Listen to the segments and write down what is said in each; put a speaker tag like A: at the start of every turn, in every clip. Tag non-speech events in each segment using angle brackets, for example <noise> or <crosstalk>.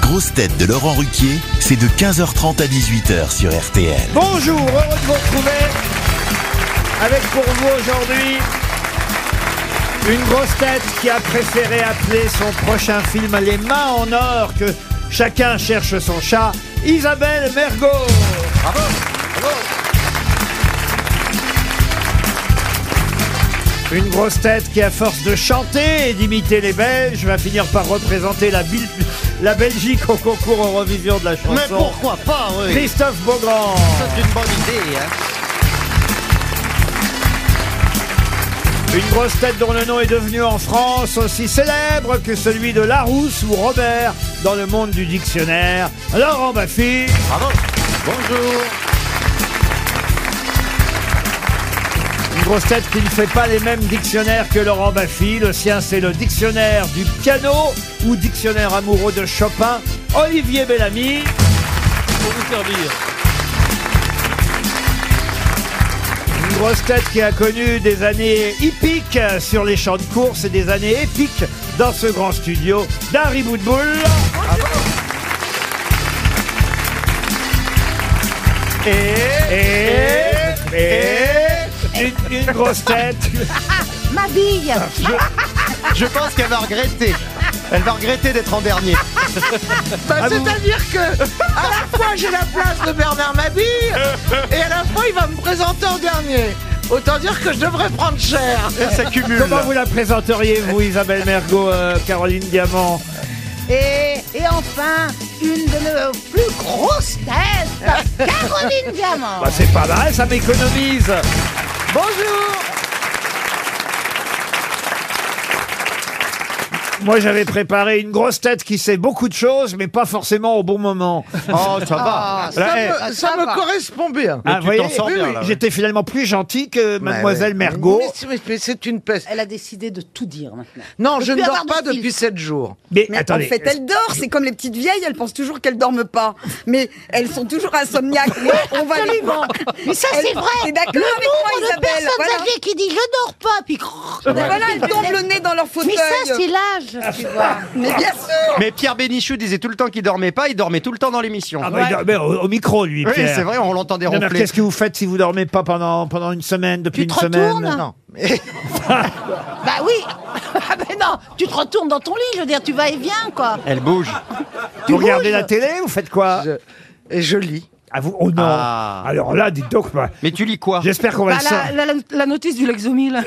A: grosses têtes de Laurent Ruquier, c'est de 15h30 à 18h sur RTL.
B: Bonjour, heureux de vous retrouver avec pour vous aujourd'hui une grosse tête qui a préféré appeler son prochain film Les mains en or que chacun cherche son chat, Isabelle Mergot. Une grosse tête qui, à force de chanter et d'imiter les Belges, va finir par représenter la, Bil- la Belgique au concours Eurovision de la chanson.
C: Mais pourquoi Ah, pas, oui
B: Christophe Beaugrand.
C: C'est une bonne idée, hein
B: Une grosse tête dont le nom est devenu en France aussi célèbre que celui de Larousse ou Robert dans le monde du dictionnaire, Laurent Baffy.
C: Bravo Bonjour
B: Une grosse tête qui ne fait pas les mêmes dictionnaires que Laurent Baffy. Le sien, c'est le dictionnaire du piano ou dictionnaire amoureux de Chopin, Olivier Bellamy. Une grosse tête qui a connu des années hippiques sur les champs de course et des années épiques dans ce grand studio d'Harry Boudboul. Et, et, une, une grosse tête.
D: <laughs> Ma bille
C: Ah, Je pense qu'elle va regretter. Elle va regretter d'être en dernier.
B: Ah, vous-
C: Bah, C'est-à-dire que, à la fois, j'ai la place de Bernard
B: <laughs>
C: Mabille, et à la fois, il va me présenter en dernier. Autant dire que je devrais prendre cher. Ça cumule.
B: Comment vous la présenteriez, vous, Isabelle Mergot, euh, Caroline Diamant
D: et, et enfin, une de nos plus grosses
B: <laughs>
D: têtes, Caroline Diamant
B: Bah, c'est pas mal, ça m'économise.
C: Bonjour
B: Moi, j'avais préparé une grosse tête qui sait beaucoup de choses, mais pas forcément au bon moment.
C: Oh, ça va.
D: Ah, ça
C: Là,
D: me-
C: eh,
D: ça me
C: correspond bien.
B: Ah,
C: tu
B: vous voyez,
C: t'en sors
B: oui,
C: bien,
B: oui,
C: là, ouais.
B: J'étais finalement plus gentil que Mademoiselle Mergot.
E: Mais c'est- Mais, mais c'est une peste.
F: Elle a décidé de tout dire maintenant.
E: Non, je
F: plus
E: ne dors
F: avoir de
E: pas
F: fil.
E: depuis 7 jours.
B: Mais,
G: Mais
B: attendez.
G: en fait, elles dorment. C'est comme les petites vieilles, elles pensent toujours qu'elles dorment pas. Mais elles sont toujours insomniaques. Mais on va les voir.
D: Mais ça,
G: Elle-
D: c'est vrai
G: T'es d'accord
D: Le
G: avec moi,
D: nombre de
G: Isabelle,
D: personnes
G: voilà.
D: âgées qui disent « je dors pas », puis crrr.
G: Mais voilà, elles tombent le nez dans leur fauteuil.
D: Mais ça, c'est
B: Ah,
D: l'âge, tu vois
G: Mais bien sûr
C: Mais Pierre Bénichou disait tout le temps qu'il dormait pas, il dormait tout le temps dans l'émission.
B: Ah, bah, il dormait au, au micro, lui.
C: oui,
B: Pierre.
C: c'est vrai, on l'entendait
B: Non, mais alors,
C: ronfler.
B: Qu'est-ce que vous faites si vous dormez pas pendant, pendant une semaine,
D: Tu
B: depuis
D: te
B: une semaine
D: retournes
C: Non.
D: <laughs> Bah oui <laughs> Ah ben non, tu te retournes dans ton lit, je veux dire, tu vas et viens, quoi
C: Elle bouge.
B: Vous
D: Tu
B: regardez
D: bouges.
B: la télé Vous faites quoi
E: Je- et je lis.
B: ah, vous, Oh non
C: Ah.
B: Alors là, dites donc, bah,
C: Mais tu lis quoi
B: j'espère qu'on va
F: Bah,
B: le
F: la,
B: savoir.
F: la- la notice du Lexomil.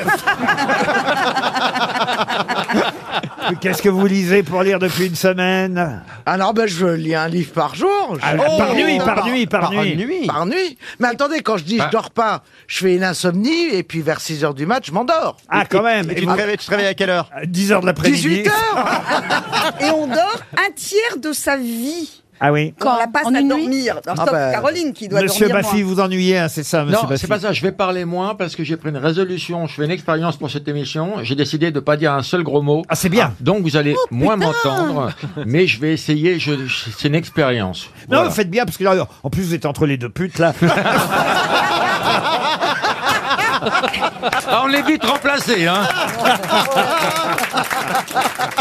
B: Qu'est-ce que vous lisez pour lire depuis une semaine
E: Alors, ben, je lis un livre par jour. Je-
B: Ah, Par nuit, par nuit, par, nuit.
E: Par nuit. Mais attendez, quand je dis
C: Bah.
E: je dors pas, je fais une insomnie et puis vers 6 heures du mat, je m'endors.
B: Ah, quand même.
C: Et tu te réveilles, tu te réveilles à quelle heure
B: 10h de l'après-midi.
E: 18 heures
G: Et on dort un tiers de sa vie.
B: Ah oui.
G: Quand on la passe
F: En
G: à
F: une
G: dormir. Alors,
E: Ah
G: sauf
E: bah,
G: Caroline qui doit
B: Monsieur
G: dormir.
B: Baffy, vous ennuyez, hein, c'est ça, monsieur
H: Non,
B: Baffy
H: c'est pas ça. Je vais parler moins parce que j'ai pris une résolution. Je fais une expérience pour cette émission. J'ai décidé de pas dire un seul gros mot.
B: Ah, c'est bien.
H: Donc vous allez
D: Oh,
H: moins m'entendre, mais je vais essayer. Je, je- c'est une expérience.
B: Non,
H: Voilà.
B: faites bien, parce que là, en plus, vous êtes entre les deux putes, là.
H: Ah, on l'est vite remplacé, hein.
G: moi.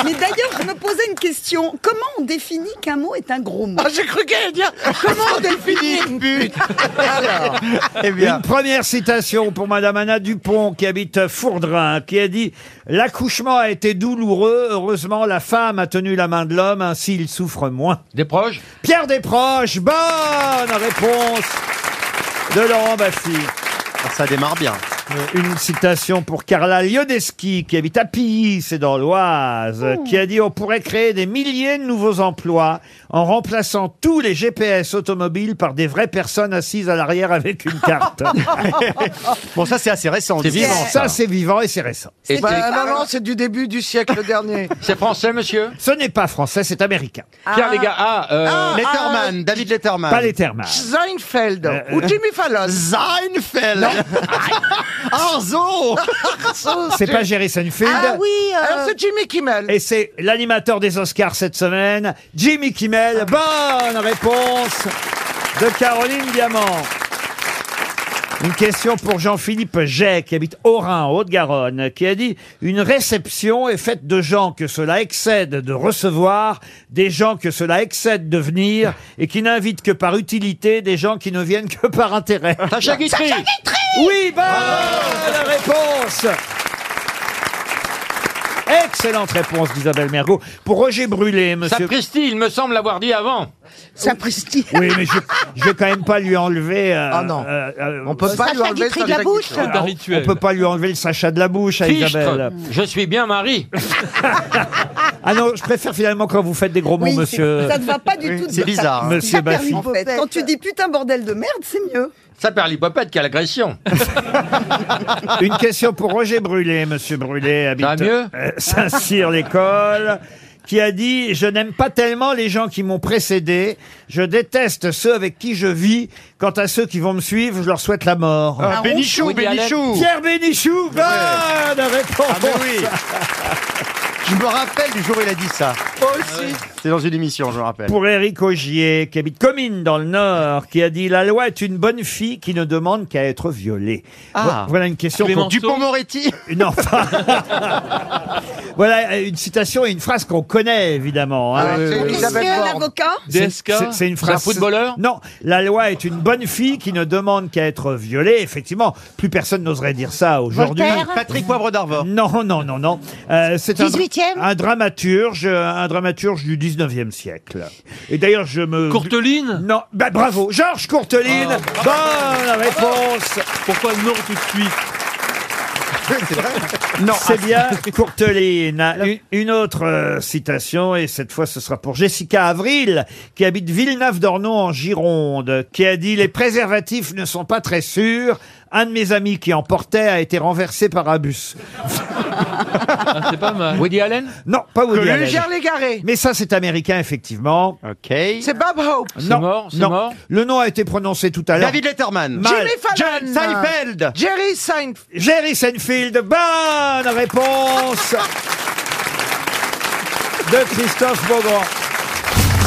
G: Mais d'ailleurs, je me posais une question. Comment on définit qu'un mot est un gros mot
E: Ah, J'ai cru qu'elle
G: <laughs>
E: allait dire comment on définit une pute Alors,
C: Eh
B: Une
C: bien,
B: première citation pour Madame Anna Dupont, qui habite Fourdrin, qui a dit « L'accouchement a été douloureux. Heureusement, la femme a tenu la main de l'homme, ainsi il souffre moins.
H: Des proches. »
B: Pierre Desproges, bonne réponse de Laurent Baffy.
C: Ah, ça démarre bien.
B: Euh, Une citation pour Carla Lioneski, qui habite à Pilly, c'est dans l'Oise,
F: Oh.
B: qui a dit On pourrait créer des milliers de nouveaux emplois en remplaçant tous les GPS automobiles par des vraies personnes assises à l'arrière
F: <laughs>
B: avec une carte.
C: Bon, ça c'est assez récent.
H: C'est vivant.
B: ça, c'est vivant et c'est récent.
H: Et
E: bah,
H: c'est-
E: non, non, c'est du début du siècle dernier.
H: c'est français, monsieur.
B: Ce n'est pas français, c'est américain.
H: Pierre, les gars. Ah, euh,
C: Letterman, David Letterman.
B: Pas Euh, les termes.
E: Seinfeld ou Jimmy Fallon.
C: Seinfeld. Arzo.
B: C'est pas Jerry Seinfeld.
F: ah oui, euh,
E: Alors, c'est Jimmy Kimmel.
B: Et c'est l'animateur des Oscars cette semaine, Jimmy
F: Ah.
B: Kimmel. Bonne réponse de Caroline Diamant. Une question pour Jean-Philippe Jay, qui habite Orin, en Haute-Garonne, qui a dit « Une réception est faite de gens que cela excède de recevoir, des gens que cela excède de venir, et qui n'invitent que par utilité des gens qui ne viennent que par intérêt. »
H: Sacha Guitry
B: Oui, bonne réponse Excellente réponse d'Isabelle Mergot. Pour Roger Brûlé, monsieur...
H: Sapristi, il me semble l'avoir dit avant.
C: Sapristi.
B: Oui, mais je, je vais quand même pas lui enlever... euh,
C: Ah non.
B: euh, euh,
C: On peut pas lui enlever
D: Guitry de la bouche.
C: Sacha Guitry.
B: on- on peut pas lui enlever le sachet de la bouche à Isabelle.
H: Fichtre, je suis bien mari.
B: Ah non, je préfère finalement quand vous faites des gros mots,
G: Oui,
B: monsieur.
G: c'est- ça ne va pas du tout. de-
E: C'est
G: ça-
E: bizarre. hein.
B: Monsieur
G: ça perd
B: Baffy.
G: en fait. Quand tu dis putain bordel de merde, c'est mieux.
H: Ça perd l'hypopète, quelle agression.
B: Une question pour Roger Brûlé, monsieur Brûlé, habite
H: va mieux
B: euh, Saint-Cyr l'école. Qui a dit Je n'aime pas tellement les gens qui m'ont précédé, je déteste ceux avec qui je vis. Quant à ceux qui vont me suivre, je leur souhaite la mort.
E: Ah, Bénichou,
H: Woody Allen.
E: Bénichou.
B: Pierre Bénichou, bonne réponse
E: Ah, mais
B: <laughs>
E: oui. Je me rappelle du jour où il a dit ça.
C: Moi aussi.
E: Ah C'est dans une émission, je me rappelle.
B: Pour Éric Augier, qui habite Comines dans le Nord, qui a dit La loi est une bonne fille qui ne demande qu'à être violée.
E: Ah.
B: Vo- Voilà une question qu'on
E: Dupont <laughs> Moretti.
B: Non, enfin. <laughs> voilà euh, une citation et une phrase qu'on connaît évidemment. hein.
C: Ah
E: Euh,
C: Ouais, c'est
G: Est-ce
C: Elisabeth
G: que
C: Borne.
G: l'avocat
B: C'est- c'est- C'est une phrase.
H: C'est un footballeur
B: Non, la loi est une bonne fille qui ne demande qu'à être violée. Effectivement, plus personne n'oserait dire ça aujourd'hui.
D: Voltaire
E: Patrick Poivre d'Arvor.
B: Non, non, non, non. Euh, c'est un,
D: 18e
B: un dramaturge, euh, un dramaturge du 19e siècle. Et d'ailleurs, je me.
I: Courteline
B: Non, bah, bravo, Georges Courteline.
H: Ah,
I: Ah.
B: Bonne réponse.
I: Pourquoi non tout de suite
B: C'est
C: ah, <laughs>
B: bien Courteline. Une, une autre euh, citation, et cette fois ce sera pour Jessica Avril, qui habite Villeneuve-d'Ornon en Gironde, qui a dit Les préservatifs ne sont pas très sûrs. Un de mes amis qui en portait a été renversé par un bus.
I: Ah, C'est pas mal.
H: Woody Allen
B: Non, pas Woody Allen.
C: Lugère Légaré.
B: Mais ça, c'est américain, effectivement.
E: Ok.
C: C'est Bob Hope.
H: C'est
B: Non,
H: mort, c'est
B: non.
H: mort.
B: Le nom a été prononcé tout à l'heure.
E: David Letterman.
B: Mal.
C: Jimmy Fallon.
E: John Seinfeld.
C: Jerry Seinfeld.
B: Jerry Seinfeld,
C: <laughs>
B: bonne réponse de Christophe Beaugrand.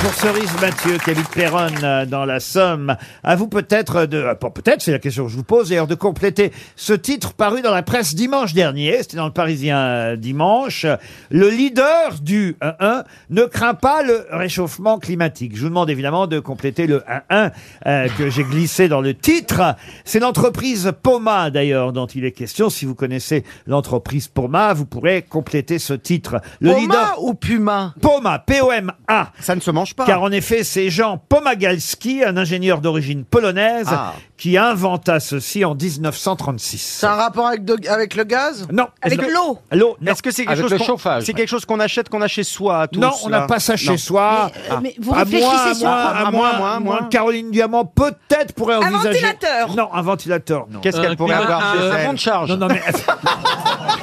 B: Pour Cerise Mathieu, qui habite Péronne, euh, dans la Somme, à vous peut-être de, euh, pas peut-être, c'est la question que je vous pose, d'ailleurs, de compléter ce titre paru dans la presse dimanche dernier, c'était dans le Parisien euh, dimanche, le leader du 1-1 ne craint pas le réchauffement climatique. Je vous demande évidemment de compléter le 1-1 euh, que j'ai glissé dans le titre. C'est l'entreprise Poma, d'ailleurs, dont il est question. Si vous connaissez l'entreprise Poma, vous pourrez compléter ce titre. Le
C: Poma
B: leader
C: ou Puma
B: Poma, P-O-M-A.
E: Ça ne se mange pas.
B: Car en effet, c'est Jean Pomagalski, un ingénieur d'origine polonaise,
E: Ah.
B: qui inventa ceci en 1936.
C: C'est un rapport avec, de- avec le gaz
B: Non.
G: Avec
B: Non.
G: l'eau
B: L'eau, non.
E: Est-ce que c'est quelque
H: Avec
E: chose
H: le
E: qu'on-
H: chauffage.
E: C'est quelque chose qu'on achète, qu'on a chez soi à tous.
B: Non, on n'a
E: là
B: pas ça chez
E: Non.
B: soi. Ah.
D: Mais, euh, mais vous
B: à moins, à
D: réfléchissez sur
B: moins,
D: quoi
B: à
E: À
B: moins,
E: moins, à moins, à moins.
B: Caroline Diamant peut-être pourrait
G: Un
B: envisager.
G: ventilateur.
B: Non, un ventilateur, non.
E: Qu'est-ce
I: Euh,
E: qu'elle pourrait
I: un-
E: avoir chez
I: un-
H: Un
E: elle
H: monde charge.
B: Non, non, mais.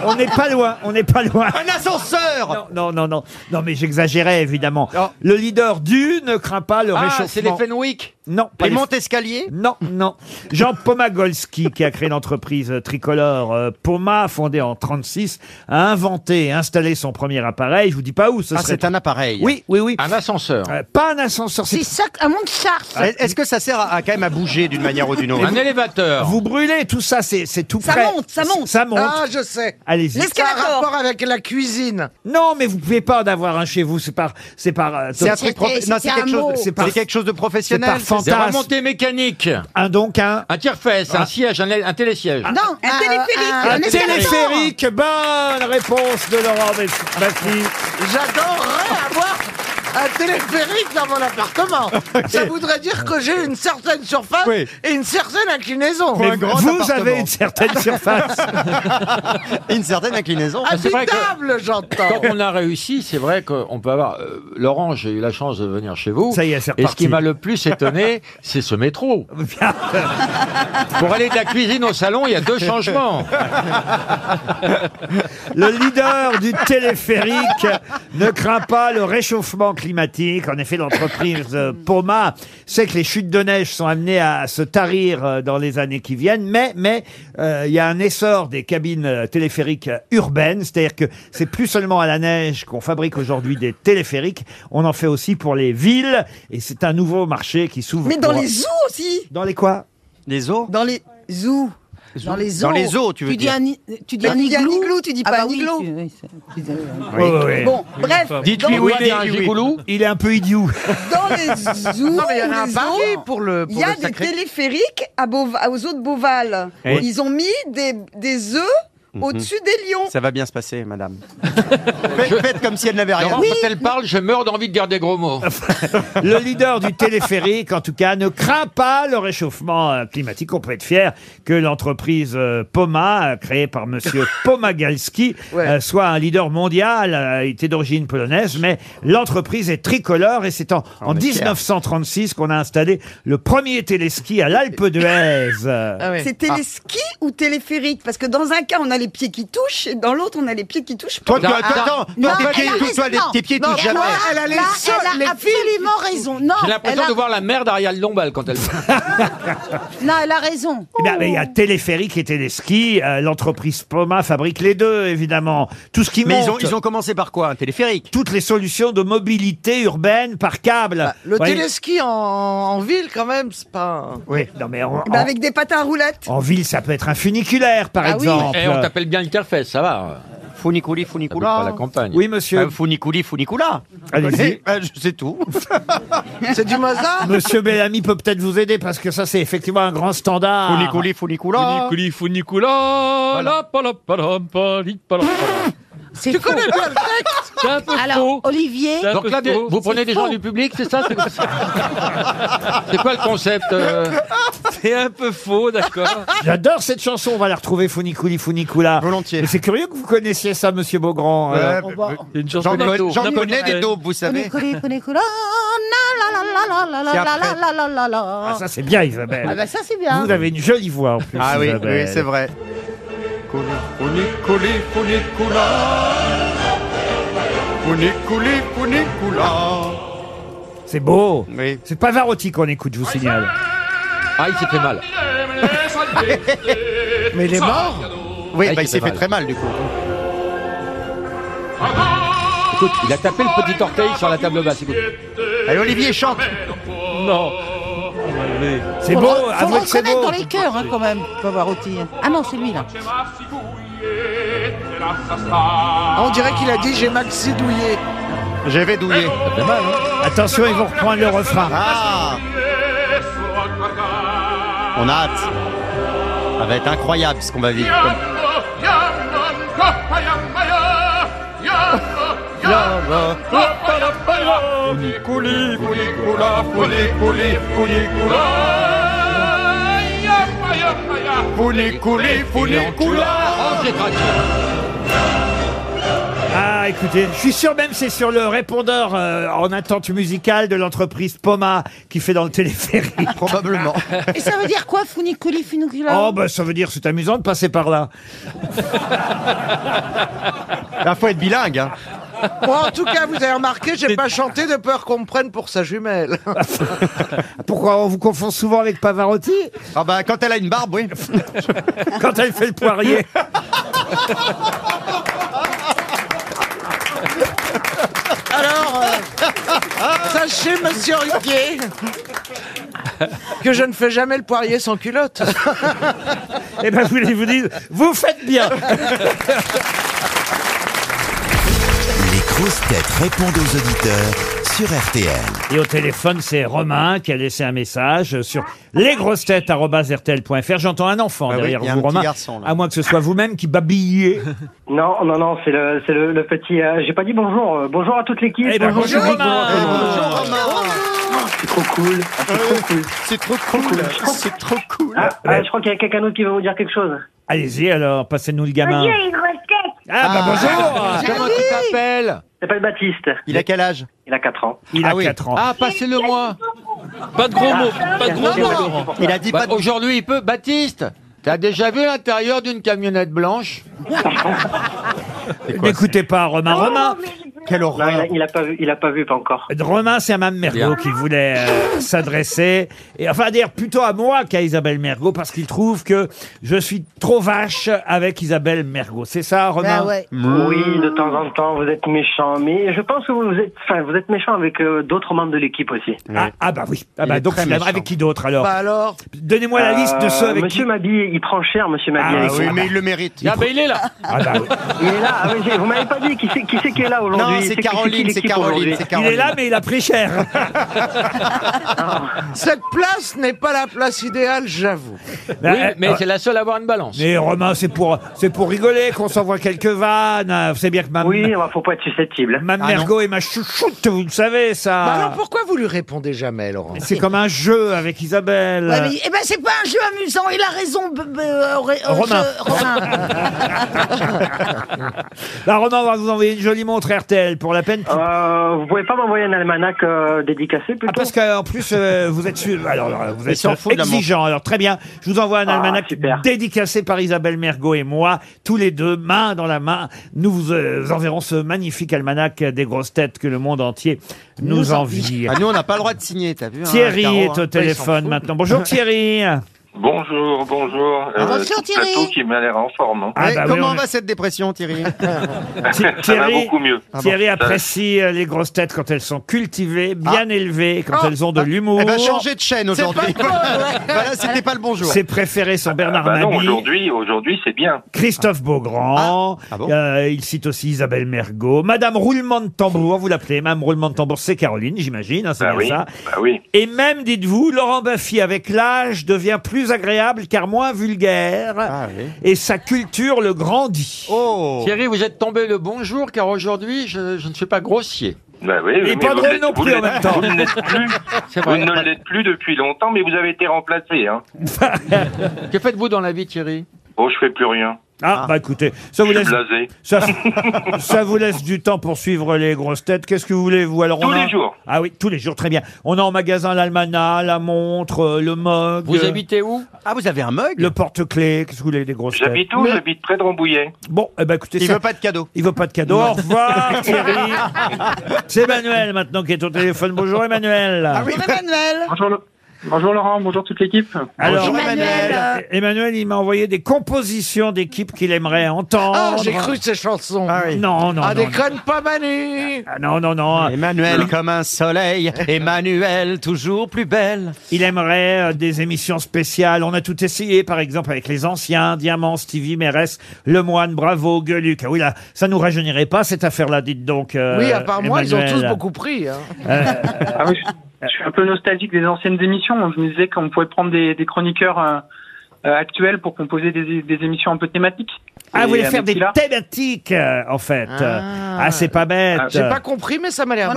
B: on n'est pas loin, on n'est pas loin.
E: Un ascenseur
B: Non, non, non, non, non, mais j'exagérais évidemment.
E: Non.
B: Le leader du ne craint pas le
H: Ah,
B: réchauffement.
H: c'est les Fenwick.
B: Non, pas
E: Les
B: les
E: montes escaliers
B: Non, non. Jean Pomagolski, qui a créé l'entreprise tricolore euh, Poma, fondée en 36, a inventé et installé son premier appareil. Je vous dis pas où ce
E: Ah,
B: serait.
E: c'est un appareil.
B: Oui, oui, oui.
H: Un ascenseur.
B: Euh, pas un ascenseur.
D: C'est
B: c'est-
D: ça, un monde charge.
B: Ah,
D: ça.
E: Est- Est-ce que ça sert à, à quand même à bouger d'une manière ou d'une autre
H: Un élévateur.
B: Vous brûlez tout ça, c'est c'est tout
G: Ça
B: près.
G: monte, ça monte.
B: Ça monte.
C: Ah, je sais.
B: Allez-y.
G: L'esca-
C: C'est un
G: Escalator.
C: rapport avec la cuisine.
B: Non, mais vous pouvez pas en avoir un chez vous. C'est par, c'est par, euh,
E: C'est un
D: C'était-
E: truc prof- non, c'est
D: c'était
E: quelque
D: un
E: chose.
D: mot.
E: de-
B: C'est
E: C'est
B: par-
E: quelque chose de
B: c'est par
E: professionnel.
H: Des
B: fantasme.
H: remontées mécaniques.
B: Un donc un. Ah.
H: Un tire-fesse, un siège, un, un télésiège.
D: Non,
G: Un téléphérique.
D: un-
B: Un
D: un escalator.
B: téléphérique. Bonne réponse de Laurent Bess- Bassi.
C: J'adorerais avoir un téléphérique dans mon
B: <laughs>
C: appartement. Ça voudrait dire que j'ai une certaine surface
E: Oui.
C: et une certaine inclinaison.
B: Mais
E: grand
B: vous avez
E: appartement.
B: une certaine surface.
E: Une certaine inclinaison.
C: Ah,
H: c'est vrai que-
C: Habitable, j'entends.
H: Quand on a réussi, c'est vrai qu'on peut avoir. euh, Laurent, j'ai eu la chance de venir chez vous.
B: Ça y est, c'est
H: Et ce
B: reparti.
H: qui m'a le plus
B: <laughs>
H: étonné, c'est ce métro. Pour aller de la cuisine au salon, il y a deux changements.
B: Le leader du téléphérique ne craint pas le réchauffement climatique. En effet, l'entreprise euh, Poma sait que les chutes de neige sont amenées à se tarir euh, dans les années qui viennent, mais mais euh, il y a un essor des cabines euh, téléphériques euh, urbaines, c'est-à-dire que c'est plus seulement à la neige qu'on fabrique aujourd'hui des téléphériques, on en fait aussi pour les villes et c'est un nouveau marché qui s'ouvre.
G: Mais dans
B: pour-
G: les zoos aussi
B: dans les quoi
J: Les zoos
G: Dans les zoos.
J: Dans les Dans zoos. les zoos, tu veux dire.
G: ani-
D: euh,
F: tu dis
G: tu dis
F: aniglou
G: aniglou, tu dis
F: Ah
G: pas
F: bah oui,
G: aniglou.
F: tu- oui,
G: Bon, bref.
H: Dites-lui
G: dans-
H: oui, il est un gigoulou.
B: Il est un peu idiot.
G: Dans les zoos,
C: Non, mais il y en a un
G: les
C: pavé
G: zoos,
C: pour le- pour
G: il y a
C: le
G: des
C: sacré.
G: téléphériques à Bova- aux eaux de Beauval.
J: Oui.
G: Ils ont mis des, des œufs
J: Mhm.
G: au-dessus des lions.
J: Ça va bien se passer, madame. faites, faites comme si elle n'avait rien.
H: Laurent, quand elle parle, je meurs d'envie de dire des gros mots.
B: Le leader du téléphérique, en tout cas, ne craint pas le réchauffement euh, climatique. On peut être fier que l'entreprise euh, Poma, euh, créée
G: <laughs>
B: par Monsieur Pomagalski, euh, soit un leader mondial. Euh, Il était d'origine polonaise, mais l'entreprise est tricolore et c'est en, en
J: est fiers.
B: 1936 qu'on a installé le premier téléski à l'Alpe d'Huez. Euh,
G: C'est téléski ou téléphérique Parce que dans un cas, on a les pieds qui touchent, et dans l'autre, on a les pieds qui touchent pas.
J: Toi, tu- attends,
D: Non,
J: toi, tes
D: elle
J: pieds,
D: a
J: touchent- toi,
D: raison.
J: tes pieds
D: Non,
J: touchent jamais.
D: là,
C: Elle a les
F: <laughs>
D: là,
C: seins,
D: elle
C: les
D: a absolument raison. Non,
H: J'ai l'impression
D: elle a,
H: de voir la mère d'Ariel Dombal quand
G: Ah.
H: elle parle.
D: non, elle a raison.
B: Eh bien, mais il y a téléphérique et téléski. Euh, L'entreprise Poma fabrique les deux, évidemment. Tout ce qui
J: Mais ils ont,
B: monte.
J: ils ont commencé par quoi Un téléphérique
B: toutes les solutions de mobilité urbaine par câble.
G: Bah,
C: Le
B: Voyez-
C: téléski en, en ville, quand même, c'est pas. Ah.
B: Oui, non mais en,
G: Eh ben, avec des patins à roulettes.
B: en- en ville, ça peut être un funiculaire, par
G: Ah oui.
B: exemple.
H: Eh, on t'appelle bien le Carfès, ça va.
J: Funiculi,
H: T'habites pas la
J: funicula.
H: campagne.
B: oui, monsieur.
J: Euh, funiculi, funicula.
B: Allez-y.
J: <laughs> Eh, ben, je sais tout.
C: C'est du
G: Ah.
C: Mozart
B: Euh, Monsieur Bellamy peut peut-être vous aider parce que ça, c'est effectivement un grand standard.
J: Funiculi, funicula.
I: Funiculi, funicula, la palapalapam, palipalapam.
D: C'est
H: Ah
D: faux.
I: C'est un peu
D: Alors,
I: faux.
D: Olivier,
I: C'est un
H: Donc
I: peu
H: là, des-
I: faux.
H: vous prenez des gens du public, c'est ça C'est c'est quoi le concept euh
I: <laughs> C'est un peu faux, d'accord.
B: J'adore cette chanson. On va la retrouver, Funiculi Funicula.
J: Volontiers.
B: Mais c'est curieux que vous connaissiez ça, Monsieur Beaugrand. euh. alors.
J: Ouais,
I: C'est une
J: J'en
I: chanson
J: connais,
I: d'ado.
J: j'en connais des
I: Napolitaine.
J: daubes, vous savez.
D: Conicoli, conicolo, Oh, na, la, la, la, la, la,
J: C'est
D: la,
J: après.
D: la, la, la, la,
B: Ah,
D: la.
B: ça, c'est bien, Isabelle.
D: Ah bah ça c'est bien.
B: Vous avez une jolie voix en plus.
J: Ah oui,
B: Isabelle.
J: oui, c'est vrai.
I: Funiculi, funicula. Funiculi, funicula.
B: C'est beau.
J: Oui.
B: C'est Pavarotti qu'on écoute, je vous signale.
H: Ah, il s'est fait mal.
C: Mais il est mort
J: Oui,
H: Ah,
J: bah,
H: il
J: il s'est fait très mal, du coup.
H: Écoute, il a tapé le petit orteil sur la table basse. écoute.
J: Allez, Olivier, chante.
I: Non. On m'a levé.
B: C'est
D: Faut
B: beau.
D: le re- faut
B: avouez
D: le
B: que c'est
D: reconnaître
B: beau.
D: dans les cœurs hein, quand même, Pavarotti. Ah non, c'est lui là.
C: On dirait qu'il a dit j'ai maxi douillé.
J: Je vais douiller. hein.
B: Attention, ils vont reprendre le refrain.
J: Ah On a hâte. Ça va être incroyable ce qu'on va vivre.
K: Bah
I: Funiculi, funicula, funiculi, funicula. Yamma, yamma, ya. Funiculi, funicula.
H: Oh, j'ai craqué.
B: Ah, écoutez, je suis sûr même c'est sur le répondeur euh, en attente musicale de l'entreprise Poma qui fait dans le téléphérique.
J: <laughs> Probablement.
D: Et ça veut dire quoi, funiculi, funiculi
B: Oh, bah ça veut dire c'est amusant de passer par là.
J: Il faut être bilingue. hein.
C: Bon, en tout cas, vous avez remarqué, j'ai pas chanté de peur qu'on me prenne pour sa jumelle.
B: <laughs> Pourquoi on vous confond souvent avec Pavarotti
J: Ah bah, quand elle a une barbe, oui.
B: <laughs> quand elle fait le poirier
C: Alors, euh, sachez, monsieur Riquet, que je ne fais jamais le poirier sans culotte.
B: Eh ben, je voulais vous dire, vous faites bien
A: Les grosses têtes répondent aux auditeurs sur RTL.
B: Et au téléphone, c'est Romain qui a laissé un message sur lesgrossetêtes.rtl.fr. J'entends un enfant
J: Ah oui,
B: derrière
J: il y a un
B: vous,
J: petit
B: Romain.
J: garçon, là.
B: à moins que ce soit vous-même qui babillez.
L: Non, non, non, c'est le, c'est le, le petit. euh, J'ai pas dit bonjour. euh, bonjour à toute l'équipe.
B: Eh ben, bonjour,
L: Judith,
B: Romain.
L: bonjour à tout le monde.
J: Bonjour, Romain.
L: C'est trop cool. Ah, C'est trop cool.
J: C'est trop cool. C'est <laughs> trop cool.
L: Ah, ah, je crois qu'il y a quelqu'un d'autre qui veut vous dire quelque chose.
B: Allez-y alors, passez-nous le gamin.
E: les grosses têtes.
B: Ah, bah bonjour
H: Comment tu t'appelles
L: C'est pas le Baptiste.
J: Il a quel âge
L: Il a 4 ans.
B: Il a
J: Ah oui.
B: 4 ans.
H: Ah, passez-le moi.
I: Pas de gros mots. Pas de gros
L: Merci,
I: mots,
L: merci
I: Laurent.
L: pour ça.
J: Il a dit
H: Bah,
J: pas de...
H: Aujourd'hui, il peut. Baptiste, t'as déjà vu l'intérieur d'une camionnette blanche
B: N'écoutez pas Romain. Romain,
E: Non, mais je peux
B: Quelle
L: Non, il
B: horreur.
L: a, Bah, il a pas vu, il a pas vu pas encore.
B: Romain, c'est à Mme Mergot qui voulait
L: <laughs>
B: euh, s'adresser. Et enfin, dire plutôt à moi qu'à Isabelle Mergot, parce qu'il trouve que je suis trop vache avec Isabelle Mergot. C'est
D: Bah
B: ça, Romain
L: Oui, de temps en temps, vous êtes méchant, mais je pense que vous êtes, enfin, vous êtes méchant avec euh, d'autres membres de l'équipe aussi.
B: Ah, ah bah oui. Ah bah
L: est
B: donc,
L: très
B: finalement,
L: méchant.
B: avec qui d'autre alors
D: Bah
L: alors
B: Donnez-moi
L: Euh,
B: la liste de ceux avec
L: Monsieur
B: qui-
L: Mabille, il prend cher, Monsieur Mabille.
B: Ah
L: avec
B: oui,
L: moi.
B: mais il le
J: mérite.
B: Ah bah,
I: il est là.
B: Ah bah oui.
L: Il est là. Ah oui, j'ai- vous m'avez pas dit qui c'est qui, c'est qui est là aujourd'hui.
J: Non, c'est
L: qui- qui
J: Caroline,
L: l'équipe
J: c'est Caroline,
L: aujourd'hui
J: c'est Caroline. Il est là,
B: mais il a pris
L: <laughs>
B: cher.
C: Cette place n'est pas la place idéale, j'avoue.
B: Bah, euh,
H: Oui, mais
B: euh,
H: c'est la seule à avoir une balance.
B: Mais euh, Romain, c'est pour, c'est pour rigoler qu'on s'envoie quelques vannes. hein. Vous savez bien que ma,
L: Oui, il faut pas être susceptible. Ah
B: ma Mergot est ma chouchoute, vous le savez, ça.
C: Bah alors pourquoi vous lui répondez jamais, Laurent
B: c'est comme un jeu avec Isabelle.
D: Ouais, mais- eh ben, c'est pas un jeu amusant. Il a raison, b- b- euh, Ré- euh,
B: Romain.
D: je- Romain.
B: Là, Bah, Romain, on va vous envoyer une jolie montre RTL pour la peine.
L: Euh, vous pouvez pas m'envoyer un almanach euh, dédicacé plutôt
B: Ah, parce qu'en plus, euh, vous êtes, su- alors, alors, vous
L: Il
B: êtes
L: s'en fout de la
B: exigeant. Alors, très bien. Je vous envoie un
L: Ah,
B: almanach dédicacé par Isabelle Mergot et moi. Tous les deux, main dans la main, nous vous, euh, vous enverrons ce magnifique almanach des grosses têtes que le monde entier nous, envie.
J: Ah, nous, on n'a pas le droit de signer, t'as vu hein,
B: Thierry
J: Caro, hein.
B: est
J: Ouais,
B: au
J: ils s'en
B: téléphone
J: foutent.
B: maintenant. Bonjour
J: <laughs>
B: Thierry.
K: Bonjour,
L: Euh,
K: bonjour.
J: Ah, bonjour,
K: tout le
J: Thierry.
K: plateau qui m'a l'air en forme. hein.
B: Ah, bah
J: Ouais, comment va
B: <laughs>
J: cette dépression, Thierry
K: Ah, Ça va beaucoup mieux. Ah
B: Thierry
K: Ça va.
B: apprécie euh, les grosses têtes quand elles sont cultivées, bien élevées, quand
J: Ah.
B: elles ont de
J: Ah.
B: l'humour.
J: Elle va changer de chaîne
B: C'est
J: aujourd'hui.
B: pas drôle, ouais.
J: <laughs> voilà, c'était pas le bon jour.
B: Ses préférés sont Bernard
K: Bah non,
B: Mabille,
K: aujourd'hui, aujourd'hui, c'est bien.
B: Christophe Beaugrand,
J: Ah.
B: euh, il cite aussi Isabelle Mergot, Madame Roulement de Tambour, vous l'appelez, Madame Roulement de Tambour, c'est Caroline, j'imagine, hein, c'est
K: Bah
B: bien
K: oui,
B: ça.
K: bah oui.
B: Et même, dites-vous, Laurent Baffy, avec l'âge, devient plus agréable car moins vulgaire,
J: Ah
B: et sa culture le grandit.
K: Oh.
H: Thierry, vous êtes tombé le bon jour car aujourd'hui, je, je ne suis pas grossier.
K: Bah oui, oui,
H: Et
K: mais
H: pas
K: vous
H: drôle
K: l'êtes-
H: non
K: vous
H: plus en
K: l'êtes-
H: même temps.
K: Vous ne l'êtes plus. vous ne l'êtes plus depuis longtemps, mais vous avez été remplacé. Hein.
H: Que faites-vous dans la vie, Thierry
K: Oh, je fais plus rien.
B: Ah, bah écoutez, ça vous
K: Je
B: laisse...
K: suis blasé.
B: Ça,
K: <laughs>
B: <laughs> ça vous laisse du temps pour suivre les grosses têtes. Qu'est-ce que vous voulez, vous alors,
K: Tous
B: on a-
K: les jours.
B: Ah oui, tous les jours, très bien. On a en magasin l'almanach, la montre, euh, le mug.
H: Vous
B: euh,
H: habitez où Ah, vous avez un mug
B: Le porte-clés, qu'est-ce que vous voulez, des grosses têtes
K: J'habite où J'habite près de Rambouillet.
B: Bon, eh ben écoutez,
K: Il
B: ça-
K: veut pas de cadeau.
B: Il veut pas de cadeau. Au revoir, Thierry. C'est Emmanuel maintenant qui est au téléphone. Bonjour, Emmanuel.
G: Emmanuel
L: Bonjour, Laurent, bonjour toute l'équipe.
B: Alors,
G: Bonjour, Emmanuel.
B: Emmanuel, Emmanuel, il m'a envoyé des compositions d'équipes qu'il aimerait entendre.
C: Ah, j'ai cru de ces chansons.
B: Non, non,
C: Ah,
B: non,
C: déconne pas, Manu
B: Ah non, non, non.
J: Emmanuel comme un soleil, Emmanuel toujours plus belle.
B: Il aimerait euh, des émissions spéciales. On a tout essayé, par exemple, avec les anciens, Diamant, Stevie, Mérès, Lemoine, Bravo, Gueuluc. Ah oui, là, ça nous rajeunirait pas, cette affaire-là, dites donc. euh,
C: Oui, à part moi, ils ont tous
B: Emmanuel.
C: beaucoup pris. hein. <laughs>
B: Euh,
L: Ah oui, je, je suis un peu nostalgique des anciennes émissions. Je me disais qu'on pouvait prendre des, des chroniqueurs euh, euh, actuels pour composer des, des émissions un peu thématiques.
B: ah,
L: Et
B: vous voulez
L: avec
B: faire des
L: Pilar.
B: thématiques, euh, en fait. Euh, Ah, c'est pas bête.
C: J'ai pas compris, mais ça m'a l'air.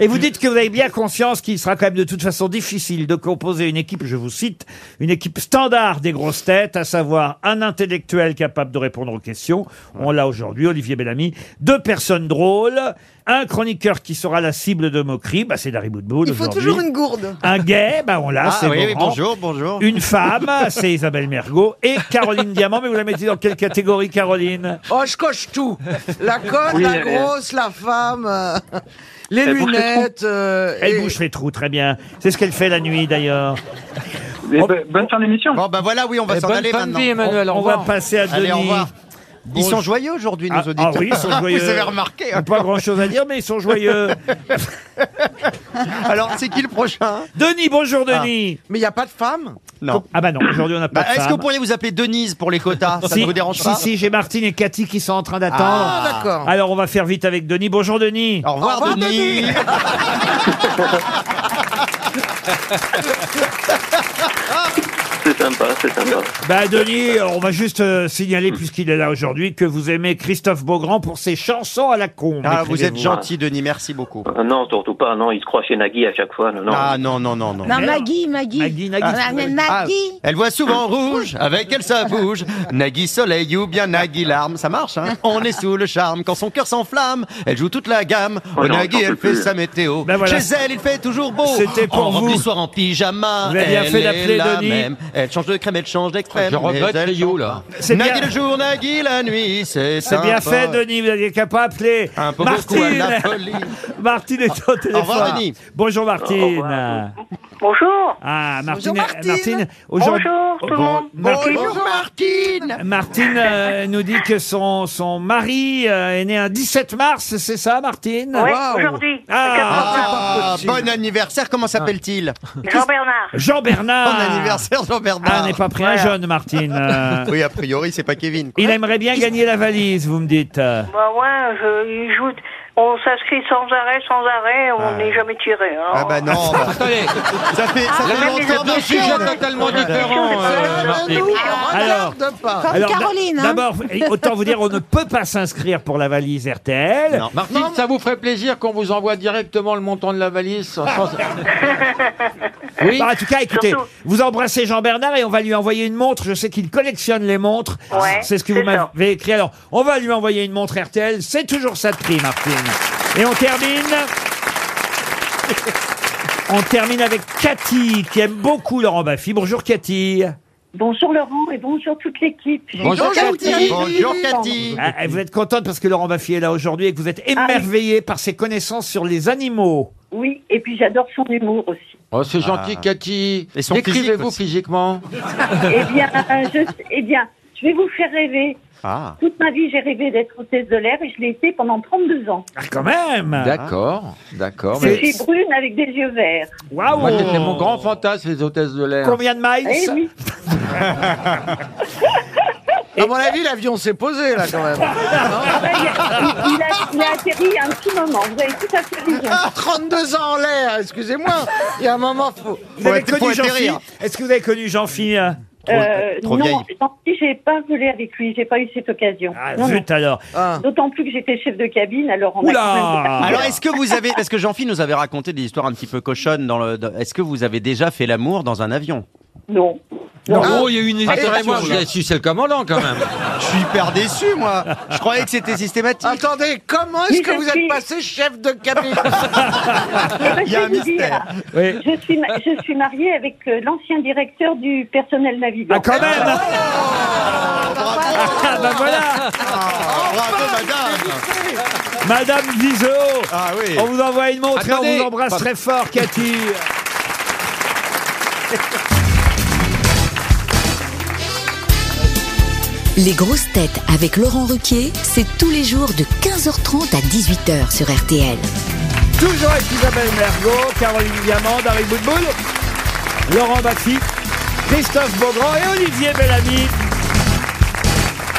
B: Et vous dites que vous avez bien conscience qu'il sera quand même de toute façon difficile de composer une équipe, je vous cite, une équipe standard des grosses têtes, à savoir un intellectuel capable de répondre aux questions, on l'a aujourd'hui, Olivier Bellamy, deux personnes drôles, un chroniqueur qui sera la cible de moqueries, bah c'est Dari Boudboul
G: Il faut
B: aujourd'hui.
G: toujours une gourde.
B: Un gay, bah on l'a,
J: Ah,
B: c'est
J: oui, oui,
B: Beaugrand.
J: bonjour, bonjour.
B: Une femme, c'est Isabelle Mergot et Caroline Diamant, mais vous la mettez dans quelle catégorie, Caroline
C: Oh, je coche tout. La conne,
B: Oui,
C: la
B: elle est-
C: grosse, la femme, euh, les
B: Elle bouge les
C: lunettes. euh,
B: Elle
C: et-
B: bouche les trous, très bien. C'est ce qu'elle fait la nuit, d'ailleurs.
L: bonne fin d'émission.
J: Bon, ben voilà, oui, on va
B: Eh,
J: s'en
B: bonne
J: aller
B: fin de
J: maintenant.
B: vie, Emmanuel, au
J: on, on va
B: revoir.
J: passer à Denis.
B: Allez, au revoir. Bon,
J: Ils sont
B: je-
J: joyeux aujourd'hui, nos
B: Ah,
J: auditeurs.
B: Ah oui,
J: <laughs>
B: ils sont joyeux.
J: Vous avez remarqué. hein.
B: Ils ont Pas grand chose à dire, mais ils sont joyeux.
J: Alors, c'est qui le prochain
B: <laughs> Denis, bonjour Denis.
C: Mais il n'y a pas de femme
J: Non.
B: Ah bah non, aujourd'hui on n'a pas
J: Bah,
B: de
J: Est-ce
B: femme.
J: que vous pourriez vous appeler Denise pour les quotas Ça
B: Si,
J: ne vous dérange
B: si,
J: pas
B: Si, j'ai Martine et Cathy qui sont en train d'attendre.
J: Ah, d'accord.
B: Alors on va faire vite avec Denis. Bonjour Denis.
J: Au revoir, Denis.
B: <laughs>
K: C'est sympa, c'est sympa.
B: Bah Denis, on va juste euh, signaler, puisqu'il est là aujourd'hui, que vous aimez Christophe Beaugrand pour ses chansons à la con.
J: Ah, vous êtes
B: écrivez-vous.
J: gentil, Denis, merci beaucoup.
K: Ah Non, surtout pas. Non, il se croit chez Nagui à chaque fois. Non, non.
J: Ah non, non, non, non.
D: Non, Maggie, Maggie.
B: Maggie,
D: Ah, mais Maggie.
J: Elle voit souvent rouge, avec elle ça bouge. Nagui soleil ou bien Nagui larme, ça marche, hein On est sous le charme, quand son cœur s'enflamme, elle joue toute la gamme.
K: Oh
J: Au
K: non,
J: Nagui,
K: j'en peux
J: elle fait
K: plus.
J: sa météo.
B: Ben voilà.
J: Chez elle, il fait toujours beau.
B: C'était pour
J: en robe
B: vous.
J: du soir en pyjama,
B: Vous avez bien
J: elle
B: fait
J: est
B: d'appeler
J: la
B: Denis.
J: même. Elle change de crème, elle change d'extrême.
H: Je regrette
J: mais elle
H: les You,
J: change
H: là.
J: pas.
H: C'est
J: Nagui
H: bien.
J: le jour, Nagui la nuit, c'est
B: C'est bien
J: sympa.
B: fait, Denis. Vous n'aviez qu'à pas appeler.
J: Un peu beaucoup à
B: Martine.
J: la folie.
B: <laughs> Martine est au téléphone.
J: revoir, Denis.
B: Bonjour, Martine.
J: Au
M: Bonjour.
B: Ah, Martine.
M: Bonjour, Martine.
B: aujourd'hui-
M: Bonjour, tout le
B: Bon-
M: monde.
B: Martine,
M: Bonjour, Martine.
B: Martine, euh, nous dit que son, son mari euh, est né un 17 mars, c'est ça, Martine
M: Oui, Waouh. aujourd'hui, à 14 heures.
B: Ah,
J: Ah, bon anniversaire, comment s'appelle-t-il
M: Jean-Bernard.
B: Jean-Bernard.
J: Bon anniversaire, Jean-Bernard.
B: Ah, on n'est pas pris
G: <laughs>
B: un jeune, Martine. Euh,
J: <laughs> Oui, a priori, c'est pas Kevin.
B: Il aimerait bien gagner la valise, vous me dites. Euh,
M: Bah ouais, je- il joue- On s'inscrit sans arrêt, sans arrêt, on n'est jamais tiré. hein.
J: Ah bah non. bah. ça fait, ça
M: Ah,
J: fait
M: mais les
J: longtemps
M: deux
J: monsieur,
M: sujets
J: là.
M: totalement
B: différents, euh, Martine.
C: Regarde pas. hein.
B: Alors, d'a-
H: hein.
B: D'abord, autant vous
H: <laughs>
B: dire, on ne peut pas s'inscrire pour la valise RTL.
H: Martine, ça vous ferait plaisir qu'on vous envoie directement le montant de la valise sans- sans- Oui.
B: Bah, en tout cas, écoutez,
H: Surtout.
B: vous embrassez Jean-Bernard et on va lui envoyer une montre. Je sais qu'il collectionne les montres.
M: Ouais,
B: c'est ce que vous
M: c'est ça.
B: m'avez écrit. Alors, on va lui envoyer une montre RTL. C'est toujours ça de prix, Martine. Et on termine. On termine avec Cathy, qui aime beaucoup Laurent Baffy. Bonjour Cathy.
N: Bonjour Laurent et bonjour toute l'équipe.
B: Ah, ah, vous êtes contente parce que Laurent Baffy est là aujourd'hui et que vous
N: Ah
B: êtes émerveillée par ses connaissances sur les animaux.
N: Oui, et puis j'adore son humour aussi.
H: Oh, c'est gentil,
B: Ah.
H: Cathy.
B: Et son physique
H: Décrivez-vous
B: aussi.
H: physiquement.
N: eh, bien, je, eh bien, je vais vous faire rêver.
H: Ah.
N: Toute ma vie, j'ai rêvé d'être hôtesse de l'air et je l'ai été pendant 32 ans.
B: Quand même.
H: D'accord, d'accord.
N: Je
H: Ah, mais-
N: suis brune avec des yeux verts.
H: Moi, c'était mon grand fantasme, les hôtesses de l'air.
B: Combien de miles
N: Eh oui.
C: À mon avis, l'avion s'est posé, là, quand même.
N: Ah bah, il, a, il a- il a atterri il y a un petit moment. Vous avez tout à fait raison.
C: 32 Ah, ans en l'air, excusez-moi. Il y a un moment, faut.
B: Vous avez connu Jean-Phi Est-ce que vous avez connu Jean-Phi euh
N: Euh, non, non, j'ai pas volé avec lui, j'ai pas eu cette occasion. Non,
B: Ah, Zut
N: non.
B: alors.
N: D'autant plus que j'étais chef de cabine, alors on a quand même-
J: Alors, est-ce que vous avez, parce que Jean-Phil nous avait raconté des histoires un petit peu cochonnes dans le, dans- est-ce que vous avez déjà fait l'amour dans un avion Ah.
N: Non.
H: Oh, il y a eu une
J: Attendez,
H: hésitation.
J: moi,
H: Moi,
J: je-
H: j'ai su, c'est le commandant quand même.
J: Je suis hyper déçu, moi. Je croyais que c'était systématique.
C: Attendez, comment est-ce
N: Mais
C: que
N: je
C: vous êtes
N: suis-
C: passé chef de
B: <laughs>
C: cabine
N: Eh ben,
C: Il y a
N: je
C: un
N: vais vous
C: mystère.
N: dire,
B: Oui.
N: Je, suis, ma- je suis mariée avec euh, l'ancien directeur du personnel navigant.
B: Ah, quand même Ah, bah voilà
J: Bravo, madame.
B: Madame Vizot
J: oui.
B: On vous envoie une montre et
J: Attendez.
B: on vous embrasse
J: Pardon.
B: très fort, Cathy
O: Les grosses têtes avec Laurent Ruquier, c'est tous les jours de 15h30 à 18h sur RTL.
B: Toujours avec Isabelle Mergot, Caroline Diamant, David Boudboul, Laurent Baffi, Christophe Beaugrand et Olivier Bellamy.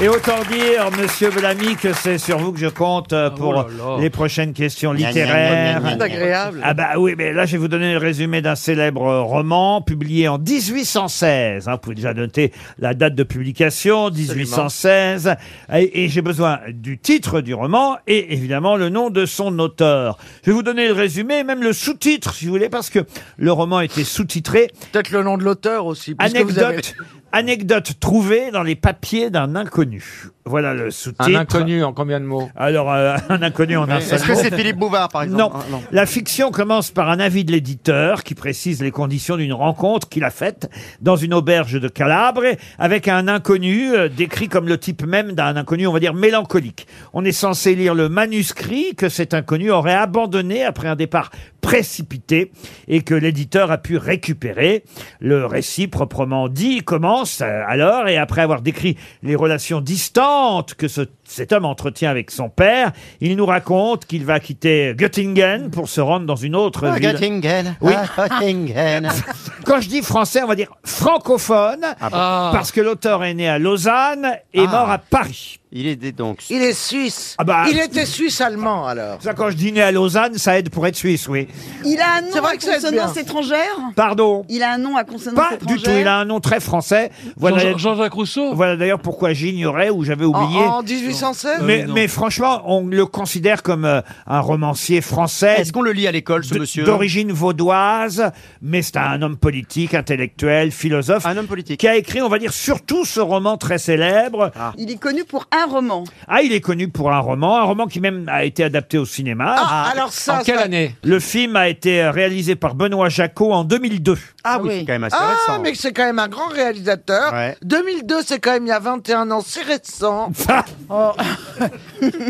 B: Et autant dire, monsieur Bellamy, que c'est sur vous que je compte euh, pour
C: là là.
B: les prochaines questions
C: Gna, gna, gna,
B: littéraires.
C: gna, gna, gna. C'est agréable.
B: Ah bah oui, mais là, je vais vous donner le résumé d'un célèbre euh, roman publié en 1816. hein. vous pouvez déjà noter la date de publication, 1816. Et, et j'ai besoin du titre du roman et évidemment le nom de son auteur. Je vais vous donner le résumé, même le sous-titre, si vous voulez, parce que le roman était sous-titré.
C: Peut-être le nom de l'auteur aussi. puisque vous avez-
B: Anecdote, anecdote trouvée dans les papiers d'un inconnu. Voilà <laughs> le sous-titre.
H: Un inconnu en combien de mots
B: Alors, euh, un inconnu en un seul
J: Est-ce que
B: mot.
J: c'est Philippe Bouvard, par exemple Ah,
B: Non. La fiction commence par un avis de l'éditeur qui précise les conditions d'une rencontre qu'il a faite dans une auberge de Calabre avec un inconnu euh, décrit comme le type même d'un inconnu, on va dire, mélancolique. On est censé lire le manuscrit que cet inconnu aurait abandonné après un départ précipité et que l'éditeur a pu récupérer. Le récit proprement dit commence euh, alors et après avoir décrit les relations distantes que ce- cet homme entretient avec son père, il nous raconte qu'il va quitter Göttingen pour se rendre dans une autre
J: Ah,
B: ville.
J: Göttingen.
B: Oui.
J: Ah, Göttingen.
B: <laughs> Quand je dis français, on va dire francophone,
C: Ah
B: parce que l'auteur est né à Lausanne et est
J: Ah.
B: mort à Paris.
J: Il est des- donc.
C: Il est suisse.
B: Ah bah-
C: Il était suisse-allemand, alors.
B: Ça, quand je dis né à Lausanne, ça aide pour être suisse, oui.
G: Il a un nom
C: C'est vrai
G: à
C: que ça aide
G: consonance
C: bien.
G: étrangère
B: Pardon
G: Il a un nom à consonance
B: Pas
G: étrangère
B: du tout, il a un nom très français. Voilà, Jean-Jacques Rousseau Voilà d'ailleurs pourquoi j'ignorais ou j'avais oublié.
C: En, en 1816, sans cesse
B: Mais, mais franchement, on le considère comme euh, un romancier français. Est-ce
J: qu'on le lit à l'école, ce monsieur
B: D'origine vaudoise, mais c'est un homme politique, intellectuel, philosophe. Un homme politique. Qui a écrit, on va dire, surtout ce roman très célèbre. Ah,
G: Il est connu pour un roman.
B: il est connu pour un roman, un roman qui même a été adapté au cinéma.
G: Ah, alors ça, En quelle ça- année
B: Le film a été euh, réalisé par Benoît Jacquot en 2002.
C: Ah oui, c'est quand même ah, mais c'est quand même un grand réalisateur. 2002, c'est quand même il y a 21 ans, c'est récent.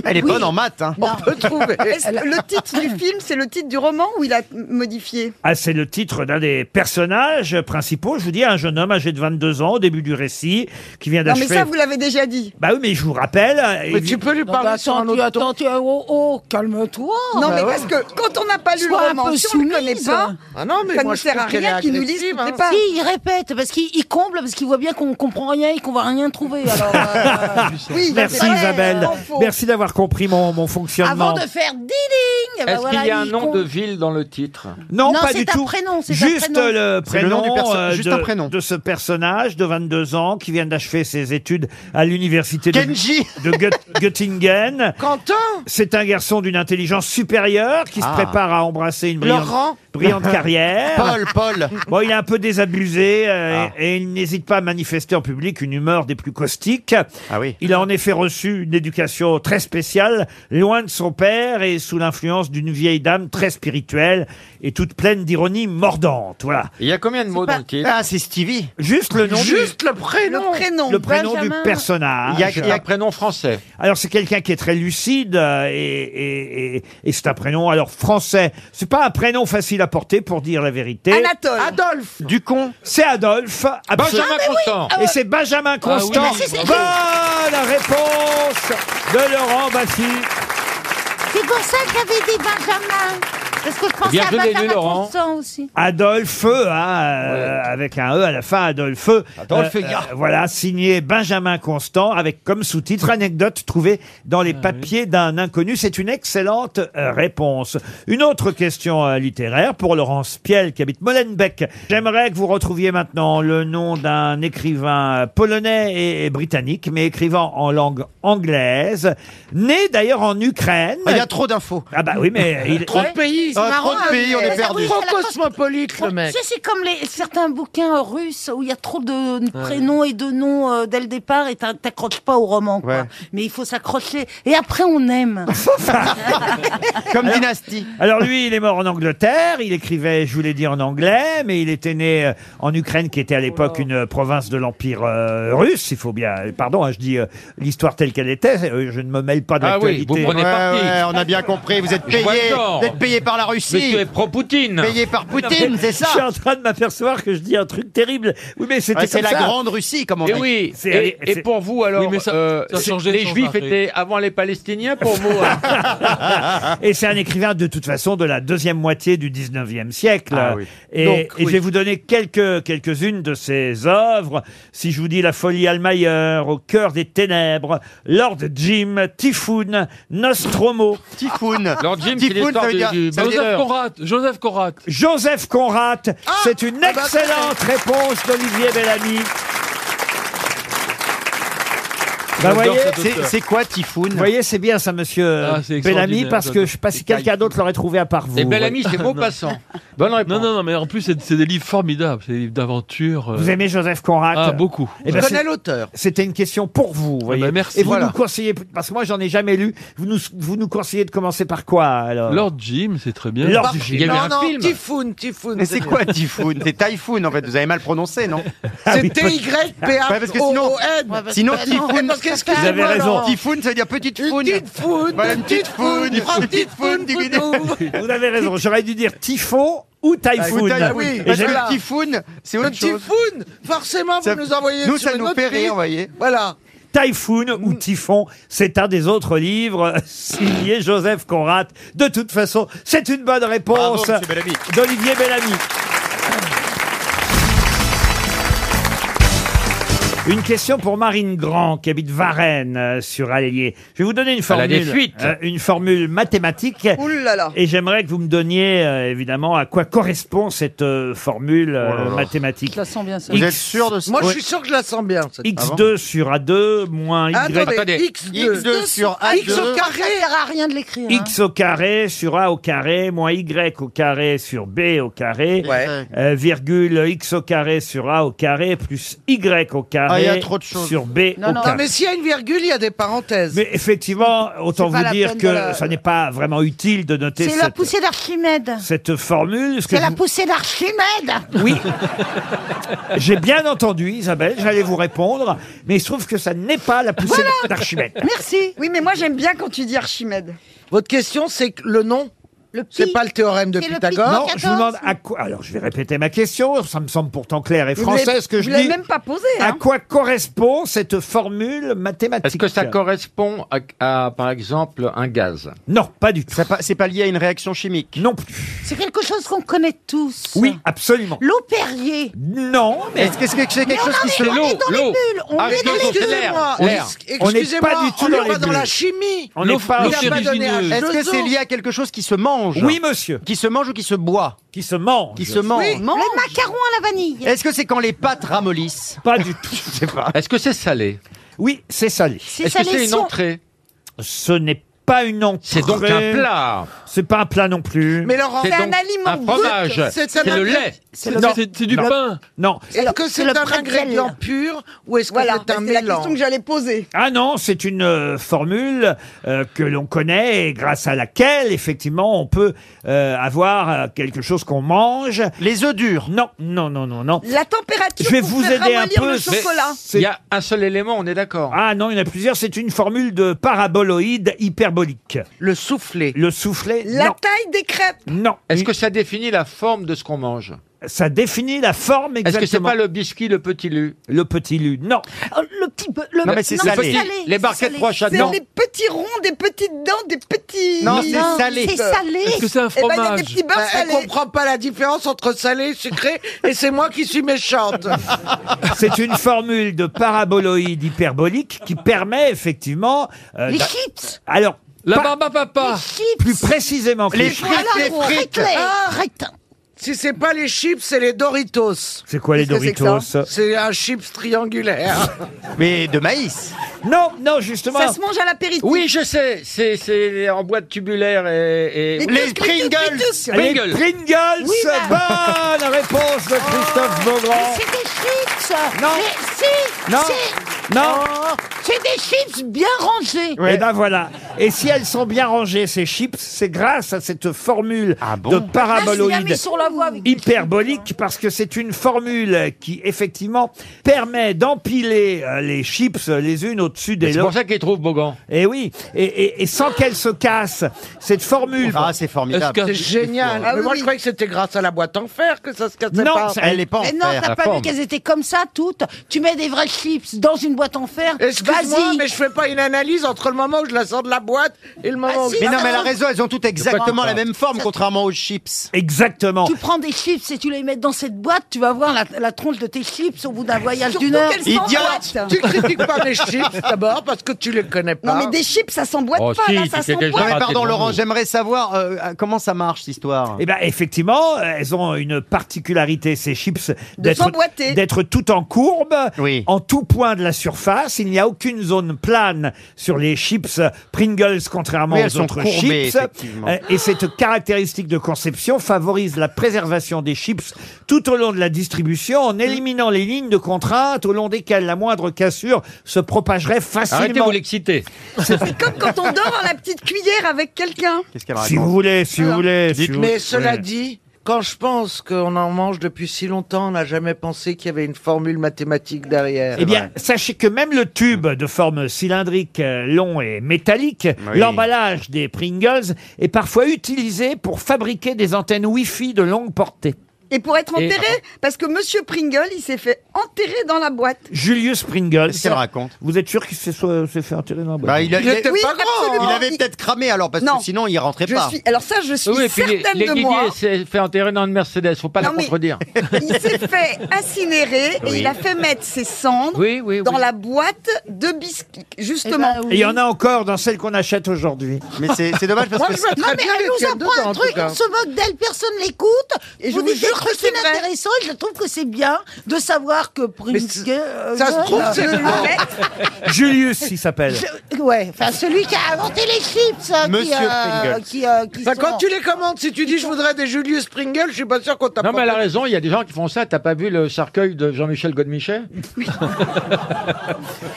J: Elle est bonne en maths. Hein.
C: On peut trouver.
G: <laughs> Est-ce que le titre du film, c'est le titre du roman ou il a modifié
B: Ah, c'est le titre d'un des personnages principaux. Je vous dis, un jeune homme âgé de 22 ans au début du récit qui vient
G: Non, mais
B: d'achever.
G: ça, vous l'avez déjà dit.
B: Bah oui, mais je vous rappelle. euh, il-
G: Non, mais attends, tu- attends, tu- oh,
F: Ah.
G: oh, calme-toi. Non,
B: Bah
G: mais
B: ouais.
G: parce que quand on n'a pas lu
D: Sois
G: le
D: un
G: roman,
D: peu
G: si on ne le connaît
D: soumise.
G: pas,
D: Ah non, mais
G: ça
D: moi,
G: ne
D: je
G: sert à
D: trouve qu'elle
G: rien
D: est
G: qu'ils nous lisent
D: agressive,
G: toutes les
D: hein.
G: pages.
F: hein. Si, il répète, parce qu'il il comble, parce qu'il voit bien qu'on comprend rien et qu'on va rien trouver. Alors, euh,
G: oui,
B: Merci
F: c'est vrai,
B: Ah, Isabelle.
F: euh, faut-
B: Merci d'avoir compris mon, mon fonctionnement.
F: Avant de bah faire dealing,
H: Est-ce qu'il y a un nom de ville dans le titre
B: Non, pas
F: c'est
B: du
F: un
B: tout.
F: prénom, c'est un
B: Juste
F: prénom.
B: le
H: C'est le
B: prénom,
H: nom du perso-
B: euh,
H: juste
B: de,
H: un prénom.
B: de ce personnage de 22 ans qui vient d'achever ses études à l'université de,
J: Kenji.
H: <laughs>
B: de Göt- Göttingen.
C: Quentin
B: C'est un garçon d'une intelligence supérieure qui
J: Ah.
B: se prépare à embrasser une brillante,
J: Laurent
B: brillante carrière.
J: Paul, Paul.
B: Bon, il est un peu désabusé
H: Ah.
B: euh, et il n'hésite pas à manifester en public une humeur des plus caustiques.
H: Ah
B: Il a en effet reçu une éducation très spéciale, loin de son père et sous l'influence d'une vieille dame très spirituelle et toute pleine d'ironie mordante. Voilà.
H: Il y a combien de mots dans le titre
J: Ah, c'est Stevie.
B: Juste <laughs> le nom. du-
C: Juste le prénom.
G: Le prénom.
B: le prénom du personnage.
H: Il y a- il y a un prénom français.
B: Alors c'est quelqu'un qui est très lucide euh, et, et- et- et c'est un prénom alors français. C'est pas un prénom facile à porter pour dire la vérité.
G: Anatole.
C: Adolphe.
B: Ducon. C'est Adolphe. absolument.
H: Benjamin Ah, mais oui. Constant. Ah,
B: Et c'est Benjamin
H: Ah oui,
B: Constant.
H: mais c'est- c'est-
B: Bonne réponse de Laurent Bassi.
D: C'est pour ça que j'avais dit Benjamin. Parce que je pensais
B: bien,
D: à
B: je l'ai lu,
D: Benjamin
B: Laurent.
D: Constant aussi.
B: Adolphe, hein, euh, avec un E à la fin, Adolphe. euh,
H: Adolphe Gars.
B: voilà, signé Benjamin Constant, avec comme sous-titre anecdote trouvée dans les papiers d'un inconnu. C'est une excellente euh, réponse. Une autre question euh, littéraire pour Laurence Piel, qui habite Molenbeek. J'aimerais que vous retrouviez maintenant le nom d'un écrivain euh, polonais et, et britannique, mais écrivant en langue anglaise, né d'ailleurs en Ukraine.
J: Il y a trop d'infos.
B: Ah bah oui, mais...
F: Eh,
B: il- Euh,
C: Trop de pays, c'est
J: Ah,
C: marrant.
F: hein.
J: trop de pays, on est perdu.
C: Trop cosmopolite, le mec.
F: Tu sais, c'est comme les, certains bouquins euh, russes où il y a trop de prénoms et de noms euh, dès le départ et t'in- t'accroches pas au roman. Quoi.
B: Ouais.
F: Mais il faut s'accrocher. Et après, on
B: <laughs>
F: aime. Ah,
J: Comme dynastie.
B: Alors lui, il est mort en Angleterre, il écrivait, je vous l'ai dit, en anglais, mais il était né euh, en Ukraine, qui était à
H: Oh
B: l'époque une euh, province de l'Empire euh, russe, il faut bien... Pardon, hein, je dis euh, l'histoire telle qu'elle était, euh, je ne me mêle pas de
H: Ah oui,
B: l'actualité.
H: vous prenez parti.
J: on a bien compris, vous êtes
H: Je vois
J: payé,
H: le tort.
J: vous êtes payé par la
H: Mais
J: Russie.
H: tu es pro-Poutine.
J: Payé par Poutine, c'est
B: Je suis
J: ça.
B: en train de m'apercevoir que je dis un truc terrible. Oui, mais c'était
J: Ouais, c'est
B: comme
J: la
B: ça.
J: grande Russie, comme on
H: Et
J: dit.
H: Eh oui,
B: C'est-
H: et, et
B: c'est-
H: pour vous alors,
I: Oui, mais ça-
H: euh,
I: ça a
H: c'est-
I: changé,
H: les
I: ça a
H: Juifs
I: changé.
H: étaient avant les Palestiniens pour vous hein
B: Et c'est un écrivain de toute façon de la deuxième moitié du 19e siècle.
H: Ah oui.
B: Et,
H: Donc,
B: et je vais vous donner quelques, quelques-unes de ses œuvres. Si je vous dis La folie Almayer, Au cœur des ténèbres, Lord Jim, Typhoon, Nostromo,
J: Typhoon.
H: Lord Jim, c'est
J: Typhoon,
H: l'histoire
J: ça veut
H: du,
J: dire-
H: du
J: ça veut
H: Bowser.
J: dire-
I: Joseph Conrad, Joseph Conrad.
B: Joseph Conrad. c'est une
I: ah bah,
B: excellente réponse d'Olivier Bellamy. Bah,
H: J'adore
B: voyez,
H: cet auteur.
J: C'est- C'est quoi Typhoon
B: Vous voyez, c'est bien ça, monsieur euh,
I: Ah, c'est
B: Bellamy,
I: extraordinaire,
B: parce que
I: j'adore.
B: je sais pas si quelqu'un d'autre l'aurait trouvé à part vous.
I: Eh ben,
H: Et Bellamy, c'est
B: <laughs>
I: Non.
H: Maupassant. Bonne réponse.
I: Non, non, non, mais en plus, c'est c'est des livres formidables. C'est des livres d'aventure. euh.
B: Vous aimez Joseph Conrad
I: Ah, beaucoup.
B: Eh ben,
C: Je connais
B: c'est-
C: l'auteur.
B: C'était une question pour vous,
H: Ah,
B: vous voyez.
H: bah,
I: ben, merci.
B: Et vous
I: Voilà.
B: nous conseillez, parce que moi j'en ai jamais lu, vous nous, vous nous conseillez de commencer par quoi alors
I: euh, Lord Jim, c'est très bien.
B: Lord
I: Jim.
B: Jim.
H: Il y a eu
C: non,
H: un
C: non,
H: film.
C: Typhoon, Typhoon.
J: Mais c'est quoi Typhoon C'est Typhoon en fait, vous avez mal prononcé, non
B: Ah
C: C'est T-Y-P-H-O-O-N.
J: Ouais, parce que sinon- Sinon, Typhoon,
C: Parce que, excusez-moi,
B: Vous avez raison.
C: Laurent.
J: Typhoon, ça veut dire petite
C: Une
J: foune.
C: petite foune,
J: Voilà,
C: une petite foune, une petite foune, du guinée.
B: Vous avez raison, j'aurais dû dire Typhon ou Typhoon.
J: Ah oui, parce que
B: j'ai-
J: le typhoon, c'est
C: Le
J: autre chose.
C: typhoon, forcément, vous
J: Ça-
C: nous envoyez
J: nous,
C: sur
J: ça
C: une
J: nous
C: autre
J: fait rire,
C: piste.
J: vous voyez.
C: Voilà. Mm.
B: Typhoon ou Typhon, c'est un des autres livres <laughs> signé Joseph Conrad. De toute façon, c'est une bonne réponse
J: Bravo, monsieur Bellamy.
B: d'Olivier Bellamy. Une question pour Marine Grand, qui habite Varennes, euh, sur Allier. Je vais vous donner une
H: Elle a
B: formule.
H: des fuites.
B: euh, une formule mathématique.
G: Ouh là là.
B: Et j'aimerais que vous me donniez, euh, évidemment, à quoi correspond cette euh, formule euh,
C: Oh là là.
B: mathématique.
C: Vous êtes sûr de ça Moi, je suis sûr que je la sens bien. cette- Ah bon
B: X2 sur A2 moins Y.
C: Attendez, X2, sur A2. X au carré.
F: Ça sert à rien de l'écrire. hein.
B: Ah, X au carré sur A au carré, moins Y au carré sur B au carré, euh, virgule X au carré sur A au carré, plus Y au carré
C: Ah, il y a trop de choses.
B: sur B
C: Non,
B: au
C: non,
B: carré.
C: mais s'il y a une virgule, il y a des parenthèses.
B: Mais effectivement, Autant vous dire que ça n'est pas vraiment utile de noter
F: C'est la
B: cette,
F: poussée d'Archimède.
B: cette formule. ce que
F: C'est la
B: vous-
F: poussée d'Archimède.
B: Oui, j'ai bien entendu Isabelle, j'allais vous répondre, mais il se trouve que ça n'est pas la poussée d'Archimède.
G: <laughs> Merci. Oui, mais moi j'aime bien quand tu dis Archimède.
C: Votre question, c'est que le nom C'est pas le théorème de
G: C'est le pi
C: Pythagore
B: Non, je vous demande à quoi. Alors, je vais répéter ma question. Ça me semble pourtant clair et
G: Vous l'avez-
B: français ce que je
G: vous l'avez
B: dis.
G: même pas posé.
B: À
G: hein.
B: quoi correspond cette formule mathématique
H: Est-ce que ça correspond à, à, par exemple, un gaz
B: Non, pas du tout.
H: C'est pas, lié à une réaction chimique
B: Non plus.
F: C'est quelque chose qu'on connaît tous.
B: Oui, absolument.
F: L'eau Perrier.
B: Non, mais
F: Est-ce que c'est quelque
B: Mais on
F: chose qui
B: en
F: se-
B: est- on est
F: L'eau,
B: dans les
F: l'eau.
B: bulles, on
F: Ah,
B: est dans
F: je
B: les
F: pense que
B: bulles.
F: c'est l'air.
B: On est-
F: L'air.
B: on n'est
C: Excusez-moi,
B: pas du tout
C: on est
B: dans les
C: pas dans la
B: bulles.
C: chimie.
B: On n'est pas.
C: Il a pas donné un
J: Est-ce que
C: H2O.
J: c'est lié à quelque chose qui se mange
B: Oui, monsieur.
J: Qui se mange ou qui se boit
B: Qui se mange.
J: Qui se mange.
F: Oui, Le macaron à la vanille.
J: Est-ce que c'est quand les pâtes ramollissent
B: Pas du tout.
J: Je sais pas.
H: Est-ce que c'est salé
B: Oui, c'est salé.
F: C'est Est-ce que salé, c'est une si on- entrée
B: Ce n'est pas une entrée.
H: C'est donc un plat.
B: C'est pas un plat non plus.
H: Mais Laurent, C'est c'est un donc aliment un brut. fromage. C'est C'est un le aliment- lait.
C: C'est
B: Non.
C: le- c'est- c'est du
B: Non.
C: pain.
B: Non.
C: Est-ce que c'est un ingrédient pur ou est-ce que
G: Voilà,
C: c'est un
G: c'est la question que
C: mélange
G: j'allais poser.
B: Ah non, c'est une euh, formule euh, que l'on connaît et grâce à laquelle, effectivement, on peut euh, avoir euh, quelque chose qu'on mange.
J: Les œufs durs
B: Non, non, non, non, non.
G: La température.
B: Je vais
G: pour
B: vous
G: faire
B: aider un
G: ramollir
B: peu.
G: Le chocolat.
H: Il y a un seul élément, on est d'accord.
B: Ah non, il y en a plusieurs. C'est une formule de paraboloïde hyperbolique.
C: Le soufflet.
B: Le soufflet,
G: La
B: non.
G: taille des crêpes.
B: Non.
H: Est-ce que ça définit la forme de ce qu'on mange
B: Ça définit la forme
H: Est-ce
B: exactement.
H: que c'est pas le biscuit, le petit lu
B: Le petit lu, non.
G: Euh,
F: Le petit peu. Le...
H: Non, mais c'est salé.
F: petit-
H: Les
F: c'est
H: barquettes
F: salé.
H: trois chats,
G: C'est
H: non.
G: des petits ronds, des petites dents, des petits.
F: Non, c'est Non, salé. c'est salé. Est-ce que c'est un
G: Eh ben, il y a des
C: fromage
G: petits beurres
C: Bah, Elle
G: salés.
C: comprend pas la différence entre salé et sucré et c'est moi qui suis <laughs> méchante.
B: C'est une formule de paraboloïde hyperbolique qui permet effectivement. euh,
F: Les
B: d'a-
F: chips.
B: Alors.
I: La
B: pas-
I: barbe à papa.
B: Plus précisément que les chips.
C: Ah, Si c'est pas les chips, c'est les Doritos.
B: C'est quoi les
C: Qu'est-ce que c'est que
B: Doritos
C: ça C'est un chips triangulaire.
J: Mais de maïs
B: Non, non, justement.
G: Ça se mange à l'apéritif.
H: Oui, je sais. C'est- C'est en boîte tubulaire et. et-
G: Les Les Pringles. Pringles.
B: Les
H: Pringles.
B: Pringles,
H: Oui, bah.
B: bonne réponse de Christophe
G: Oh.
B: Beaugrand.
D: C'est des chips
B: Non.
D: Mais si
B: Non.
D: si.
B: Non.
D: Oh, C'est des chips bien rangés
B: Et ben voilà. Et si elles sont bien rangées, ces chips, c'est grâce à cette formule de
F: Ah,
B: paraboloïde
F: mais sur la
B: <laughs>
F: voie avec-
B: hyperbolique parce que c'est une formule qui effectivement permet d'empiler euh, les chips les unes au-dessus des
H: C'est
B: autres.
H: pour ça qu'ils trouvent Bogan.
B: Et oui, et, et- et sans qu'elles se cassent, cette formule.
J: Ah, c'est formidable.
C: C'est génial.
F: Ah
C: Mais
F: oui,
C: moi,
F: oui.
C: je croyais que c'était grâce à la boîte en fer que ça se cassait
B: Non,
C: pas.
B: ça- elle est pas en
F: Mais non, t'as pas vu qu'elles étaient comme ça toutes. Tu mets des vraies chips dans une boîte en fer.
C: Excuse-moi,
F: Vas-y.
C: mais je fais pas une analyse entre le moment où je la sors de la boîte et le
D: Ah,
C: moment où je
J: Oh, Mais non, mais elle
C: la
J: a raison, elles ont toutes exactement
B: pas.
J: la même forme, contrairement aux chips.
B: Exactement.
F: Tu prends des chips et tu les mets dans cette boîte, tu vas voir la, la tronche de tes chips au bout d'un voyage d'une heure.
C: Idiote Tu critiques pas mes chips d'abord parce que tu les connais pas.
G: Non, mais des chips, ça s'emboîte
H: Ah. Oh,
G: pas,
H: si,
G: là,
H: c'est
G: ça s'emboîte.
H: quelque chose
J: Non, mais
H: raté
J: pardon,
H: pour
J: Laurent,
H: nous.
J: j'aimerais savoir euh, euh, comment ça marche cette histoire.
B: Eh bien, effectivement, elles ont une particularité, ces chips, d'être
G: s'emboîter.
B: d'être tout en courbe, en tout point de la surface. Il n'y a aucune zone plane sur les chips Pringles, contrairement
J: Oui, elles
B: aux
J: sont
B: autres
J: courbées,
B: chips.
J: effectivement.
B: Euh, Et cette caractéristique de conception favorise la préservation des chips tout au long de la distribution,
J: Mm.
B: en éliminant les lignes de contrainte au long desquelles la moindre cassure se propagerait
H: Arrêtez,
B: facilement.
H: vous l'excitez. <laughs>
G: C'est comme quand on dort dans la petite cuillère avec quelqu'un.
B: Si vous voulez, si vous voulez. si vous-
C: Mais cela
B: oui.
C: dit, quand je pense qu'on en mange depuis si longtemps, on n'a jamais pensé qu'il y avait une formule mathématique derrière.
B: Eh bien, sachez que même le tube de forme cylindrique, euh, long et métallique,
J: Oui.
B: l'emballage des Pringles est parfois utilisé pour fabriquer des antennes Wi-Fi de longue portée.
G: Et pour être
B: Et-
G: enterré,
H: ah.
G: parce que Monsieur Pringle, il s'est fait enterrer dans la boîte.
B: Julius Pringle.
J: Qu'est-ce qu'elle raconte
B: Euh, Vous êtes sûr qu'il s'est soit- s'est fait enterrer dans la boîte
J: Bah, il, a- il a-
G: Oui, absolument.
J: il
D: hein.
J: avait peut-être cramé alors, parce
G: Non.
J: que sinon il rentrait
G: Je
H: Ah.
J: pas.
G: suis- alors ça,
H: <laughs>
G: je suis
H: Oui, et puis les-
G: certaine
H: les
G: de
H: Guillier
G: moi.
H: s'est fait enterrer dans une Mercedes, faut pas
G: Non,
H: la
G: mais- <laughs>
H: contredire.
G: Il s'est fait incinérer et
H: Oui.
G: il a fait mettre ses cendres
H: Oui, oui, oui.
G: dans la boîte de biscuits, justement.
F: Eh
D: Ah
F: ben
B: Et il y en a encore dans celle qu'on achète aujourd'hui.
J: Mais c'est c'est dommage parce
D: Moi,
J: que
D: je me- Non, mais elle nous apprend un truc, on se moque d'elle, personne l'écoute.
G: je
D: vous
G: vous
D: dites des
G: jure que
D: trucs
G: c'est vrai.
D: inintéressants, et je trouve que c'est bien de savoir que Prince. euh,
C: ça se trouve, c'est
D: le
C: vrai.
B: <laughs> Julius, il s'appelle.
D: Je- Ouais, enfin celui qui a inventé les chips. euh, qui,
B: Monsieur
D: euh,
B: Pringles.
D: Qui, euh, qui
C: Bah,
D: sont-
C: quand tu les commandes, si tu dis je voudrais des Julius Pringle, je suis pas sûr qu'on t'a
H: Non,
C: pas-
H: mais elle a raison, il y a des gens qui font ça. T'as pas vu le cercueil de Jean-Michel Godemichet <laughs>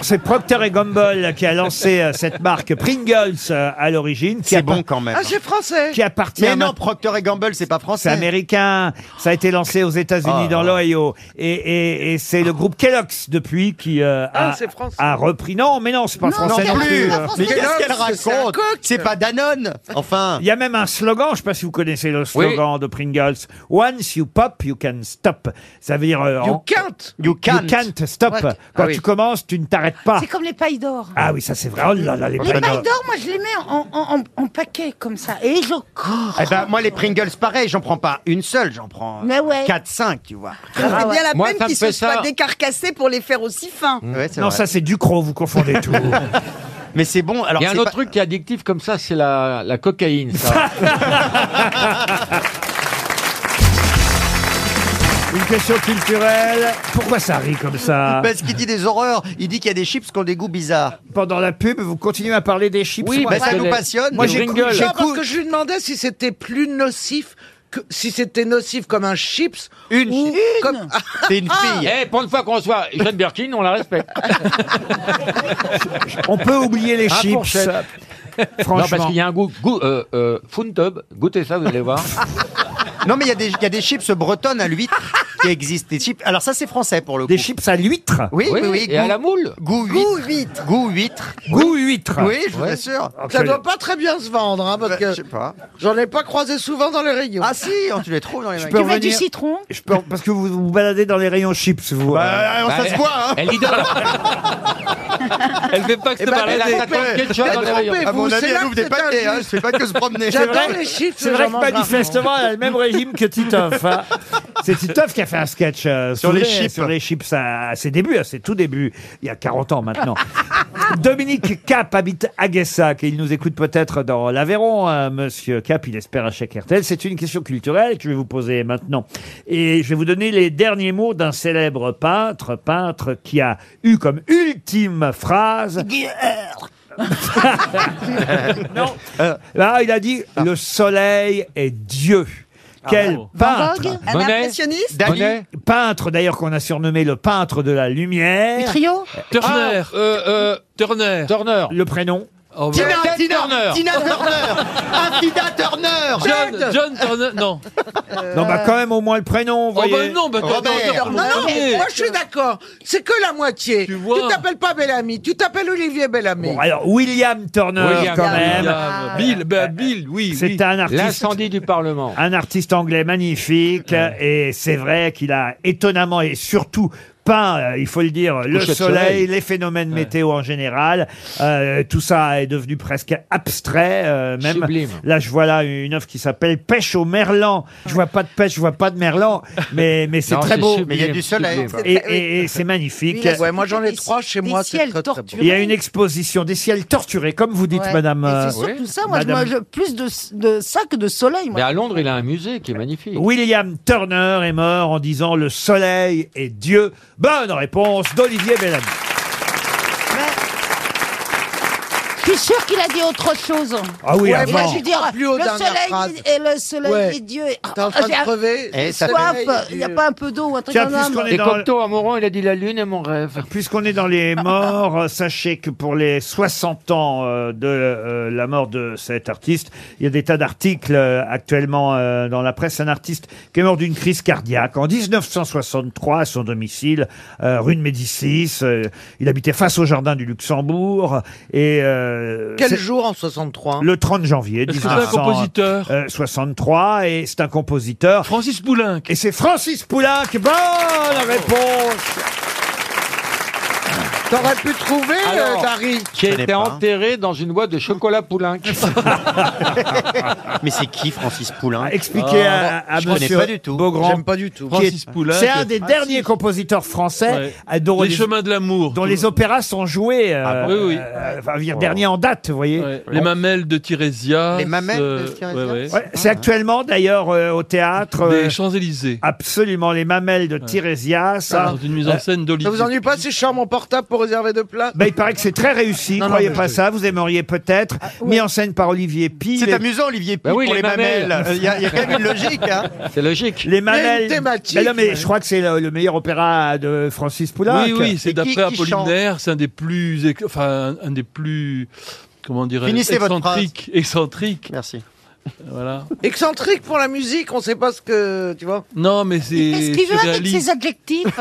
B: C'est Procter et Gamble qui a lancé euh, cette marque Pringles euh, à l'origine. qui
J: C'est
B: a-
J: bon quand même.
C: Ah, c'est français.
B: Qui appartient
J: Mais non,
B: maintenant-
J: Procter et Gamble, c'est pas
B: C'est
J: français.
B: américain. Ça a été lancé aux États-Unis
J: Ah.
B: dans l'Ohio. Et, et- et c'est le groupe Kellogg's depuis qui euh,
C: Ah,
B: a,
C: c'est français.
B: a repris. Non, mais non, c'est pas
J: Non,
B: français
J: non
B: non
J: plus.
B: plus.
J: Mais qu'est-ce qu'elle
C: c'est un
J: raconte
C: coq.
J: C'est pas Danone. Enfin.
B: Il y a même un slogan, je ne sais pas si vous connaissez le slogan de Pringles. Once you pop, you can stop. Ça veut dire. euh,
C: You
B: en-
C: can't.
B: You can't. stop.
D: Ouais.
B: Quand
D: Ah oui.
B: tu commences, tu ne t'arrêtes pas.
D: C'est comme les pailles d'or.
B: Ah oui, ça c'est vrai. Oh là là,
D: Les
B: les pailles
D: pailles
B: d'or.
D: d'or, moi je les mets en, en, en- en paquet comme ça. Et je cours.
J: Eh ben, moi, les Pringles, pareil, j'en prends pas une seule, j'en prends
D: Mais ouais. Ah,
J: 4-5, tu vois.
G: C'est
H: Ah
G: bien la
J: Moi,
G: peine
J: ça me
G: qu'ils
J: fait
G: se soient
J: ça.
G: décarcassés pour les faire aussi fins.
H: Mmh.
J: Ouais, c'est
B: Non,
J: vrai.
B: ça c'est Ducrot, vous confondez
H: <laughs>
B: tout.
J: Mais c'est bon. Alors,
H: Il y a un
J: c'est
H: autre
J: pas-
H: truc qui est addictif comme ça, c'est la, la cocaïne. <laughs> Ça.
B: Une question culturelle. Pourquoi ça rit comme ça
J: Parce qu'il dit des horreurs. Il dit qu'il y a des chips qui ont des goûts bizarres.
B: Pendant la pub, vous continuez à parler des chips.
J: Oui,
B: Moi,
J: bah, ça nous passionne.
B: Moi,
J: Les
B: j'ai
J: Pringles.
B: j'ai
C: Non, parce que je lui demandais si c'était plus nocif que si c'était nocif comme un chips.
J: Une
C: ou comme Ah
J: C'est une
H: Eh, pour une fois qu'on reçoit Jeanne Birkin, on la
J: <laughs>
H: respecte.
B: On peut oublier les
L: <laughs>
H: Un
B: chips.
H: fourchette.
B: Franchement.
H: Non, parce qu'il y a un goût. goût euh, euh, Funtub, goûtez ça, vous allez voir.
J: <laughs> Non, mais il y, a des- il y a des chips bretonnes à l'huître qui existent. Des chips. Alors, ça, c'est français pour le coup.
B: Des chips à l'huître.
J: Oui, oui,
H: Oui,
J: oui.
H: et à la moule.
J: Goût huître. Goût huître.
B: Goût huître.
J: Oui, je vous
H: Ouais.
J: assure.
C: Ça doit pas très bien se vendre, hein, parce
J: Je
C: que
J: sais pas.
H: Bah,
C: j'en ai pas croisé souvent dans les rayons.
J: Ah si, on- tu les trouves dans les
B: peux
J: magasins.
D: Tu mets du
B: revenir-
D: citron.
B: Je peux- parce que vous vous baladez dans les rayons chips, vous.
J: Bah, on-
H: Bah,
J: ça se
H: elle-
J: voit, hein.
H: Elle idole. elle fait pas que
C: Eh ben, elle a
H: Elle attend
C: trompé.
H: quelque chose dans les rayons.
C: trompé.
J: À mon
C: Vous,
J: avis,
C: c'est là
J: elle ouvre
C: que
J: des
C: c'est
J: paquets,
C: un
J: hein. Je fais pas que se promener.
C: J'adore les chips.
B: C'est vrai
C: j'en
B: que
C: mange
B: manifestement, elle a le même régime que Titoff. hein. <laughs> C'est Titoff qui a fait un sketch euh,
J: Sur les
B: sourire,
J: chips.
B: sur les chips à, à ses débuts, à ses tout débuts, il y a 40 ans maintenant. <laughs> Dominique Cap habite Aguessac et il nous écoute peut-être dans l'Aveyron, hein, monsieur Cap, il espère un chèque RTL. C'est une question culturelle que je vais vous poser maintenant. Et je vais vous donner les derniers mots d'un célèbre peintre, peintre qui a eu comme
P: <laughs>
B: ultime phrase...
P: <laughs>
B: non, là Euh, ah, il a dit le soleil est Dieu. Quel
I: bravo.
D: Van
B: peintre
D: Gogh
G: Un
H: Bonnet.
G: impressionniste
H: Dali.
B: Bonnet. Peintre d'ailleurs qu'on a surnommé le peintre de la lumière.
D: Du trio
I: Turner.
H: Ah, euh, euh,
I: Turner.
H: Turner.
B: Le prénom
I: Oh, bah,
J: Tina,
H: Ted
J: Tina,
H: Turner. <laughs>
J: Tina Turner. Un Tina Turner.
I: John, John Turner. Non.
B: Non, bah quand même au moins le prénom, vous
I: Oh,
B: voyez.
I: bah non, bah,
J: Robert.
I: Turner, pour le
C: Non, non,
I: premier.
C: moi je suis d'accord. C'est que la moitié.
I: Tu vois.
C: t'appelles pas Bellamy, tu t'appelles Olivier Bellamy.
B: Bon, alors William Turner
H: William
B: quand
H: Turner.
B: même. Euh,
I: William, Bill, bah, Bill, oui.
B: C'est
I: oui.
B: un artiste.
H: L'incendie du Parlement.
B: Un artiste anglais magnifique, et c'est vrai qu'il a étonnamment et surtout peint, euh, il faut le dire, le
H: coucher
B: soleil,
H: de soleil.
B: les phénomènes météo en général. Euh, tout ça est devenu presque abstrait. euh, même
H: Sublime.
B: Là, je vois là une œuvre qui s'appelle Pêche au Merlan. Je vois pas de pêche, je vois pas de Merlan, mais, mais c'est
H: Non,
B: très beau.
H: sublime,
J: Mais il y a du soleil.
H: sublime.
B: Et, et- et c'est magnifique. Euh,
D: Oui, la-
C: Ouais, moi j'en ai
D: Des-
C: trois chez
D: des
C: moi, c'est
D: ciels
C: très, très bon.
D: torturés.
B: Il y a une exposition des ciels torturés, comme vous dites,
D: Ouais.
B: madame.
D: Et
B: euh,
D: C'est surtout
H: oui.
D: ça, moi, je
B: Madame-
D: mange plus de, de ça que de soleil.
H: Mais
D: Moi.
H: à Londres, il a un musée qui est magnifique.
B: William Turner est mort en disant le soleil est Dieu. Bonne réponse d'Olivier Bellamy.
D: Je suis sûr qu'il a dit autre chose.
B: Ah oui,
C: Ouais,
D: Il a
B: avant.
D: dû dire
C: Plus haut,
D: le
C: dernière
D: soleil
C: phrase.
D: est- et le soleil
C: Ouais.
D: est Dieu.
C: T'es en train
D: J'ai
C: de crever.
J: Eh,
C: le
J: ça fait-
D: soif,
C: soleil est
D: il n'y a
C: Dieu.
D: pas un peu d'eau ou un truc
B: Tiens,
D: comme ça.
B: puisqu'on est
H: Et
B: dans-
H: Cocteau, à Moron, il a dit la lune est mon rêve.
B: Puisqu'on est
H: <laughs>
B: dans les morts, euh, sachez que pour les 60 ans euh, de euh, la mort de cet artiste, il y a des tas d'articles euh, actuellement euh, dans la presse. Un artiste qui est mort d'une crise cardiaque en 1963 à son domicile, euh, rue de Médicis. Euh, il habitait face au jardin du Luxembourg et euh, euh,
E: Quel
B: c'est-
E: jour en
J: Hein
E: 63
B: Le 30 janvier
E: Est-ce que c'est un
B: 1900,
E: compositeur
B: euh, 63, et c'est un compositeur. Francis Poulenc. Et c'est Francis Poulenc. Bonne réponse
C: T'aurais pu trouver,
H: Alors,
C: euh, Dari.
H: Qui a été enterré dans une boîte de chocolat <laughs> Poulenc. Ah,
J: Mais c'est qui Francis Poulain
B: Ah, Expliquez à, à
J: Oh, Je connais
B: monsieur
J: pas du tout.
B: Beaugrand.
J: J'aime pas du tout.
B: qui est-
I: Francis Poulenc.
B: C'est un des
I: Ah,
B: derniers compositeurs français
I: Ouais.
B: à dont
I: Les chemins de l'amour.
B: dont les opéras sont joués. euh,
I: Ah bon Oui, oui.
B: euh, enfin, dire, dernier en date, vous voyez.
I: Les mamelles de euh, Tirésia.
B: Les
I: mamelles
J: euh,
I: de
B: Ouais, c'est actuellement d'ailleurs euh, au théâtre.
I: Des
B: Champs-Élysées. Absolument, les mamelles de Tirésia. Ça,
I: Ah, Dans une mise en
B: Euh,
I: scène d'Olivier.
C: Ça vous ennuie pas si je sors mon portable pour réserver deux places
B: bah, il paraît que c'est très réussi,
C: Non, non,
B: croyez
C: mais
B: pas
C: je- Ah,
B: ça, vous aimeriez peut-être. Mis en scène par Olivier Pille.
J: <laughs> C'est amusant, Olivier
I: Bah
H: Bah
J: Py, pour les mamelles. Euh, Il y, a il y a quand même une logique. Hein.
H: <laughs> C'est logique.
B: Les
J: Il y a
B: <laughs> mamelles.
J: une thématique.
B: Mais non, mais je crois que c'est le, le meilleur opéra de Francis Poulenc.
I: Oui, oui, c'est
B: Et qui-
I: d'après
B: qui chante
I: Apollinaire, c'est un des plus, éc- enfin, un, un des plus, comment dirais-je,
C: Finissez votre
I: excentrique, excentrique.
J: Merci.
I: Voilà.
C: Excentrique pour la musique, on sait pas ce que. Tu vois
I: Non, mais c'est.
F: Qu'est-ce qu'il veut avec
I: surréaliste. <laughs>
F: ses hein adjectifs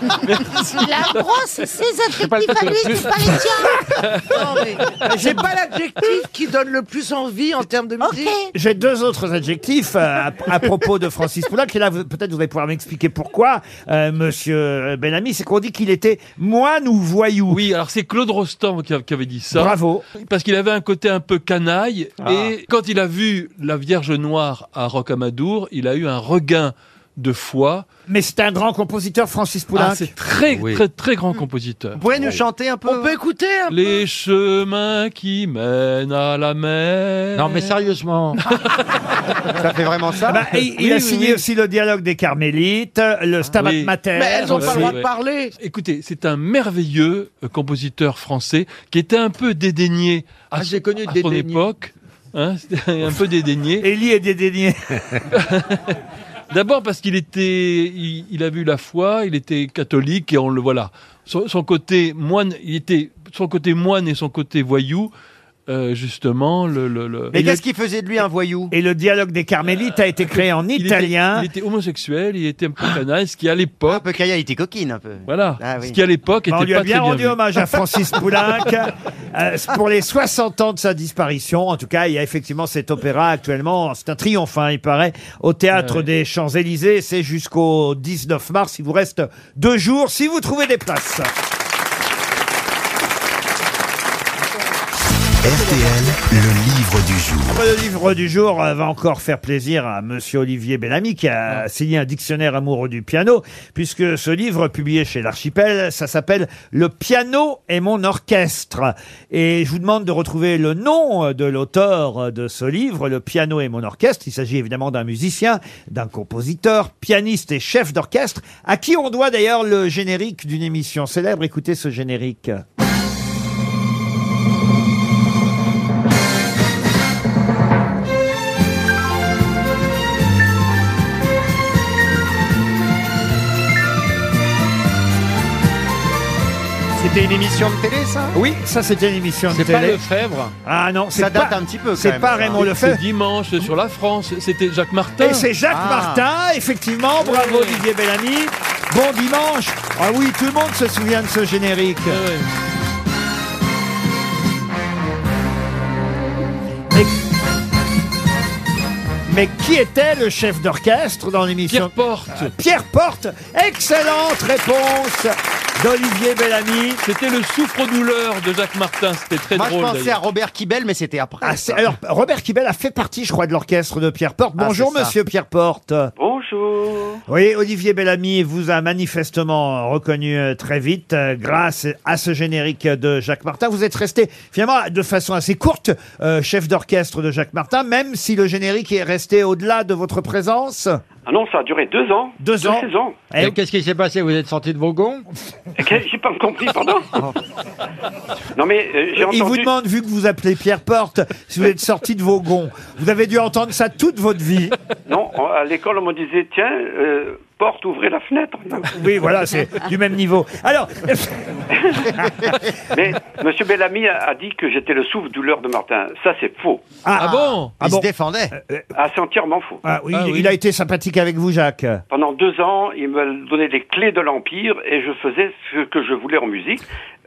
F: Il a un gros, c'est ses adjectifs
C: pas le temps
F: à
C: de
F: lui,
C: le
F: c'est pas les tiens
C: J'ai pas <laughs> l'adjectif qui donne le plus envie en termes de musique.
B: J'ai deux autres adjectifs euh, à, à propos de Francis Poulenc. Et là, vous- peut-être vous allez pouvoir m'expliquer pourquoi, euh, monsieur Bellamy. C'est qu'on dit qu'il était moine ou voyou.
I: Oui, alors c'est Claude Rostand qui, a- qui avait dit ça.
B: Bravo.
I: Parce qu'il avait un côté un peu canaille.
B: Ah.
I: Et quand il a vu la Vierge Noire à Rocamadour, il a eu un regain de foi.
B: Mais c'est un grand compositeur, Francis Poulenc.
I: Ah, c'est très,
B: Oui.
I: très, très grand compositeur.
J: Vous pouvez nous chanter un peu On peut
C: écouter
I: Les chemins qui mènent à la mer.
H: Non,
I: <laughs>
H: mais sérieusement.
J: Ça fait vraiment ça.
B: Ah, et il a signé aussi le dialogue des Carmélites, le Stabat
I: Oui.
B: Mater.
I: Ouais. Écoutez, c'est un merveilleux euh, compositeur français qui était un peu dédaigné à, Ah, j'ai connu à son
H: dédaigné.
I: époque. Hein, <laughs> c'était un peu dédaigné.
B: Élie est dédaigné.
I: <laughs>
B: <laughs>
I: D'abord parce qu'il était, il, il avait eu la foi, il était catholique et on le voilà. Son, son côté moine, il était, son côté moine et son côté voyou, euh, justement le. le, le-
J: Mais qu'est-ce qui faisait de lui un voyou Euh,
B: Et le dialogue des Carmélites a été créé en
I: Il était-
B: italien.
I: il était homosexuel, il était un peu canaille, ce qui à l'époque. Un
J: peu canaille, il était coquine un peu.
I: Voilà.
J: Ah oui.
I: Ce qui à l'époque était
B: Bah, on lui
I: pas
B: a bien
I: très
B: rendu
I: vu.
B: hommage à Francis Poulenc euh, pour les 60 ans de sa disparition. En tout cas, il y a effectivement cet opéra actuellement. C'est un triomphe, hein, il paraît, au Théâtre des Champs-Élysées. C'est jusqu'au 19 mars. Il vous reste deux jours si vous trouvez des places.
A: RTL, le livre du jour.
B: Le livre du jour euh, va encore faire plaisir à Monsieur Olivier Bellamy qui a signé un dictionnaire amoureux du piano, puisque ce livre publié chez l'Archipel, ça s'appelle Le piano et mon orchestre. Et je vous demande de retrouver le nom euh, de l'auteur euh, de ce livre, Le piano et mon orchestre. Il s'agit évidemment d'un musicien, d'un compositeur, pianiste et chef d'orchestre, à qui on doit d'ailleurs le générique d'une émission célèbre. Écoutez ce générique.
J: C'était une émission de télé, ça
B: Oui, ça c'était une émission de
H: C'est
B: télé.
H: pas Lefebvre.
B: Ah non, c'est
H: Ça date
B: pas-
H: un petit peu, quand
B: C'est
H: même,
B: pas
H: ça.
B: Raymond
H: C'est-
B: Lefebvre.
I: C'est dimanche sur la France. C'était Jacques Martin. Ah.
B: Et c'est Jacques Martin, effectivement. Bravo Olivier Bellamy. Bon dimanche. Ah oui, tout le monde se souvient de ce générique. Mais... mais qui était le chef d'orchestre dans l'émission Pierre
I: Porte.
B: Pierre Porte. Excellente réponse d'Olivier Bellamy.
I: C'était le souffre-douleur de Jacques Martin. Ah, C'était très
J: Moi,
I: drôle.
J: je pensais à
I: d'ailleurs.
J: Robert Kibel, mais c'était après.
B: Ah, c'est- alors, Robert Kibel a fait partie, je crois, de l'orchestre de Pierre Porte.
J: Ah,
B: Bonjour,
J: c'est ça.
B: monsieur Pierre Porte.
Q: Bonjour.
B: Oui, Olivier Bellamy vous a manifestement reconnu euh, très vite euh, grâce à ce générique de Jacques Martin. Vous êtes resté finalement de façon assez courte euh, chef d'orchestre de Jacques Martin, même si le générique est resté au-delà de votre présence.
Q: Ah non, ça a duré deux ans.
B: Deux ans.
Q: saisons.
J: Eh,
H: Et qu'est-ce qui s'est passé Vous êtes sorti de vos
J: <laughs>
H: gonds
Q: Qu'est- J'ai pas compris,
B: <laughs>
Q: pardon. non mais euh, j'ai
B: Il vous
Q: entendu.
B: demande, vu que vous appelez Pierre Porte, <laughs> si vous êtes sorti de vos gonds. Vous avez dû entendre ça toute votre vie.
Q: Non, on- à l'école on me disait tiens, euh, porte, ouvrez la fenêtre. Non.
B: Oui, voilà, c'est du même niveau. Alors,
Q: <laughs> mais Monsieur Bellamy a, a dit que j'étais le souffre-douleur de Martin. Ça c'est faux.
B: ah, bon Euh,
J: Il se défendait.
Q: Ah, c'est entièrement faux.
B: Ah oui, il a été sympathique avec vous, Jacques.
Q: Pendant deux ans, il me donnait les clés de l'empire et je faisais ce que je voulais en musique.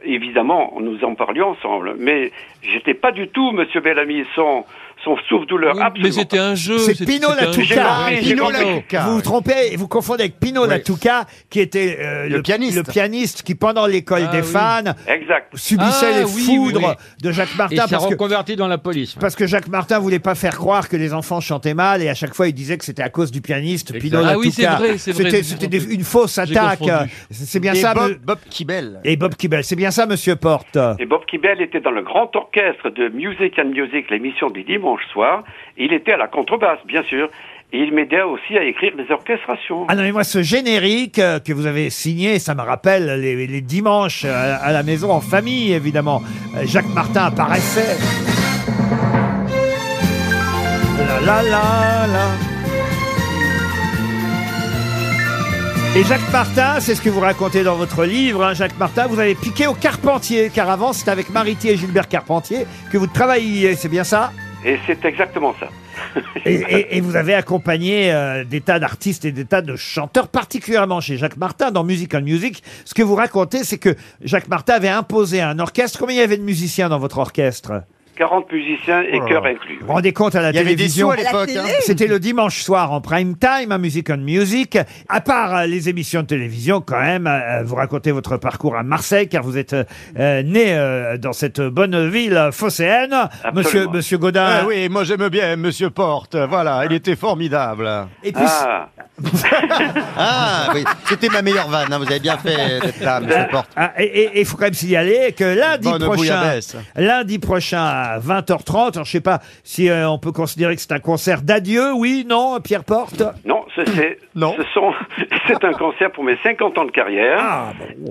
E: évidemment, nous en parlions ensemble, mais j'étais pas du tout, Monsieur Bellamy, son, son souffle-douleur.
I: mais c'était un
H: Mm,
I: jeu.
B: C'est Pino
E: J'ai
B: Latouka.
E: compris, j'ai compris.
B: Vous vous trompez, et vous confondez avec Pino Latouka, qui était euh, le, pianiste. le pianiste qui, pendant l'école
H: Ah
B: des fans,
E: Exact.
B: subissait les foudres de Jacques
H: Et
B: Martin
H: s'est
B: parce que,
H: reconverti dans la police.
B: parce que Jacques Martin voulait pas faire croire que les enfants chantaient mal et à chaque fois il disait que c'était à cause du pianiste Pino
H: Ah oui,
B: Latouka.
H: c'est vrai, c'est vrai,
B: C'était-
H: je me suis
B: C'était des-
H: trompé.
B: une fausse
H: J'ai
B: attaque.
H: confondu.
B: C'est c'est bien
E: Et
B: ça.
E: Bob-
B: me-
J: Bob Kibel.
B: Et Bob Kibel, c'est bien ça, Monsieur Porte.
E: Et Bob Kibel était dans le grand orchestre de Music and Music, l'émission du dimanche soir. Il était à la contrebasse, bien sûr. Et il m'aidait aussi à écrire des orchestrations.
B: Ah non, mais moi, ce générique euh, que vous avez signé, ça me rappelle les, les dimanches euh, à la maison, en famille, évidemment. Euh, Jacques Martin apparaissait. La la la la. Et Jacques Martin, c'est ce que vous racontez dans votre livre, hein, Jacques Martin, vous avez piqué au Carpentier, car avant c'était avec Mariti et Gilbert Carpentier que vous travailliez, c'est bien ça
E: Et c'est exactement ça.
B: et, et- et vous avez accompagné euh, des tas d'artistes et des tas de chanteurs, particulièrement chez Jacques Martin dans Music on Music. Ce que vous racontez, c'est que Jacques Martin avait imposé un orchestre. Combien il y avait de musiciens dans votre orchestre
E: 40 musiciens et
B: Oh là
E: chœurs
B: là.
E: inclus.
B: vous vous rendez compte à la
E: Il y avait des
B: télévision
E: sous à l'époque, À la hein. télé.
B: C'était le dimanche soir en prime time à Music on Music. À part euh, les émissions de télévision, quand même, euh, vous racontez votre parcours à Marseille, car vous êtes euh, euh, né euh, dans cette bonne ville euh, phocéenne. Monsieur, monsieur Godin.
J: Ah oui, moi j'aime bien Monsieur Porte. Voilà, il était formidable.
B: Et puis- Ah.
J: Ah, oui, c'était ma meilleure vanne. hein, Vous avez bien fait d'être là, Monsieur Porte.
B: Ah, et il faut quand même signaler que lundi
J: Bonne
B: prochain,
J: bouillabaisse.
B: lundi prochain à 20h30, alors je sais pas si euh, on peut considérer que c'est un concert d'adieu, oui, non, Pierre Porte
E: Non, ce, c'est, ce sont, <laughs> c'est un concert pour mes 50 ans de carrière.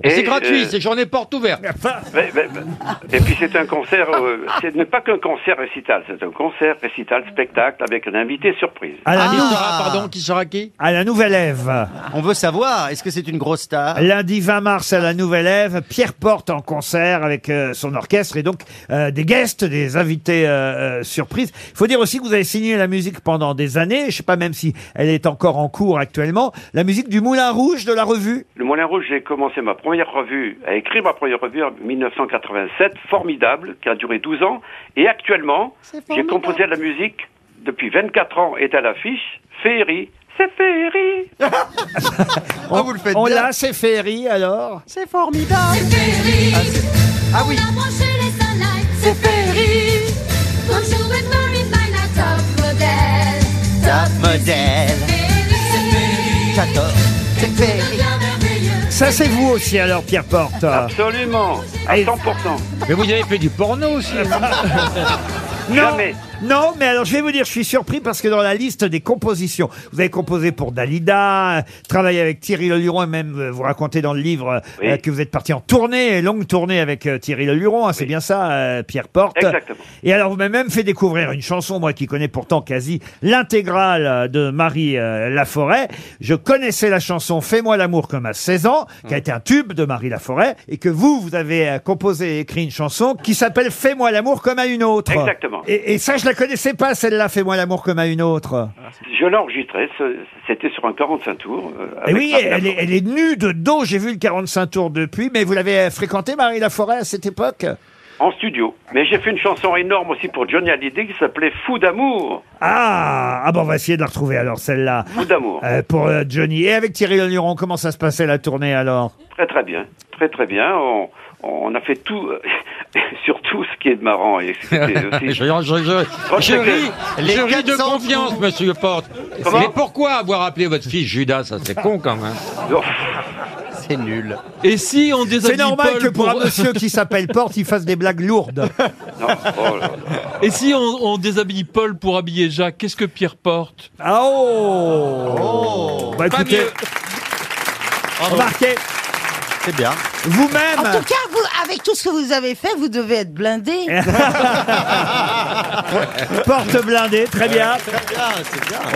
E: Et,
H: C'est gratuit,
E: euh,
H: c'est journée porte ouverte.
E: ben, ben, ben, Et puis c'est un concert, euh, ce n'est pas qu'un concert récital, c'est un concert récital spectacle avec un invité surprise.
B: À la, nou-
J: Ah, pardon, qui sera qui
B: à la Nouvelle Ève.
J: On veut savoir, est-ce que c'est une grosse star
B: Lundi 20 mars à la Nouvelle Ève, Pierre Porte en concert avec euh, son orchestre et donc euh, des guests, des invités euh, euh, surprises. Il faut dire aussi que vous avez signé la musique pendant des années, je sais pas même si elle est encore en cours actuellement, la musique du Moulin Rouge de la revue.
E: Le Moulin Rouge, j'ai commencé ma première revue, à écrire ma première revue en 1987, formidable, qui a duré 12 ans. Et actuellement, j'ai
P: formidable.
E: composé de la musique depuis 24 ans, est à l'affiche, Féerie. C'est Féerie
B: On,
J: Oh,
B: vous le faites On l'a, c'est Ferry alors
P: C'est formidable. C'est Ferry. Ah, oui. On a branché les sunlights. C'est Ferry. Bonjour et Ferry, by la top modèle.
J: Top modèle. J'adore.
P: C'est Ferry.
B: Ça, c'est vous aussi, alors, Pierre Porte.
E: Ah, Absolument, à 100%.
H: Ah. Mais vous avez fait du porno aussi. hein.
E: <laughs>
B: Non, non, mais alors je vais vous dire, je suis surpris parce que dans la liste des compositions, vous avez composé pour Dalida, euh, travaillé avec Thierry Leluron et même euh, vous racontez dans le livre euh,
E: Oui.
B: euh, que vous êtes parti en tournée, longue tournée avec euh, Thierry Leluron, hein, c'est bien ça, euh, Pierre Porte.
E: Exactement.
B: Et alors vous m'avez même fait découvrir une chanson, moi qui connais pourtant quasi l'intégrale euh, de Marie euh, Laforêt. Je connaissais la chanson Fais-moi l'amour comme à 16 ans,
E: Mmh.
B: qui a été un tube de Marie Laforêt, et que vous, vous avez euh, composé et écrit une chanson qui s'appelle Fais-moi l'amour comme à une autre.
E: Exactement.
B: Et, et ça, je la connaissais pas, celle-là, Fais-moi l'amour comme à une autre.
E: Euh, Je l'ai enregistré, ce- c'était sur un 45 tours. euh,
H: Eh
B: Et
E: avec
B: Eh oui,
E: Marie
B: elle est, elle est nue de dos, j'ai vu le 45 tours depuis, mais vous l'avez euh, fréquenté, Marie Laforêt, à cette époque
E: En studio. Mais j'ai fait une chanson énorme aussi pour Johnny Hallyday qui s'appelait Fou d'amour.
B: ah, ah bon, on va essayer de la retrouver alors, celle-là.
E: Fou d'amour.
B: Euh, pour euh, Johnny. Et avec Thierry Leluron, comment ça se passait la tournée alors
E: Très très bien. Très très bien. On, on a fait tout, <laughs> surtout ce qui est marrant. Et <laughs> c'était
H: <laughs> je, je,
E: aussi-
H: je-
E: Oh,
H: je
E: c'est
H: ris,
E: que-
H: je ris de
E: 400
H: confiance, monsieur Porte.
E: Comment
H: Mais pourquoi avoir appelé votre fils Judas Ça, c'est con quand même.
J: C'est nul.
I: Et si on déshabille
B: C'est normal
I: Paul
B: que pour un monsieur qui s'appelle Porte, il fasse des blagues lourdes.
I: <laughs> Oh Et si on, on déshabille Paul pour habiller Jacques, qu'est-ce que Pierre porte
B: Ah oh, Bah
I: Pas
B: écoutez,
I: mieux.
B: remarquez,
J: C'est bien.
B: vous-même...
F: En tout cas, vous, avec tout ce que vous avez fait, vous devez être
B: <laughs>
F: blindé.
B: Ah, Porte blindée, très bien.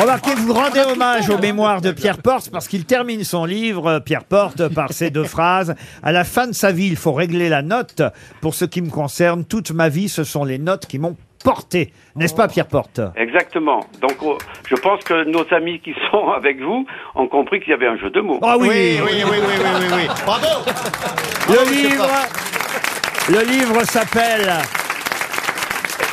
B: Remarquez, que vous rendez hommage aux mémoires de Pierre Porte parce qu'il termine son livre, euh, Pierre Porte, par ces deux phrases. À la fin de sa vie, il faut régler la note. Pour ce qui me concerne, toute ma vie, ce sont les notes qui m'ont porté. N'est-ce pas, Pierre Porte
E: Exactement. Donc oh, je pense que nos amis qui sont <laughs> avec vous ont compris qu'il y avait un jeu de mots.
B: Ah oui.
H: Ah
J: Oui, oui, oui, oui, oui, oui, oui. Bravo
B: Le livre Le livre s'appelle.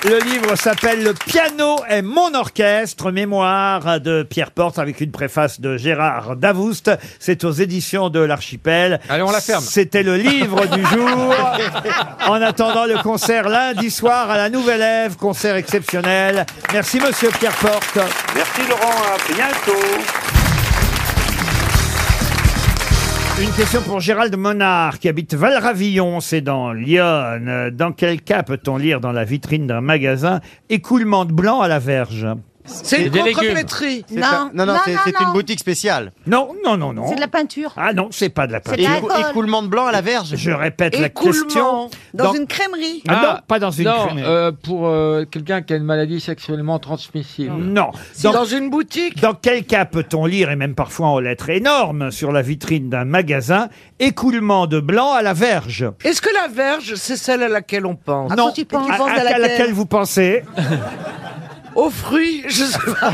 B: Le livre s'appelle Le piano est mon orchestre, mémoire de Pierre Porte avec une préface de Gérard Davoust. C'est aux éditions de l'Archipel.
H: Allez, on la ferme.
B: C'était le livre
H: <laughs>
B: du jour. En attendant le concert lundi soir à la Nouvelle Ève, concert exceptionnel. Merci monsieur Pierre Porte.
Q: Merci Laurent, à bientôt.
B: Une question pour Gérald Monard qui habite Valravillon, c'est dans l'Yonne. Euh, Dans quel cas peut-on lire dans la vitrine d'un magasin écoulement de blanc à la verge
C: C'est une Des légumes. contreflétrie.
J: C'est un- non, non, c'est- c'est une boutique spéciale.
B: Non, non, non, non.
F: C'est de la peinture.
B: Ah non, c'est pas de la
F: C'est de
B: peinture.
F: l'alcool.
J: Écoulement de blanc à la verge.
B: Je répète la
G: Écoulement.
B: question.
G: Dans une crèmerie.
B: Ah non, pas dans une
H: non,
B: crèmerie.
H: euh, pour euh, quelqu'un qui a une maladie sexuellement transmissible.
B: Non.
H: C'est dans
B: une boutique. Dans quel cas peut-on lire, et même parfois en lettres énormes, sur la vitrine d'un magasin, écoulement de blanc à la verge
C: Est-ce que la verge, c'est celle à laquelle on pense
B: Non. À- à- à laquelle vous pensez
C: Aux fruits, je sais pas.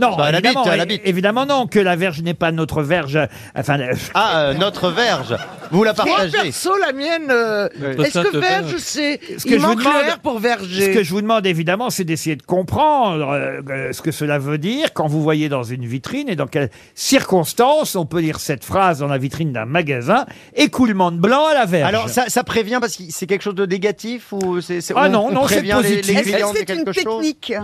B: Non,
J: Bah, elle
B: évidemment,
J: habite, elle
B: é-
J: habite.
B: évidemment non, que la verge n'est pas notre verge. euh, Enfin, euh,
J: Ah, euh, notre verge. Vous la
C: Moi,
J: partagez.
C: perso, la mienne, euh,
B: Oui.
C: est-ce que
B: Sainte
C: verge,
B: Verge.
C: c'est...
B: euh, ce que
C: Il
B: je vous
C: manque le
B: demande,
C: R pour verger.
B: ce que je vous demande évidemment, c'est d'essayer de comprendre euh, euh, ce que cela veut dire quand vous voyez dans une vitrine et dans quelles circonstances on peut lire cette phrase dans la vitrine d'un magasin. Écoulement de blanc à la verge.
J: Alors, ça, ça prévient parce que c'est quelque chose de négatif ou c'est c'est-
B: Ah
J: on-
B: non,
J: on
B: non, c'est
J: prévient les-
B: positif.
J: les
B: Est-ce que
J: clients de
B: c'est
J: quelque chose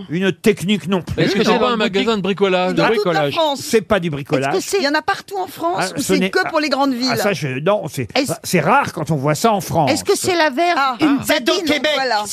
B: Une technique non plus.
I: Est-ce que c'est pas un magasin de bricolage
G: Dans toute la France.
B: C'est pas du
G: Est-ce
B: bricolage.
G: que c'est- Il y en a partout en
B: Ah,
G: France ou
B: ce
G: c'est
B: n'est-
G: que pour les grandes villes
B: Ah, ça, je- non, c'est
G: Est-ce-
B: c'est rare quand on voit ça en France.
F: Est-ce que c'est la verge
G: Ah.
F: une
J: Ah, C'est au Québec.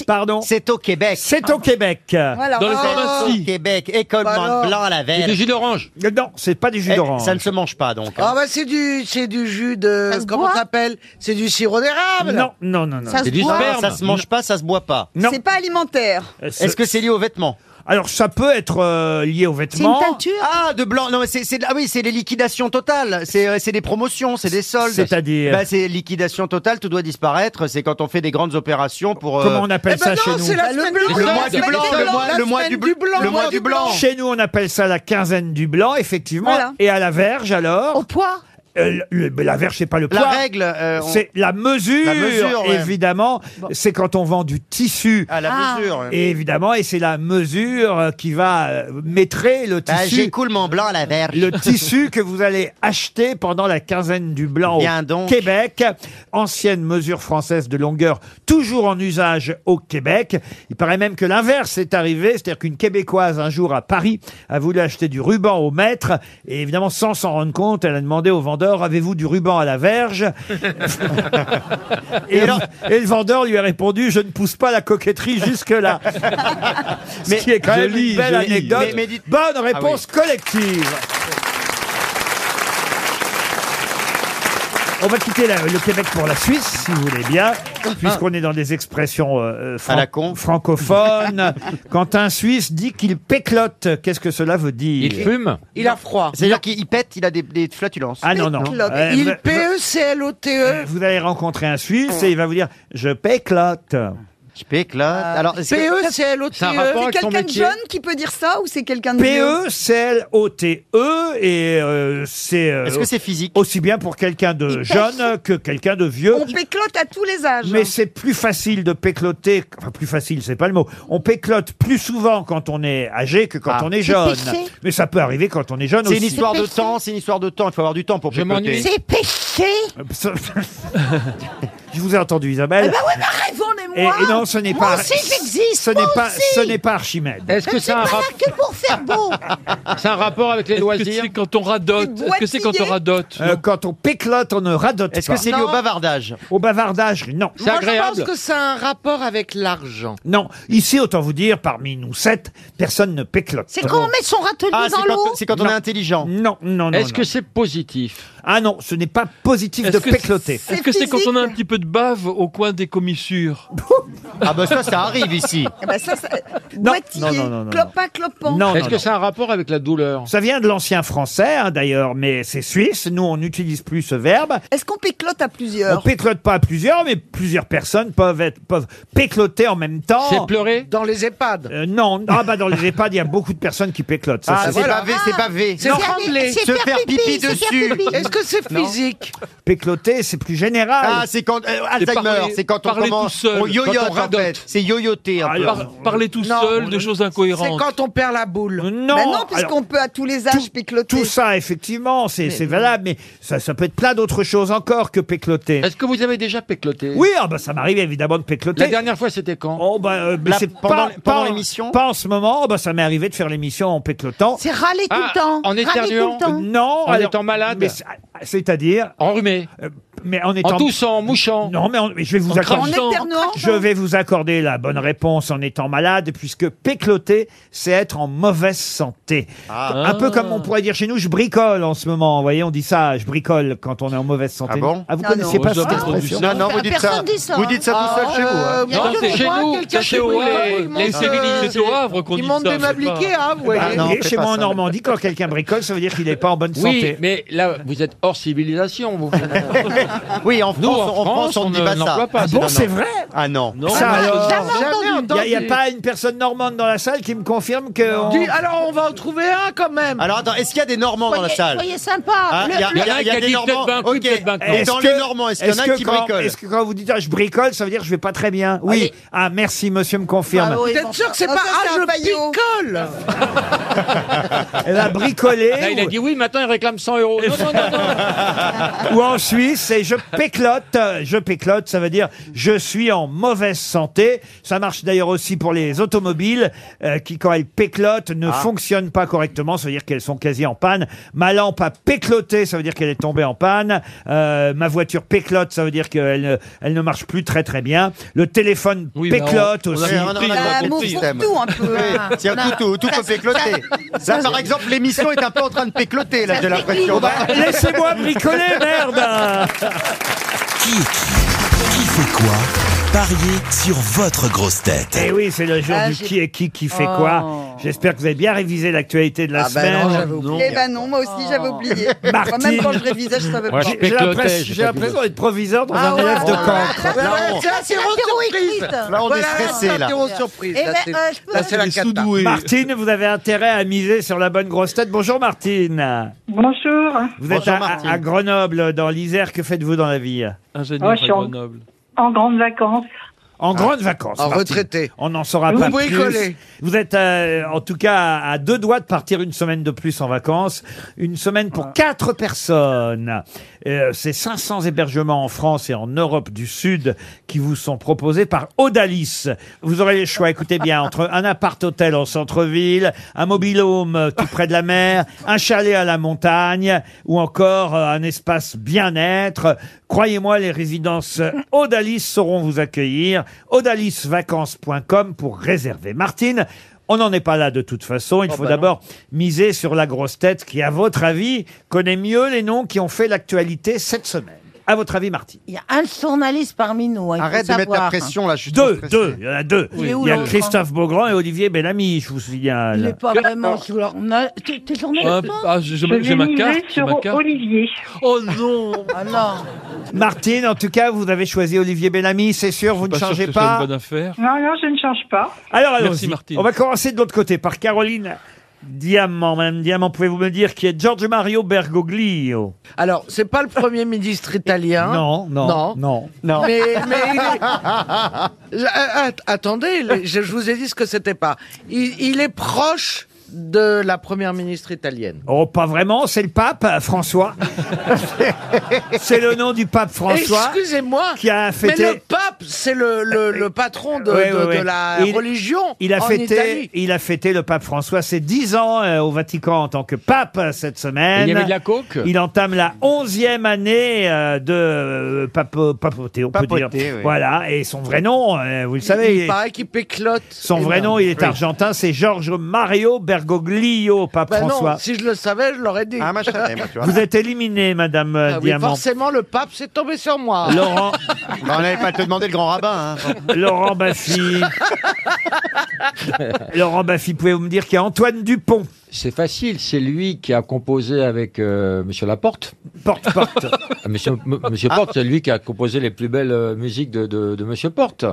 B: Pardon
J: C'est au Québec.
B: C'est au Québec.
J: Voilà.
G: Oh,
J: Dans les pharmacies. Au Québec, écolement Bah alors. blanc à la verge. Et du jus
H: d'orange
B: Euh, Non, c'est pas du jus
J: Eh,
B: d'orange.
J: Ça ne se mange pas donc.
C: Ah bah c'est du, c'est du jus de... comment ça s'appelle C'est du sirop
G: Ah,
C: d'érable
B: Non, non, non, non.
J: C'est du sperme. Ça se mange pas, ça se boit pas.
G: C'est pas alimentaire.
B: Euh,
J: Est-ce que c'est lié aux vêtements
B: Alors ça peut être euh, lié aux vêtements.
J: Ah, de blanc. Non, mais c'est, c'est de- ah oui, c'est les liquidations totales. C'est, euh, c'est des promotions, c'est des soldes.
B: C'est-à-dire
J: Bah, c'est liquidation totale, tout doit disparaître. C'est quand on fait des grandes opérations pour. euh,
B: Comment on appelle Eh ben ça non, chez nous c'est la
J: Bah,
B: semaine
J: Le
B: du blanc,
J: mois
B: la
J: du
B: semaine
J: blanc,
B: du
J: le
B: blanc,
J: mois-
B: la
J: le mois
B: semaine
J: du
B: du
J: blanc, le mois du blanc.
B: Chez nous, on appelle ça la quinzaine du blanc, effectivement.
J: Voilà.
B: Et à la verge, alors Au
F: poids
B: la verge, c'est pas le
J: La
B: poids.
J: règle, euh, on-
B: c'est la mesure.
J: La mesure, ouais.
B: Évidemment, c'est quand on vend du tissu.
J: À la Ah. mesure, ouais.
B: Et évidemment, et c'est la mesure euh, qui va euh, maîtrer le
J: Bah,
B: tissu.
J: j'écoule mon blanc à la verge.
B: Le tissu que vous allez acheter pendant la quinzaine du blanc au Québec. Ancienne mesure française de longueur, toujours en usage au Québec. Il paraît même que l'inverse est arrivé, c'est-à-dire qu'une Québécoise, un jour à Paris, a voulu acheter du ruban au mètre. Et évidemment, sans s'en rendre compte, elle a demandé au vendeur, avez-vous du ruban à la verge <laughs> et, le- et le vendeur lui a répondu, je ne pousse pas la coquetterie <laughs> jusque-là. Mais, Ce qui est quand même
J: Joli,
B: une belle
J: joli.
B: anecdote.
J: Mais- mais dites-
B: Bonne réponse collective. On va quitter la- le Québec pour la Suisse, si vous voulez bien, puisqu'on est dans des expressions euh, fran-
J: À la con.
B: <laughs> francophones. Quand un Suisse dit qu'il péclote, qu'est-ce que cela veut dire
J: Il fume
C: Il a froid.
J: C'est-à-dire qu'il il pète, il a des, des flatulences.
B: Ah non, non.
C: Péclote.
B: Euh,
C: Il
B: vous-
G: E.
B: Euh,
C: P-E-C-L-O-T-E.
B: Vous allez rencontrer un Suisse et il va vous dire « je péclote ».
J: Je péclote.
G: Ah.
J: Alors,
F: E,
G: E P-E-C-L-O-T-E. C'est quelqu'un de jeune qui peut dire ça ou c'est quelqu'un
B: E
G: de vieux
B: P-E-C-L-O-T-E et euh, c'est. euh,
G: Est-ce que c'est
J: physique
B: Aussi bien pour quelqu'un de jeune que quelqu'un de vieux.
G: On péclote à tous les âges. hein.
B: Mais c'est plus facile de pécloter, enfin plus facile, c'est pas le mot. On péclote plus souvent quand on est âgé que quand on est
J: C'est
B: jeune.
J: péché.
B: Mais ça peut arriver quand on est jeune
J: Ah. C'est
B: aussi.
J: une histoire de temps, c'est une histoire de temps. Il faut avoir du temps pour pécloter.
F: péché
B: <laughs> Je vous ai entendu,
F: Eh ben
B: Isabelle.
F: ouais, bah
B: Et,
F: répondez-moi
B: et non, ce n'est
F: Moi
B: pas.
F: aussi, j'existe
B: Ce n'est
F: moi
B: pas,
F: aussi.
B: ce n'est pas Archimède.
H: Est-ce
F: Je
H: que
F: ne suis
H: c'est
F: pas
H: un,
F: là
H: rap-
F: que pour faire beau
H: c'est un rapport avec les loisirs Est-ce que c'est quand on radote
F: Est-ce que c'est quand on boitiller
H: radote
B: Euh, Quand on péclote, on ne radote pas.
J: Est-ce que c'est lié au bavardage
B: Au bavardage, non.
C: Moi, je pense que ça a un rapport avec l'argent.
B: Non, ici, autant vous dire, parmi nous sept, personne ne péclote.
F: C'est quand on met son râtelier
J: Ah,
F: dans l'eau
B: Non. Non, non, non.
H: Est-ce que
B: c'est positif Ah non, ce n'est pas positif de
I: Est-ce que c'est-
B: pécloter.
I: Est-ce que c'est quand on a un petit peu de bave au coin des commissures
J: Ah
G: ben
J: bah ça, ça arrive
I: <laughs>
J: ici.
G: Ah bah ça, ça- Boîtier,
B: Non, non, non, non,
G: clopin, clopant.
B: Non,
H: Est-ce que ça
B: a un rapport avec la douleur Ça vient de l'ancien français, hein, d'ailleurs, mais c'est suisse. Nous, on n'utilise plus ce verbe.
G: Est-ce qu'on péclote à
B: On
G: plusieurs
B: péclote pas à plusieurs, mais plusieurs personnes peuvent être peuvent pécloter en même temps.
H: C'est pleurer
B: Dans les EHPAD Non, ah bah dans les EHPAD, il y a beaucoup de personnes qui péclotent. ça,
J: Ah, c'est
B: sûr.
J: baver, c'est baver. Ah, C'est
B: Non.
J: faire pipi, c'est Se faire faire pipi, pipi c'est faire dessus. pipi. Est-ce que c'est
B: Non.
J: physique
B: Pécloter, c'est plus général.
J: Ah, c'est quand euh, Alzheimer, c'est quand on commence on yoyote en
B: Ben,
J: fait. C'est yoyoter un peu.
I: parler tout seul de choses incohérentes.
J: quand
B: on perd la boule. Euh, Non,
G: Bah non,
B: alors,
G: puisqu'on peut à tous les âges pécloter.
B: tout ça, effectivement, c'est
G: Mais-
B: c'est valable, mais ça, ça peut être plein d'autres choses encore que pécloter.
H: Est-ce que vous avez déjà pécloté
B: Oui, ah bah ça m'arrive évidemment de pécloter.
H: La dernière fois, c'était quand
B: Oh bah, euh, mais
H: La-
B: c'est
H: pendant-
B: pas,
H: pendant
B: pas-
H: l'émission
B: Pas en ce moment. Oh, bah, ça m'est arrivé de faire l'émission en péclotant.
D: C'est râler tout le Ah, temps, en râler éternuant. tout le temps.
B: Non.
H: En étant malade.
B: mais c'est- C'est-à-dire euh,
H: Enrhumé.
B: Mais en étant
H: En toussant, en mouchant.
B: Non, mais, en- mais je vais vous
H: En
B: accorder.
H: crachant. En
G: éternuant.
B: Je vais vous accorder la bonne réponse en étant malade, puisque pécloter, c'est être en mauvaise santé. Un peu comme on pourrait dire chez nous, je bricole en ce moment. Vous voyez, on dit ça, je bricole quand on est en mauvaise santé. Ah
J: bon
B: vous
J: Ah
B: connaissez pas
J: non. Moi,
B: cette
J: j'ai entendu
B: expression
J: ça. Non, non, vous dites Personne ça- dit ça, vous hein. dites ça tout seul chez vous, hein.
C: Ah, euh, Il y a
I: Non,
C: que
I: c'est
C: moi,
I: chez nous,
C: quelqu'un
I: c'est
C: qui
I: chez
C: bricole,
I: vous, les-
C: il
I: les
C: monte,
I: civilisés, c'est au
C: euh,
I: Havre qu'on
C: Il
I: dit
C: monte
I: ça,
C: des
I: c'est pas-
C: mabliquets, hein, vous voyez.
B: Ah, non, Et chez moi en Normandie, quand quelqu'un bricole, ça veut dire qu'il n'est pas en bonne
H: Oui,
B: santé.
H: mais là, vous êtes hors civilisation.
B: <laughs>
H: Vous.
J: Oui, en
H: Nous, en
J: France, en France, on
H: France,
J: ne dit
H: on
J: pas
H: ne l'emploie
J: ça.
H: pas, Ah bon, c'est
B: vrai
J: Ah non.
B: Ça alors,
C: Jamais
B: il n'y a,
C: entendu.
B: pas une personne normande dans la salle qui me confirme que. on-
C: Dis, alors on va en trouver un quand même.
J: Alors attends, est-ce qu'il y a des Normands dans la salle
D: Soyez sympa.
J: Ah,
B: Hein,
D: Le-
J: il y a-
D: le-
J: il y a- il y a des Normands. Ok.
B: Est-ce
J: Dans
B: que-
J: les Normands, est-ce qu'il y en
B: est-ce
J: a
B: que
J: qui
B: quand-
J: bricolent
B: Est-ce que quand vous dites ah, je bricole, ça veut dire je vais pas très bien Oui. Ah merci, monsieur me
D: Bah
B: confirme.
C: Vous êtes sûr que c'est
G: Non,
B: bah,
C: pas
B: oh,
G: ça, c'est
C: Ah,
G: un
C: je
G: paillot.
C: picole
B: <laughs> Elle a bricolé.
H: Là, il a dit oui, maintenant il réclame 100 euros. Non, non, non, non.
B: <laughs> Ou en Suisse, c'est je péclote. Je péclote, ça veut dire je suis en mauvaise santé. Ça marche d'ailleurs aussi pour les automobiles euh, qui, quand elles péclotent, ne fonctionnent pas correctement. Ça veut dire qu'elles sont quasi en panne. Ma lampe a pécloté, ça veut dire qu'elle est tombée en panne. Euh, ma voiture péclote, ça veut dire qu'elle ne- elle ne marche plus très très bien. Le téléphone
J: bah, on-
B: péclote
J: on a
B: aussi.
J: rien à voir avec
G: Ah,
J: votre
G: mot
J: système.
G: pour tout, un peu.
J: <laughs> Oui,
G: Ah.
J: Tiens, tout, tout, tout peut pécloter. Là, par exemple, l'émission est un peu en train de pécloter, là, j'ai l'impression.
B: Bah, Laissez-moi bricoler, merde
A: Qui fait quoi Pariez sur votre grosse tête.
B: Eh oui, c'est le jour
G: Ah,
B: du
G: j'ai- Oh.
B: qui est qui, qui fait quoi. J'espère que vous avez bien révisé l'actualité de la
G: Ah bah
B: semaine.
G: non, j'avais oublié. Eh ben non, moi
F: Oh.
G: aussi j'avais
B: <laughs>
G: oublié.
B: Martine.
G: Moi, même quand je révisais, je savais
B: Moi,
G: pas.
B: j'ai- j'ai l'impression- J'ai l'impression d'être proviseur dans un élève de camp.
C: Là,
J: on-
C: c'est l'apéro surprise.
J: Là, on est
C: Voilà,
J: stressé,
C: c'est
J: là.
C: l'apéro surprise.
D: Eh
C: Là,
D: ben,
C: c'est-
D: euh, je peux-
C: là, c'est la cata.
B: Martine, vous avez intérêt à miser sur la bonne grosse tête. Bonjour Martine.
N: Bonjour.
B: Vous êtes
N: Bonjour,
B: à-
N: Martine.
B: à, Grenoble, dans l'Isère. Que faites-vous dans la vie
I: Ingénieur
N: Oh, je
I: à
N: suis en-
I: Grenoble.
N: En grandes vacances.
B: En grandes vacances.
C: En
B: Martine.
C: retraité.
B: On n'en saura
C: Vous
B: pas
C: pouvez
B: plus.
C: coller.
B: Vous êtes euh, en tout cas à à deux doigts de partir une semaine de plus en vacances. Une semaine pour quatre personnes. Euh, C'est 500 hébergements en France et en Europe du Sud qui vous sont proposés par Odalis. Vous aurez le choix, écoutez bien, entre un appart-hôtel en centre-ville, un mobil-home euh, tout près de la mer, un chalet à la montagne ou encore euh, un espace bien-être. Croyez-moi, les résidences euh, Odalis sauront vous accueillir. Odalisvacances.com pour réserver. Martine, on n'en est pas là de toute façon. Il faut d'abord miser sur la grosse tête qui, à votre avis, connaît mieux les noms qui ont fait l'actualité cette semaine. À votre avis, Martine
D: Il y a un journaliste parmi nous. hein, il faut
J: Arrête de mettre
D: savoir.
J: la pression, là, je suis trop
B: Deux,
J: stressé.
B: deux, il y en a deux.
D: Il est où,
B: Il y a
D: l'autre
B: Christophe Beaugrand et Olivier Bellamy, je vous signale.
D: Il n'est pas vraiment journaliste. T'es t'es journaliste
I: Ouais,
D: toi
I: ah, j'ai- j'ai ma- j'ai ma
N: miser
I: carte, j'ai
N: sur
I: ma carte.
N: Olivier.
I: Oh non
D: Ah non.
B: Martine, en tout cas, vous avez choisi Olivier Bellamy, c'est sûr, vous ne
I: Pas sûr
B: changez
I: que ce soit
B: pas.
I: une bonne affaire.
N: Non, non, je ne change pas.
B: Alors,
I: Merci,
B: allons-y.
I: Martine.
B: On va commencer de l'autre côté par Caroline Diamant. Madame Diamant, pouvez-vous me dire qui est Giorgio Mario Bergoglio
C: Alors, c'est pas le premier ministre italien.
B: Non, non, non, non.
C: Mais, mais il est- <laughs> Je- a- a- attendez, le- je, je vous ai dit ce que c'était pas. Il, il est proche de la première ministre italienne.
B: Oh, pas vraiment, c'est le pape euh, François. <laughs> c'est le nom du pape François.
C: Excusez-moi,
B: qui a
C: mais
B: fêté. Ah,
C: le pape, c'est le, le- le patron de,
B: Ouais,
C: de-
B: ouais,
C: de
B: ouais.
C: la
B: Il-
C: religion
B: Il a
C: en
B: fêté,
C: Italie.
B: il a fêté le pape François ses 10 ans euh, au Vatican en tant que pape euh, cette semaine.
H: Il y avait de la coke
B: Il entame la 11e année euh, de euh, papo- papauté, on peut
J: Papauté,
B: dire.
J: oui.
B: Voilà, et son vrai nom, euh, vous le savez,
C: il
B: il est-
C: paraît qu'il péclote.
B: son vrai
C: énorme.
B: nom, il est argentin, c'est Giorgio Mario Bergoglio, pas
C: Ben
B: François.
C: non, si je le savais, je l'aurais
J: Ah,
C: dit.
J: eh,
C: <laughs>
B: Vous êtes éliminé, Madame euh,
C: Ah oui,
B: Diamant.
C: forcément, le pape s'est tombé sur moi. <laughs>
B: Laurent.
J: on n'allait pas te demander le grand rabbin. hein.
B: Laurent Baffy. <laughs> Laurent Baffy, pouvez-vous me dire qu'il y a Antoine Dupont
R: C'est facile, c'est lui qui a composé avec euh, Monsieur Laporte. Ah, <laughs>
B: Porte, Porte.
R: Monsieur, M- Monsieur Porte, c'est lui qui a composé les plus belles euh, musiques de, de, de Monsieur Porte.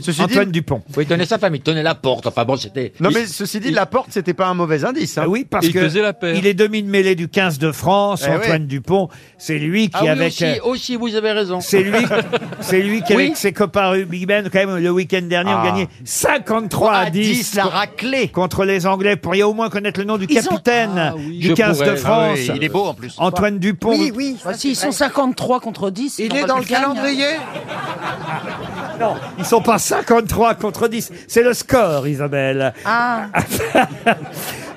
J: Ceci
R: Antoine
J: dit-
B: Dupont.
R: Oui, tenez sa famille, tenez Laporte. Enfin bon, c'était.
J: Non,
R: il-
J: mais ceci dit, la porte, c'était pas un mauvais indice. hein.
B: Ah oui, parce que il est demi de mêlée du 15 de France,
J: Eh
B: Antoine
J: oui.
B: Dupont. C'est lui qui,
R: Ah oui,
B: avec.
R: aussi,
B: euh,
R: aussi, vous avez raison. <laughs>
H: <laughs>
B: C'est lui, c'est lui qui,
R: Oui.
B: avec ses copains rugbymen, quand même, le week-end dernier, ont
R: Ah.
B: gagné 53 à 10,
J: la
B: co- contre les Anglais. Vous pourriez au moins connaître le nom du
F: Ils ont-
B: capitaine
F: Ah oui.
B: du
F: Je
B: 15
F: pourrais.
B: de France.
J: Ah oui, il est beau, en plus.
B: Antoine Dupont.
F: Oui, oui. S'ils sont 53 contre 10,
C: Il
F: on
C: est
F: va
C: dans le
F: gagner.
C: calendrier
B: Non, ils sont pas 53 contre 10. C'est le score, Isabelle.
F: Ah.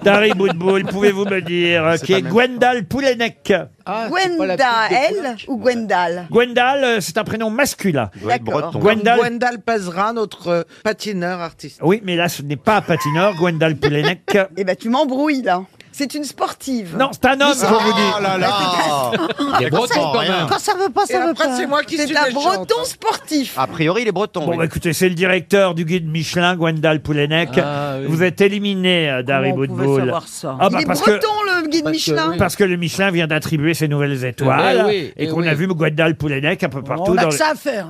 B: Dari Boudboul, pouvez-vous me dire, euh, qui
F: pas
B: est
F: même
B: Gwendal Poulenec
J: Ah,
G: Gwendal ou Gwendal
B: Gwendal, euh, c'est un prénom masculin. Gwendal.
C: Gwendal Pezra, notre euh, patineur artiste.
B: Oui, mais là, ce n'est pas un patineur,
G: <laughs>
B: Gwendal Poulenec.
G: Eh ben, tu m'embrouilles, là. C'est une sportive.
B: Non, c'est un homme,
G: Ah,
B: je vous dis.
J: Oh là là
B: Il est breton,
G: Quand ça-
B: rien.
G: Quand ça veut pas, ça
C: Et
G: veut
C: après,
G: pas.
C: c'est moi qui suis
G: C'est un
C: méchante,
J: hein.
G: breton sportif.
J: A priori, il est breton.
B: Bon,
J: oui.
B: bah, écoutez, c'est le directeur du guide Michelin, Gwendal Poulenec.
J: Ah, oui.
B: Vous êtes éliminé, euh, Dari
F: Comment on pouvait
B: Boudboul.
F: savoir ça
B: Ah, bah,
G: il est
B: parce
G: breton,
B: que-
G: le guide
B: Parce que-
G: Michelin.
B: Parce que le Michelin vient d'attribuer ses nouvelles étoiles
F: Eh oui,
B: et
F: eh
B: qu'on
F: oui.
B: a vu Gwendal Poulenec un peu partout.
F: Oh, On a
B: dans
F: que
B: le- <laughs>
F: ça à faire.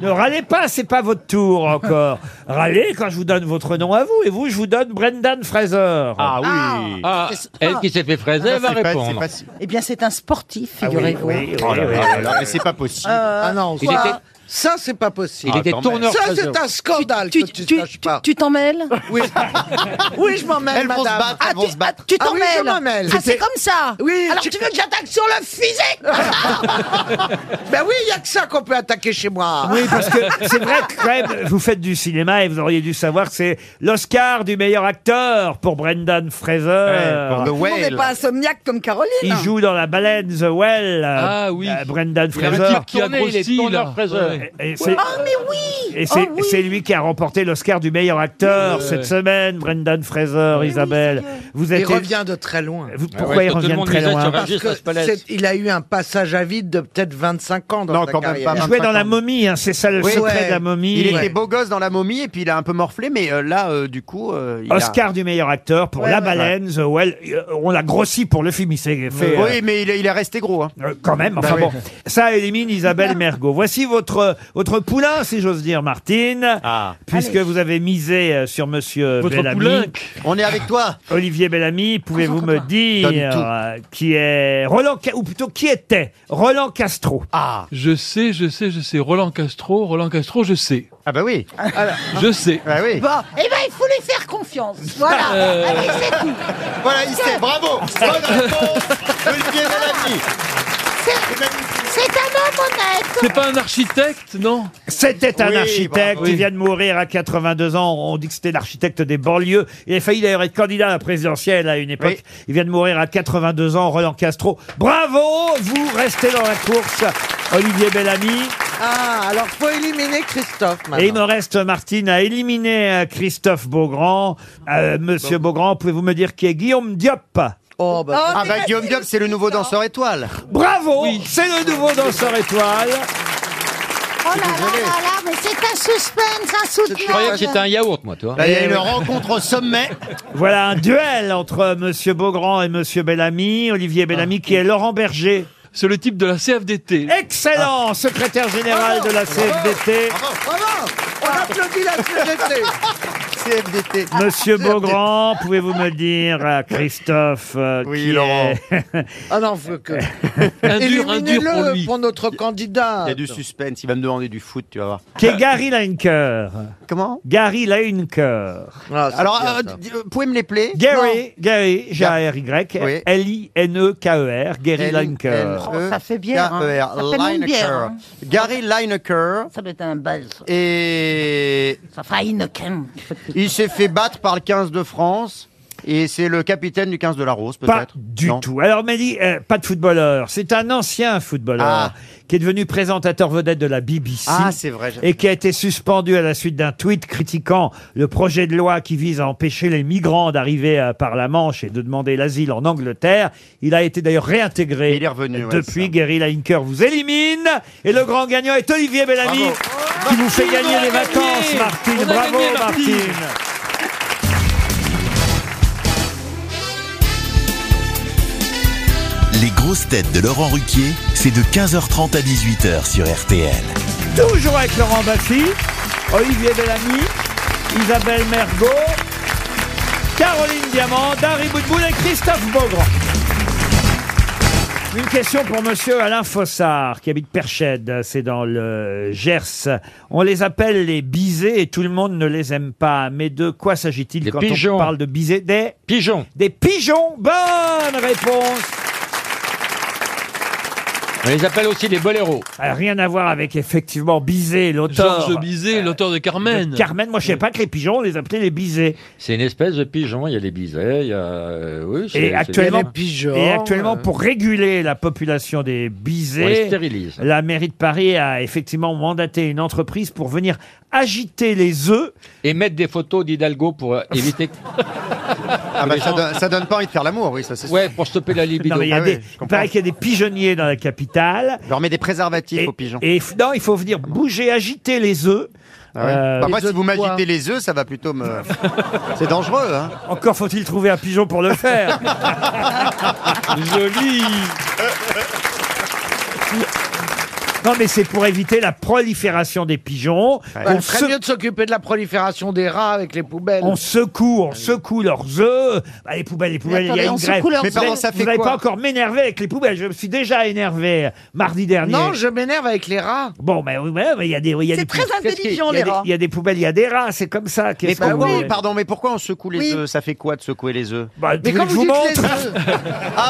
B: ne râlez pas, c'est pas votre tour encore. Râlez quand je vous donne votre nom à vous et vous, je vous donne Brendan Fraser.
R: Ah oui. Ah, elle qui s'est fait fraiser,
F: Ah,
R: elle va répondre.
F: Eh bien, c'est un sportif,
B: Ah oui,
F: figurez-vous. Euh,
B: oui, oui,
J: Oh là
B: oui,
J: là
B: oui.
J: là là, mais c'est pas possible.
C: ah non,
J: Il
C: ça,
J: était-
C: ça, c'est pas possible.
J: Il était Ah, quand tourneur même.
C: Ça,
J: Fraser.
C: c'est un scandale
F: Tu-
C: que tu
F: tu-
C: saches pas.
F: Tu t'en mêles <laughs>
C: Oui. oui, je m'en mêle,
F: Elles vont se
C: madame.
F: battre, elles
C: ah,
F: vont
C: tu-
F: se battre.
C: ah, tu t'en
F: Ah oui,
C: mêles
F: je m'en mêle. Ah, c'est comme ça.
C: Oui.
F: Alors, tu veux que j'attaque sur le <laughs> physique
C: Ben oui, il n'y a que ça qu'on peut attaquer chez moi.
I: Ah.
B: Oui, parce
C: <laughs>
B: que c'est vrai que quand même, vous faites du cinéma et vous auriez dû savoir que c'est l'Oscar du meilleur acteur pour Brendan Fraser.
J: Ouais, pour The
G: On n'est pas insomniaque comme Caroline.
B: Il joue dans la baleine The Well. Ah oui. Brendan
I: Il y a un
B: Fraser.
I: type qui a Tourné, grossi, il est tourneur là. Fraser. Ouais.
B: Et- et c'est-
F: Oh, mais oui
B: Et
P: Ah
B: c'est c'est lui qui a remporté l'Oscar du meilleur acteur
I: Ouais,
B: cette
I: ouais.
B: semaine, Brendan Fraser, Isabelle. Vous
C: Il
B: êtes
C: revient de très loin.
B: Vous-
J: Ah
B: pourquoi il revient de très loin
C: Parce que c'est- il a eu un passage à vide de peut-être 25 ans dans
J: Non,
C: sa
J: quand même
C: carrière.
J: pas
B: Il jouait dans la momie, hein, c'est ça le
J: Oui,
B: secret
J: ouais.
B: de la momie.
J: Il était beau gosse dans la momie et puis il a un peu morflé, mais euh, là, euh, du coup, euh, il a-
B: Oscar du meilleur acteur pour
J: Ouais,
B: La
J: ouais.
B: Baleine, The Well. Euh, On l'a grossi pour le film, il s'est fait. euh,
J: Oui, mais il est, il est resté gros. hein.
B: euh, quand même, enfin
J: Bah
B: bon.
J: oui.
B: Ça élimine Isabelle Mergot. Voici votre, votre poulain, si j'ose dire, Martine. Puisque vous avez misé euh, sur monsieur
I: Ah. Votre
B: Bellamy.
I: poulain.
J: On est avec toi.
B: Olivier Bellamy, pouvez-vous me dire
J: Donne tout.
B: euh, qui est Roland, Ca- ou plutôt qui était Roland Castro
J: Ah.
I: Je sais, je sais, je sais. Roland Castro, Roland Castro, je sais.
J: Ah bah oui.
I: Je sais.
J: Bah oui.
F: Bah, Eh ben, il faut lui faire confiance.
B: <laughs>
F: Voilà.
I: Euh.
F: Allez, c'est tout.
J: Voilà, il sait. Bravo. Bonne réponse. Olivier Bellamy.
F: C'est un homme honnête.
I: C'est pas un architecte, non
B: C'était un
J: bah,
I: Oui,
B: architecte,
I: bravo.
B: il
I: Oui.
B: vient de mourir à 82 ans. On dit que c'était l'architecte des banlieues. Il a failli d'ailleurs être candidat à la présidentielle à une époque. Il vient de mourir à 82 ans, Roland Castro. Bravo, vous restez dans la course, Olivier Bellamy.
C: Ah, alors faut éliminer Christophe maintenant.
B: Et il me reste Martine à éliminer euh, Christophe Beaugrand. Euh, Monsieur Beaugrand, pouvez-vous me dire qui est Guillaume Diop
C: Oh, bah,
J: Ah bah Guillaume Diop, c'est le nouveau danseur étoile.
B: Bravo, c'est le nouveau danseur étoile.
D: Oh là là là là, mais c'est un suspense
R: Je croyais que
D: insoutenable.
R: c'était un yaourt, moi, toi.
J: Là, il y
B: Eh
J: a une rencontre au sommet.
B: Voilà un duel entre euh, Monsieur Beaugrand et Monsieur Bellamy, Olivier Bellamy
J: Ah.
B: qui est Laurent Berger.
I: C'est le type de la CFDT.
B: Excellent
J: Ah.
B: secrétaire général
J: Oh.
B: de la CFDT,
C: Bravo On applaudit la CGT
J: CFDT.
B: Monsieur Beaugrand. Pouvez-vous me dire, euh, Christophe, euh,
J: Oui,
B: qui
J: Laurent.
B: est-
C: Ah non, faut que...
I: Un dur, un dur pour
C: Éliminez-le
I: lui.
C: pour notre candidat.
J: Il y a du suspense. Il va me demander du foot, tu vas voir.
B: qui est Gary Lineker.
J: Comment
B: Gary Lineker.
C: Ah, c'est
J: Alors,
C: bien,
J: euh,
C: ça.
J: d- euh, pouvez me les plaire
B: Gary, Gary, G-A-R-Y,
J: Oui.
B: E L-I-N-E-K-E-R, Gary
J: L-
C: E
J: E.
B: Lineker.
J: L-
F: Oh, ça fait bière, hein. Ça
J: K-E-R,
F: fait même bière,
J: E. Lineker.
F: hein.
J: Gary Lineker.
F: Ça doit être un buzz.
J: Et
F: Ça fera Heineken.
J: il s'est fait battre par le 15 de France. Et c'est le capitaine du 15 de la Rose,
B: Pas
J: peut-être
B: du tout. Alors, on m'a dit, euh, pas de footballeur. C'est un ancien footballeur
J: Ah.
B: qui est devenu présentateur vedette de la BBC.
J: Ah, c'est vrai, j'ai-
B: Et qui a été suspendu à la suite d'un tweet critiquant le projet de loi qui vise à empêcher les migrants d'arriver euh, par la Manche et de demander l'asile en Angleterre. Il a été d'ailleurs réintégré. Il est revenu.
J: ouais,
B: Depuis, Guerrilla Inker vous élimine. Et le grand gagnant est Olivier Bellamy, qui vous fait gagner les vacances, Martine.
E: On a
B: Bravo,
E: gagné, Martine.
B: Martine.
A: Les grosses têtes de Laurent Ruquier, c'est de 15h30 à 18h sur RTL.
B: Toujours avec Laurent Baffy, Olivier Bellamy, Isabelle Mergot, Caroline Diamant, Dari Boudboul et Christophe Beaugrand. Une question pour monsieur Alain Fossard, qui habite Perchède, c'est dans le Gers. On les appelle les bisés et tout le monde ne les aime pas. Mais de quoi s'agit-il quand on
R: pigeons.
B: parle de bisés Des
R: pigeons.
B: Des pigeons Bonne réponse
R: On les appelle aussi les boléros.
B: Ah, Rien à voir avec effectivement Bizet, l'auteur.
R: Georges
I: Bizet, l'auteur de Carmen.
B: de Carmen, moi je sais pas que les pigeons, on les appelait les bisés.
R: C'est une espèce de pigeon. Il y a les bisets, il y a. euh, Oui, c'est- euh,
B: Et
R: c'est-
B: actuellement, et actuellement, pour réguler la population des
R: On les
B: bisés,
R: stérilise.
B: la mairie de Paris a effectivement mandaté une entreprise pour venir agiter les œufs.
R: Et mettre des photos d'Hidalgo
B: <laughs>
R: pour euh, éviter.
J: Ah bah, ça, donne, ça donne pas envie de faire l'amour, oui, ça c'est
R: Ouais, pour stopper la libido.
B: Non,
J: Ah
B: mais il, y a des, il paraît qu'il y a des pigeonniers dans la capitale.
J: Je leur mets des préservatifs aux pigeons.
B: Et f- non, il faut venir bouger, agiter les œufs.
J: Ah ouais.
B: Euh,
J: Bah, moi, si vous m'agitez les œufs, ça va plutôt me. <laughs> c'est dangereux, hein
B: Encore faut-il trouver un pigeon pour
F: <laughs>
B: le
J: <laughs>
B: faire. Joli. Non, mais c'est pour éviter la prolifération des pigeons.
C: On
B: On,
C: serait
B: se-
C: mieux Bah, de s'occuper de la prolifération des rats avec les poubelles.
B: on secoue, on secoue leurs œufs. Bah, les poubelles, les poubelles, il y
C: attendez,
B: a une
C: on
B: grève.
C: secoue leurs œufs.
B: vous
C: Vous
B: n'allez
C: avez
B: pas encore m'énerver avec les poubelles. Je me suis déjà énervé euh, mardi dernier.
C: Non, je m'énerve avec les rats.
B: Bon, mais oui, mais mais il y a des. il y a
C: C'est
B: des
C: très
B: poubelles.
C: intelligent,
B: Il y a
C: les
B: des-
C: rats. bah
B: Il y a des poubelles, il y a des rats, c'est comme ça.
J: Mais
B: Qu'est-ce qu'on
J: pourquoi-
B: veut
J: pardon, mais pourquoi on secoue les œufs Ça fait quoi de secouer les œufs
B: Bah, tu veux que je vous montre Ah,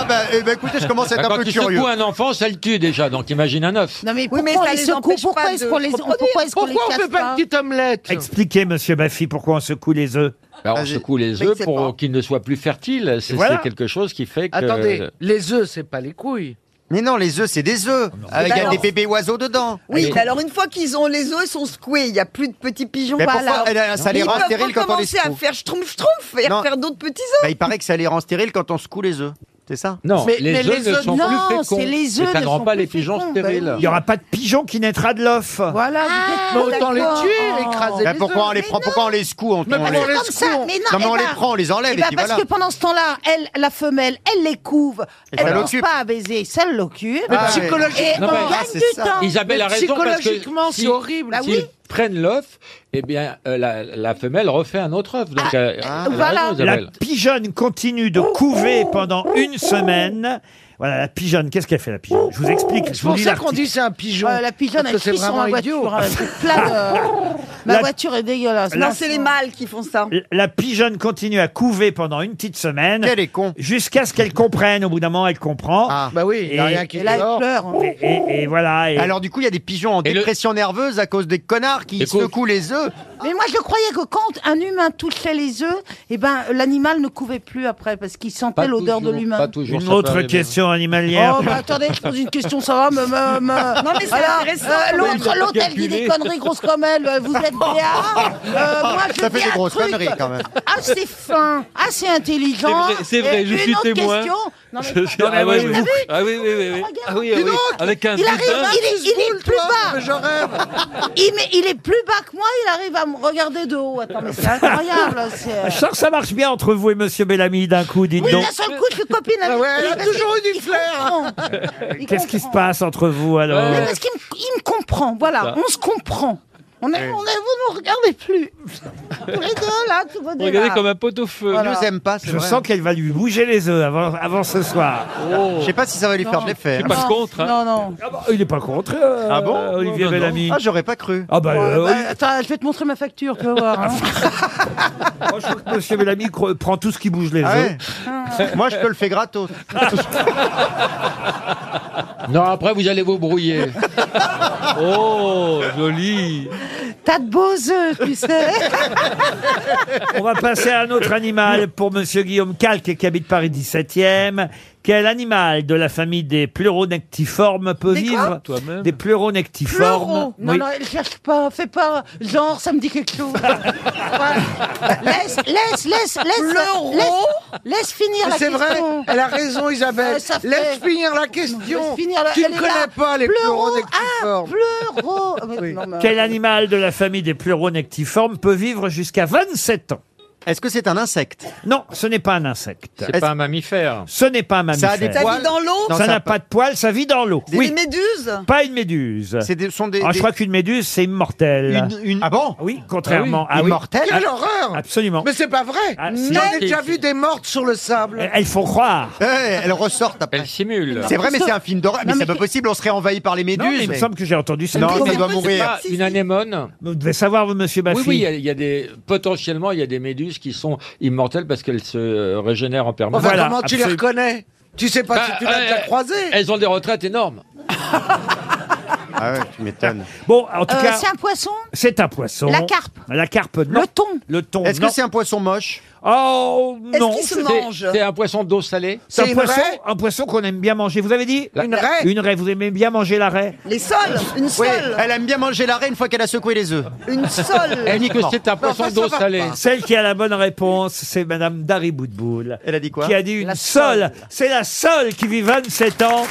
J: Ah bah, eh bah, écoutez, je commence à être
R: Bah,
J: un peu
R: quand tu
J: curieux.
R: secoues un enfant, ça le tue déjà, donc imagine un œuf.
F: Non mais
C: Oui,
F: pourquoi
C: mais
F: on
C: ça
F: les
C: les
F: secoue
C: empêche
F: Pourquoi
C: pas
F: est-ce
C: de
F: qu'on les
C: reproduire.
F: pourquoi est-ce qu'on les
C: Pourquoi on
F: casse
C: fait pas une petite omelette
B: Expliquez, monsieur Baffy, pourquoi on secoue les œufs.
R: Alors, Bah, on secoue les
C: mais
R: œufs
C: c'est
R: pour qu'ils ne soient plus fertiles. C'est
C: Voilà.
R: c'est quelque chose qui fait que.
J: Euh,
C: Attendez, les œufs, c'est pas les couilles.
J: Mais non, les œufs, c'est des œufs.
G: Bah
J: Avec avec des
G: alors-
J: bébés oiseaux dedans.
G: Oui,
J: Allez.
G: mais alors une fois qu'ils ont les œufs, ils sont secoués. Il n'y a plus de petits pigeons.
J: Mais pourquoi elle a- ça les
G: ils
J: rend
G: peuvent
J: stériles quand on les
G: recommencer à
J: secoue.
G: faire schtroumpf schtroumpf et
J: Non.
G: refaire d'autres petits
J: Bah,
B: <laughs>
G: œufs.
J: il paraît que ça les rend stériles quand on secoue les œufs. C'est ça
R: Non, les œufs ne sont
F: non,
R: plus féconds.
F: c'est les œufs
R: Et ça
F: ne
R: ne rend
F: sont
R: pas
F: plus
R: les pigeons
F: féconds, bah
R: stériles.
B: Il n'y aura pas de pigeon qui naîtra de l'œuf.
C: Voilà,
F: Ah,
C: mais autant les
F: d'accord.
C: tuer, écraser
J: Bah,
C: les
J: pourquoi
C: œufs.
J: on les prend Pourquoi on les secoue on,
C: Mais
J: on
C: pourquoi
J: les...
C: on les
F: Comme ça, Ah, mais non,
J: Non, mais
F: eh
J: on
F: ben-
J: les prend, on les enlève
F: eh
J: et
F: ben
J: puis
F: parce
J: voilà.
F: que pendant ce temps-là, elle, la femelle, elle les couve,
J: Et ça
F: elle n'ose
J: l'occupe.
F: pas à baiser, ça l'occupe.
C: Mais Ah, psychologiquement,
F: et on
R: Non, mais-
F: gagne
J: Ah, c'est
F: du
J: ça.
F: temps.
R: Isabelle a
C: Mais
R: raison parce que
C: psychologiquement,
R: si-
C: c'est horrible. Bah
R: s'ils
C: oui.
R: prennent l'œuf, eh bien euh, la, la femelle refait un autre œuf.
C: Ah.
R: Donc euh,
J: Ah.
R: elle a
F: voilà.
R: raison,
B: La
R: Isabelle.
B: pigeonne continue de couver pendant une semaine. Voilà, la pigeonne, qu'est-ce qu'elle fait la pigeonne Je vous explique, je
C: C'est
B: vous
C: pour
B: lis
C: ça qu'on
B: l'article.
C: dit c'est un pigeon.
F: Euh, la pigeonne,
C: Parce
F: elle
C: que c'est
F: crie sur
C: vraiment
F: ma
C: idiot.
J: hein,
F: voiture. euh, c'est plein de- Ma
B: La-
F: voiture est dégueulasse.
B: La-
G: Non, c'est les mâles qui font ça.
B: <laughs> La pigeonne continue à couver pendant une petite semaine
J: Quel est con
B: jusqu'à ce qu'elle comprenne. Au bout d'un moment, elle comprend.
J: Ah.
C: Bah oui, il n'y a
B: Et-
C: rien qui
F: Et là, elle
C: sort.
F: pleure. hein.
B: Et, et- et voilà. et-
J: Alors du coup, il y a des pigeons en
R: Et le-
J: dépression nerveuse à cause des connards qui
R: Écoute.
J: secouent les œufs.
F: Mais moi, je croyais que quand un humain touchait les œufs, eh ben, l'animal ne couvait plus après parce qu'il
R: Pas
F: sentait l'odeur de
R: toujours,
F: l'humain.
R: pas toujours, ça
B: une
R: peut
B: autre
R: arriver.
B: question animalière.
F: Oh, bah attendez, je pose une question, ça va, me, me, me-
G: Non, mais c'est
F: Alors,
G: intéressant,
F: euh,
G: quand même.
F: L'autre, l'autre, elle dit des
R: Calculer.
F: conneries grosses comme elle. Euh, Vous êtes
J: <laughs>
F: Béa. Euh, moi, je
J: Ah, Ça fait
F: dis
J: des
F: un
J: grosses
F: truc
J: conneries, quand même.
F: Assez Ah, fin, assez intelligent.
I: C'est vrai, c'est vrai,
F: Et
I: je
F: une
I: suis
F: autre
I: témoin.
F: Question. Non, mais-
I: <laughs> Je-
F: Non, mais
I: ah, ouais,
F: vous
I: oui.
F: savez,
I: ah oui, oui, oui, oui. Ah oui, ah oui. Avec un
F: il arrive,
I: dédain.
F: il est, il est plus bas.
C: Je rêve.
F: <laughs> Il, met- il est plus bas que moi, il arrive à me regarder de haut. Attends, mais c'est incroyable.
B: Ah, Je
F: c'est- euh.
B: sens que ça marche bien entre vous et Monsieur Bellamy d'un coup, dites
F: Oui,
B: donc.
F: d'un seul coup, je suis copine avec
C: Ah ouais, elle
F: lui
C: a
F: parce
C: toujours
F: qu'il-
C: eu du
F: il
C: flair.
F: comprend. Il
B: Qu'est-ce qui se
F: comprend.
B: passe entre vous alors
F: Mais parce qu'il me, il me comprend, voilà,
I: Ça.
F: on se comprend. On est, on est, vous ne regardez plus. Tous les deux, là, tout va
I: Regardez comme un pot au feu.
J: Ils nous aiment pas, c'est
B: Je
J: vrai.
B: sens qu'elle va lui bouger les œufs avant, avant ce soir.
J: Je sais pas si ça va lui faire de l'effet.
I: C'est pas contre. hein.
F: Oh. Non, non.
B: Ah bah, il n'est pas contre. euh,
J: Ah bon
B: Olivier
I: Non, non.
B: Bellamy.
J: Ah, j'aurais pas cru.
B: Ah bah, euh,
F: Bah, attends, je vais te montrer ma facture, tu vas voir.
C: <laughs>
F: hein.
B: Moi, je trouve que Monsieur Bellamy cre- prend tout ce qui bouge les
J: Ah
B: œufs.
J: ouais Moi, je te le
R: <laughs>
J: fais gratos. <laughs>
R: Non, après vous allez vous brouiller.
I: Oh, joli.
F: T'as de beaux œufs,
C: <laughs>
F: tu sais.
B: On va passer à un autre animal pour Monsieur Guillaume Calque qui habite Paris 17e. Quel animal de la famille des pleuronectiformes peut
F: Des quoi
B: vivre
F: Toi-même.
B: Des pleuronectiformes.
F: Fleurons. Non,
B: Oui.
F: non, elle cherche pas, fais pas. Genre, ça me dit
C: <laughs>
F: quelque chose. Ouais. laisse, laisse, laisse, laisse.
C: Fleurons
F: laisse, laisse finir la
C: Ah, C'est
F: question.
C: vrai, elle a raison Isabelle.
F: Euh, ça fait-
C: Laisse finir la question.
F: Laisse finir la-
C: Tu
F: elle
C: ne
F: est
C: connais
F: là.
C: pas les
F: Pleurons. ah,
C: pleuronectiformes.
F: Fleurons. Oh, Mais
J: <laughs>
F: non, mais-
B: Quel animal de la famille des pleuronectiformes peut vivre jusqu'à 27 ans
J: Est-ce que c'est un insecte
B: Non, ce n'est pas un insecte.
R: C'est pas un mammifère.
B: Ce n'est pas un
R: Ça
B: mammifère.
R: a des Ça vit poils
G: dans l'eau Non,
B: Ça
G: ça
B: n'a
G: a
B: pas de poils, ça vit dans l'eau.
G: Des
B: oui.
G: méduses
B: Pas une méduse.
J: C'est des- sont des-
B: Ah, je
J: des-
B: crois qu'une méduse, c'est immortel.
J: Ah bon
B: Oui, contrairement
J: Ah oui.
B: à.
J: Immortel
C: Quelle horreur
B: Absolument.
C: Mais c'est pas vrai.
B: Ah, si.
C: J'en ai
B: Si.
C: déjà vu des mortes sur le sable.
B: Elles font croire.
J: elles ressortent après. Elles
R: simulent.
J: C'est vrai, mais c'est un film d'horreur. Mais c'est pas possible, on serait envahi par les méduses.
B: Non, mais il me semble que j'ai entendu ça.
J: Non,
B: Mais
J: ça
B: c'est
J: doit
B: pas-
J: mourir.
R: Une anémone.
B: Vous devez savoir, vous, monsieur Baffy.
R: Oui, oui, il y a- il y, a des potentiellement il y a des méduses qui sont immortelles parce qu'elles se euh, régénèrent en permanence.
C: Enfin, comment tu les reconnais Tu sais
B: Bah,
C: pas si tu
B: euh,
C: l'as déjà croisé.
R: Bah, euh, Elles ont des retraites énormes.
J: Ah ouais, tu m'étonnes.
B: Bon, en tout
F: Euh,
B: cas,
F: c'est un poisson
B: c'est un poisson.
F: La carpe.
B: La carpe, non.
F: Le thon.
B: Le thon,
J: Est-ce que
B: non.
J: c'est un poisson moche
B: Oh,
J: Est-ce
B: non.
J: qu'il se C'est- mange c'est
R: un poisson d'eau salée
B: C'est
J: C'est
B: un
J: une
B: poisson,
J: raie
B: un poisson qu'on aime bien manger. Vous avez dit
J: Une raie
B: Une raie, vous aimez bien manger la raie
G: Les sols, une
J: Oui,
G: sole.
J: elle aime bien manger la raie une fois qu'elle a secoué les œufs.
R: <laughs>
G: Une sole.
R: Elle dit que c'est un
J: Mais enfin,
R: poisson
J: ça
R: d'eau
J: va
R: salée.
J: pas.
B: Celle qui a la bonne réponse, c'est Madame Dari Boudboul.
J: Elle a dit quoi
B: Qui a dit une seule. C'est la seule qui vit 27
J: Ah
B: ans.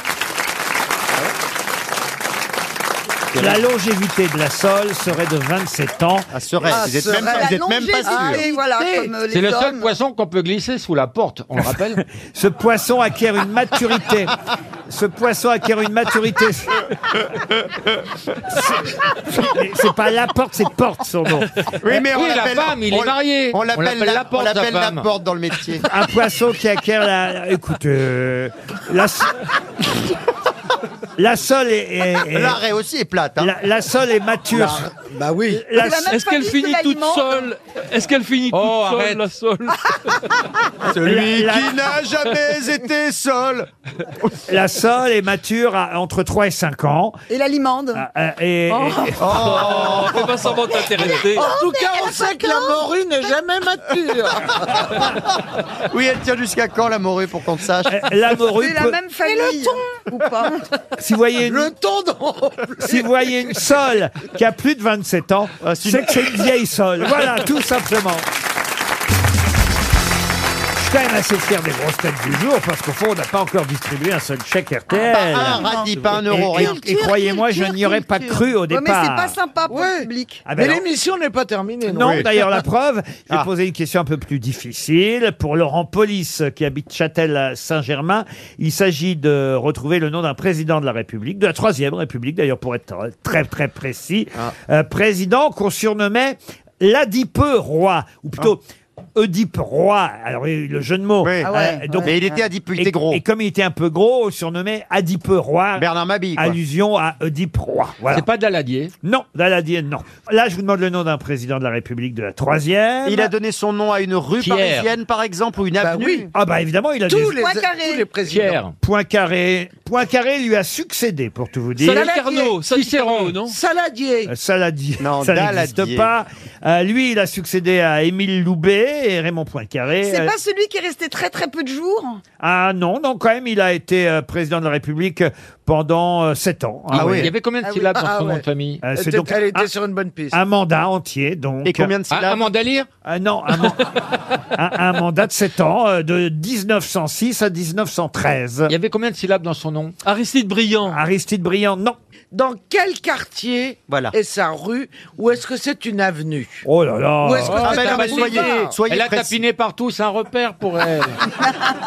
B: La longévité de la sole serait de 27 ans.
J: serait.
C: Ah,
J: vous êtes même
C: serait.
J: pas, vous êtes même pas
G: Ah,
J: sûr.
G: et voilà, comme euh, les
R: C'est le seul
G: hommes.
R: poisson qu'on peut glisser sous la porte,
B: <laughs>
R: on le rappelle.
B: Ce poisson acquiert une maturité. Ce poisson acquiert une maturité. C'est- C'est pas la porte, c'est porte son nom.
J: Oui, mais on
R: Oui, la
J: l'appelle-
R: femme, il est
J: on-
R: marié.
J: On
R: On
J: l'appelle
R: l'appelle
J: la,
R: la porte,
J: on l'appelle
R: la
J: la
R: femme.
J: porte dans le métier.
B: <laughs> Un poisson qui acquiert la. Écoute, euh, la. s- La sole est. est- est-
J: L'arrêt aussi est plate. hein.
B: la, la sole est mature.
C: Bah oui.
B: La-
G: C'est la même
I: Est-ce qu'elle
G: famille
I: finit
G: que
I: toute
G: l'aliment.
I: seule Est-ce qu'elle finit
R: Oh,
I: toute
R: arrête.
I: seule, la seule
J: Celui
B: la-
J: qui n'a jamais été seul.
B: La sole est mature à entre 3 et 5 ans.
G: Et Oh, l'alimente.
B: Ah, euh, Et, et-
I: Oh, fais pas semblant de t'intéresser.
C: En tout cas, on sait que la morue n'est jamais mature.
B: <laughs>
J: Oui, elle tient jusqu'à quand la morue pour qu'on le sache
B: euh, la morue.
G: C'est la
B: peut-
G: même famille. Et le ton Ou pas
B: Si vous voyez une,
C: Le tendon.
B: si vous voyez une sole qui a plus de 27 ans,
J: c'est
B: c'est que c'est une vieille sole. Voilà, tout simplement. Je suis quand même assez fier des grosses têtes du jour parce qu'au fond, on n'a pas encore distribué un seul chèque RTL.
J: Pas Ah, bah, un radis, pas un
B: Et-
J: euro,
B: et-
J: rien.
B: Et, croyez-moi, je n'y aurais pas cru au
G: Ouais,
B: départ.
G: Mais c'est pas sympa pour
C: Ouais.
G: le public.
B: Ah
C: Mais
B: ben non.
C: l'émission n'est pas terminée.
B: Non,
C: Oui. <laughs>
B: d'ailleurs, la preuve, j'ai
J: Ah.
B: posé une question un peu plus difficile pour Laurent Polis, qui habite Châtel-Saint-Germain. Il s'agit de retrouver le nom d'un président de la République, de la Troisième République, d'ailleurs, pour être très, très précis. Euh, président qu'on surnommait l'Adipeux Roi, ou plutôt Oedipe Roi. Alors, il y a eu le jeu de mots.
J: Oui.
G: Ah ouais.
B: Euh, donc,
J: Mais il était adipeux, il
B: et,
J: était gros.
B: et comme il était un peu gros, on le surnommait Adipeux Roi,
J: Bernard Mabille, quoi.
B: allusion à Oedipe Roi. Voilà.
R: C'est pas d'aladier.
B: Non, Daladienne, non. Là, je vous demande le nom d'un président de la République de la Troisième.
J: Il a donné son nom à une rue
R: Pierre.
J: parisienne, par exemple, ou une
C: Bah
J: avenue.
C: oui.
B: Ah bah évidemment, il a
C: Tous
B: dit...
C: les,
G: Poincaré.
C: tous les présidents.
R: Pierre.
B: Poincaré. Poincaré lui a succédé, pour tout vous dire.
I: Salut
B: Oh,
I: Carnot, ça Cicéron, non
C: Saladier.
B: Euh, Saladier,
J: Non,
B: ça n'existe
J: Daladier.
B: pas. Euh, lui, il a succédé à Émile Loubet et Raymond Poincaré.
G: C'est
B: Euh,
G: pas celui qui est resté très très peu de jours
B: Ah non, non, quand même, il a été euh, président de la République pendant euh, sept ans. hein,
J: Ah oui.
R: Il y avait combien de
C: Ah oui.
R: syllabes dans
C: Ah
R: son nom
C: ouais.
R: de famille
B: Euh, c'est
C: Peut-être
B: donc
C: elle était
B: un,
C: sur une bonne piste.
B: un mandat entier, donc.
J: Et combien de
R: Un, un
J: syllabes
R: mandalire
B: Ah non, un, man- un-
R: <laughs>
B: un mandat de 7 ans, euh, de 1906 à 1913.
R: Il y avait combien de syllabes dans son nom
I: Aristide Briand.
B: Aristide Briand, non.
C: Dans quel quartier
J: Voilà.
C: est sa rue ou est-ce que c'est une avenue
B: Oh là là.
C: Où est-ce que
J: Ah,
C: c'est
J: mais
C: un
J: non, mais soyez,
C: boulevard
J: soyez
R: Elle a
J: précis.
R: tapiné partout, c'est un repère pour
H: <laughs>
R: elle.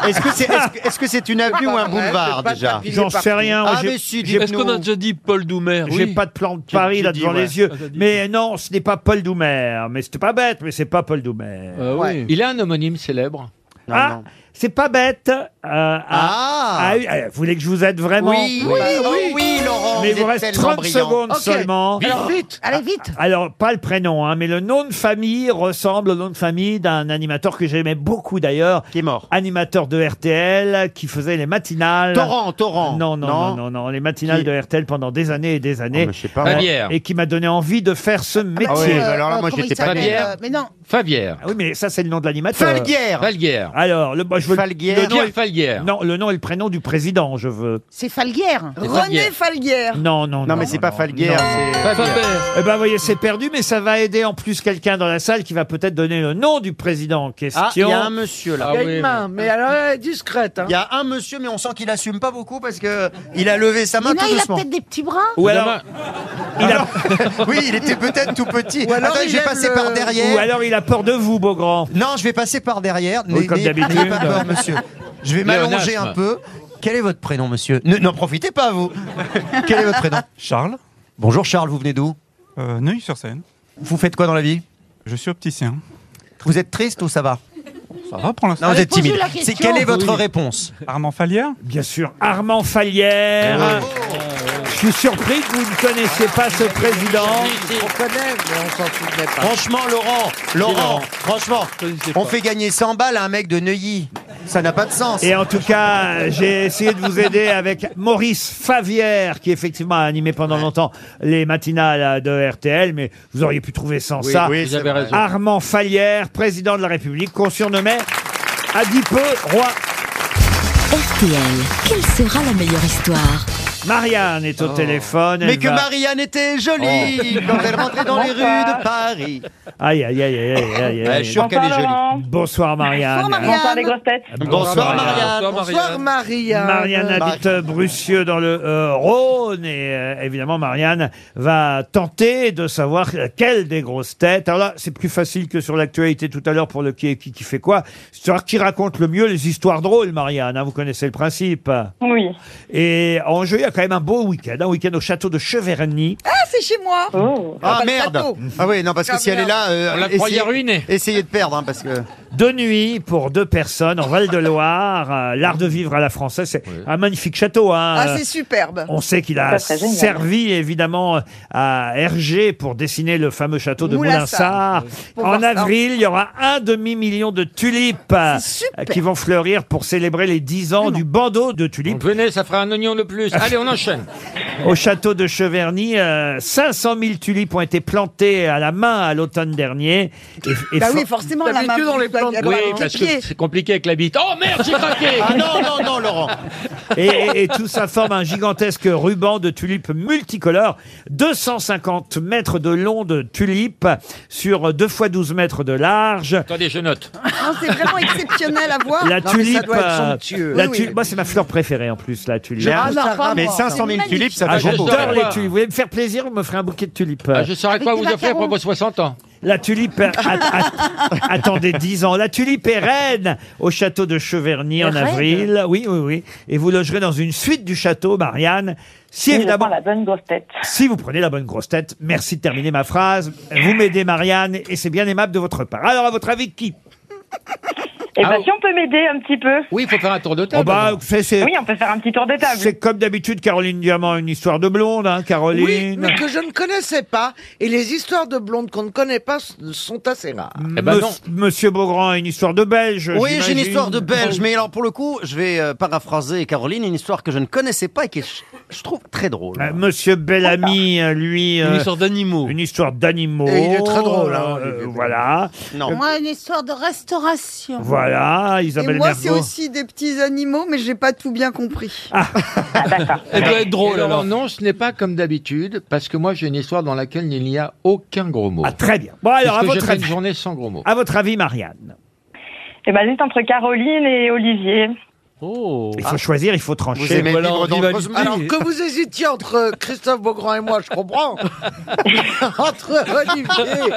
J: Est-ce que c'est est-ce que- est-ce que c'est une avenue ou un
C: Pas vrai,
J: boulevard
C: c'est pas
J: déjà
C: tapis,
B: J'en
C: c'est
B: sais
C: parti.
B: rien.
J: Ah
B: j'ai-
J: mais si,
B: j'ai-
I: Est-ce qu'on a
J: dites-nous.
I: déjà dit Paul Doumer
B: J'ai
I: Oui.
B: pas de plan de
J: Tu-
B: Paris
J: tu
B: là
J: dis,
B: devant
J: ouais.
B: les yeux.
I: Ah, t'as dit.
B: Mais non, ce n'est pas Paul Doumer. Mais c'était pas bête, mais c'est pas Paul Doumer.
I: Ah oui.
R: Il a un homonyme célèbre.
B: ah, c'est pas bête. euh, ah,
J: Ah.
B: ah, euh, vous voulez que je vous aide vraiment
J: Oui, oui, oui, oui, Laurent.
B: Mais
J: vous
B: il vous
J: êtes
B: reste
J: tellement
B: 30
J: brillant.
B: secondes
J: Ok.
B: seulement.
J: Vite,
B: Alors,
J: vite.
B: Allez vite. Ah, Alors, pas le prénom, hein, mais le nom de famille ressemble au nom de famille d'un animateur que j'aimais beaucoup d'ailleurs. Qui est mort. Animateur de RTL, qui faisait les matinales.
J: Torrent, Torrent.
B: Non, non, non,
J: Non.
B: non, non, Les matinales
J: Qui- Oh,
B: de RTL pendant des années et des années.
J: pas, moi. Fabière.
B: Et qui m'a donné envie de faire ce métier.
J: oui, bah alors là, moi, j'étais pas bien.
F: euh,
B: mais non. Favière. oui, mais ça, c'est le nom de
H: Euh,
B: l'animateur.
J: Falguière.
R: Falguière.
B: Alors, le, bah, je veux le-
R: Falguière.
B: le nom
R: Pierre
B: est-
R: Falguière.
B: Non, le nom et le prénom du président, je veux.
F: C'est Falguière.
B: C'est Falguière.
G: René Falguière.
B: Non, non, non. Non, mais c'est pas Falguière, c'est. Eh ben, voyez, c'est perdu, mais ça va aider en plus quelqu'un dans la salle qui va peut-être donner le nom du président en question.
J: Ah, il y a un monsieur là.
C: Il y a une main, mais alors elle est discrète. hein.
J: Il y a un monsieur, mais on sent qu'il assume pas beaucoup parce que il a levé sa main
F: Mais non,
J: tout
F: il a
J: doucement.
F: peut-être des petits bras.
B: Ou
J: <laughs>
B: alors, il a...
J: oui, il était peut-être tout petit. Attends, je vais passer par derrière.
B: Ou alors il a peur de vous, Beaugrand.
J: Non, je vais passer par derrière.
B: Oui,
J: N'ayez-
B: comme
J: n'ayez-
B: d'habitude.
J: N'ayez pas peur, monsieur. Je vais m'allonger
R: Léonasme.
J: un peu. Quel est votre prénom, monsieur Ne- N'en profitez pas, vous. Quel est votre prénom Charles. Bonjour, Charles. Vous venez d'où Neuilly-sur-Seine. Vous faites quoi dans la vie Je suis opticien. Vous êtes triste ou ça va Ça va pour
B: l'instant.
J: Non, vous
B: Allez,
J: êtes timide.
B: posez la
J: C'est-
B: question.
J: Quelle est votre
B: Oui.
J: réponse Armand Falière
B: Bien sûr, Armand Falière.
J: Ah
B: Je suis surpris que vous ne connaissiez pas ce
J: Ah
B: président.
C: On connaît, mais on s'en souvenait pas.
J: Franchement, Laurent, Laurent, franchement, on fait gagner 100 balles à un mec de Neuilly. Ça n'a pas de sens.
B: Et en tout cas, j'ai essayé de vous aider
J: <laughs>
B: avec Maurice Favière, qui effectivement a animé pendant longtemps les matinales de RTL, mais vous auriez pu trouver sans
R: Oui,
B: ça.
R: oui, vous avez raison.
B: Armand Falière, président de la République, qu'on surnommait Adipo Roi.
O: RTL, quelle sera la meilleure histoire
B: Marianne est au téléphone.
J: Oh. Mais
B: elle
J: que
B: va-
J: Marianne était jolie quand elle rentrait dans les rues de Paris.
B: Aïe, aïe, aïe, aïe, aïe, aïe,
J: Ouais, je
B: aïe.
J: suis sûr qu'elle est jolie.
B: Bonsoir Marianne.
G: Bonsoir, les grosses têtes.
J: Bonsoir, Marianne.
C: Bonsoir Marianne.
B: Marianne habite euh, Brucieux dans le euh, Rhône et euh, évidemment Marianne va tenter de savoir euh, quelle des grosses têtes. Alors là, c'est plus facile que sur l'actualité tout à l'heure pour le qui est qui qui fait quoi. C'est savoir qui raconte le mieux les histoires drôles, Marianne. hein, vous connaissez le principe.
N: Oui.
B: Et en jeu, il y a quand même un beau week-end, un week-end au château de Cheverny.
G: Ah, c'est chez moi.
J: Ah
G: bah, le
J: merde
G: plateau.
J: Ah oui, non, parce que
G: Ah,
J: si elle est
G: merde.
J: là, euh,
R: On la croyait
J: essayez-
R: ruinée.
J: Essayez de perdre, hein, parce que.
B: Deux nuits pour deux personnes en Val-de-Loire. euh, L'art de vivre à la française, c'est un magnifique château. hein.
G: Ah,
J: euh,
G: c'est superbe.
B: On sait qu'il a
G: Ça serait génial.
B: servi évidemment à Hergé pour dessiner le fameux château de
G: Moulinsart.
B: Moulinsart.
G: Pour
B: En
G: voir ça.
B: avril, il y aura un demi-million de tulipes euh, qui vont fleurir pour célébrer les 10 ans du bandeau de tulipes.
R: Venez, ça fera un oignon de plus. Allez, on enchaîne.
B: Au château de Cheverny, euh, 500 000 tulipes ont été plantées à la main à l'automne dernier. Et, et
G: Bah
B: for-
G: oui, forcément, la main.
C: D'habitude, on les plante
R: Oui,
G: Oui,
R: parce que c'est compliqué avec la bite. Oh merde, j'ai craqué
G: <laughs>
J: Ah non, non, non, Laurent
B: et, et- et tout ça forme un gigantesque ruban de tulipes multicolores, 250 mètres de long de tulipes sur 2 fois 12 mètres de large.
R: Attendez, je note.
G: Non, c'est vraiment exceptionnel à voir.
B: <laughs> La tulipe, euh, la
G: Oui, oui.
B: tulipe- moi c'est ma fleur préférée en plus, la tulipe.
J: J'ai
R: Ah,
J: un sarrasin, mais 500 000 tulipes, ça
B: Ah,
J: fait beaucoup.
B: J'adore les tulipes. Vous voulez me faire plaisir, vous me ferez un bouquet de tulipes.
R: Ah, je saurais
B: Avec
R: quoi
B: des
R: vous offrir
B: macarons.
R: pour vos 60 ans.
B: La tulipe, a- a-
N: <laughs>
B: a- attendez 10 ans. La tulipe est reine au château de Cheverny en
N: Reine
B: avril. Oui, oui, oui. Et vous logerez dans une suite du château, Marianne. Si évidemment.
N: la bonne grosse tête.
B: Si vous prenez la bonne grosse tête, merci de terminer ma phrase. Vous m'aidez, Marianne, et c'est bien aimable de votre part. Alors, à votre avis, qui
N: Eh
B: Ah
N: ben,
B: oui.
N: si on peut m'aider un petit peu.
R: Oui, il faut faire un tour de
B: Oh bah, c'est- c'est-
N: Oui, on peut faire un petit tour de table.
B: C'est comme d'habitude, Caroline Diamant, une histoire de blonde, hein, Caroline.
C: Oui, mais que je ne connaissais pas. Et les histoires de blondes qu'on ne connaît pas s- sont assez rares.
B: Eh ben non. Mons- Monsieur Beaugrand, une histoire de Belge.
J: Oui, j'ai une
B: j'imagine.
J: histoire de Belge, mais alors pour le coup, je vais euh, paraphraser Caroline, une histoire que je ne connaissais pas et qui est, ch- je trouve très drôle.
I: hein.
B: Euh, Monsieur Bellamy, euh, lui.
I: Oh Une histoire
B: d'animaux. Une histoire d'animaux.
J: Et il est très drôle, hein,
B: Euh, voilà. Euh,
F: Moi, une histoire de restauration.
B: Voilà,
G: Et
B: Isabelle
G: moi,
B: Mergo.
G: c'est aussi des petits animaux, mais j'ai pas tout bien compris.
R: Elle
I: doit être drôle, alors.
R: Non, ce n'est pas comme d'habitude, parce que moi j'ai une histoire dans laquelle il n'y a aucun gros mot. Ah,
B: très bien. Bon, alors, à votre
R: j'ai fait une
B: avis.
R: journée sans gros mots.
B: À votre avis, Marianne
N: Eh ben, juste entre Caroline et Olivier.
I: Oh.
B: Il faut choisir, il faut trancher. Voilà, on y va lutter.
C: Alors que vous hésitiez entre euh, Christophe Beaugrand et moi, je
I: <laughs>
C: comprends. entre Olivier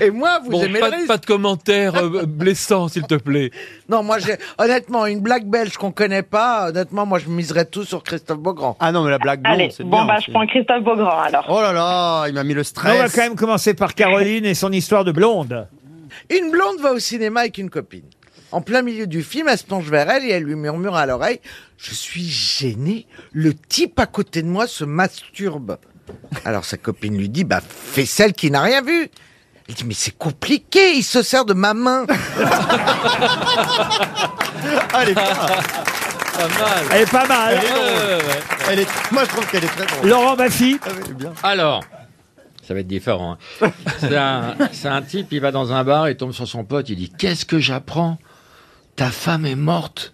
C: et moi, vous
I: Bon,
C: aimez
I: pas,
C: le
I: de-
C: risque.
I: pas de commentaires euh, blessants, s'il te plaît.
C: Non, moi, j'ai honnêtement, une blague belge qu'on connaît pas, honnêtement, moi, je miserais tout sur Christophe Beaugrand.
J: Ah non, mais la blague blonde,
N: Allez,
J: c'est
N: bon,
J: bien
N: bah,
J: aussi.
N: je prends Christophe Beaugrand alors.
J: Oh là là, il m'a mis le
B: On va
J: stress.
B: quand même commencer par Caroline et son histoire de blonde.
C: Une blonde va au cinéma avec une copine. en plein milieu du film, elle se penche vers elle et elle lui murmure à l'oreille Je suis gênée, le type à côté de moi se masturbe. Alors sa copine lui dit Bah, fais celle qui n'a rien vu. Elle dit Mais c'est compliqué, il se sert de ma main.
P: Allez,
B: Pas mal. Elle est pas mal.
P: Elle est drôle.
B: Ouais, ouais, ouais.
P: Elle est... Moi, je trouve qu'elle est très drôle.
B: Laurent
J: Ah
B: Baffy.
H: Alors, ça va être différent. hein. C'est un, c'est un type, il va dans un bar, il tombe sur son pote, il dit Qu'est-ce que j'apprends Ta femme est morte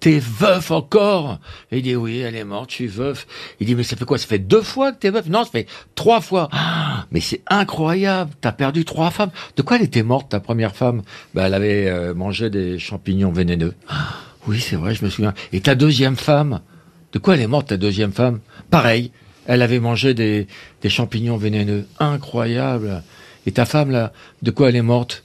H: T'es veuf encore Et Il dit oui, elle est morte, je suis veuf. Il dit mais ça fait quoi Ça fait deux fois que t'es veuf Non, ça fait trois fois. Ah, mais c'est incroyable, t'as perdu trois femmes. De quoi elle était morte ta première femme Bah elle avait euh, mangé des champignons vénéneux. Ah, oui, c'est vrai, je me souviens. Et ta deuxième femme de quoi elle est morte, ta deuxième femme Pareil, elle avait mangé des, des champignons vénéneux. Incroyable. Et ta femme, là, de quoi elle est morte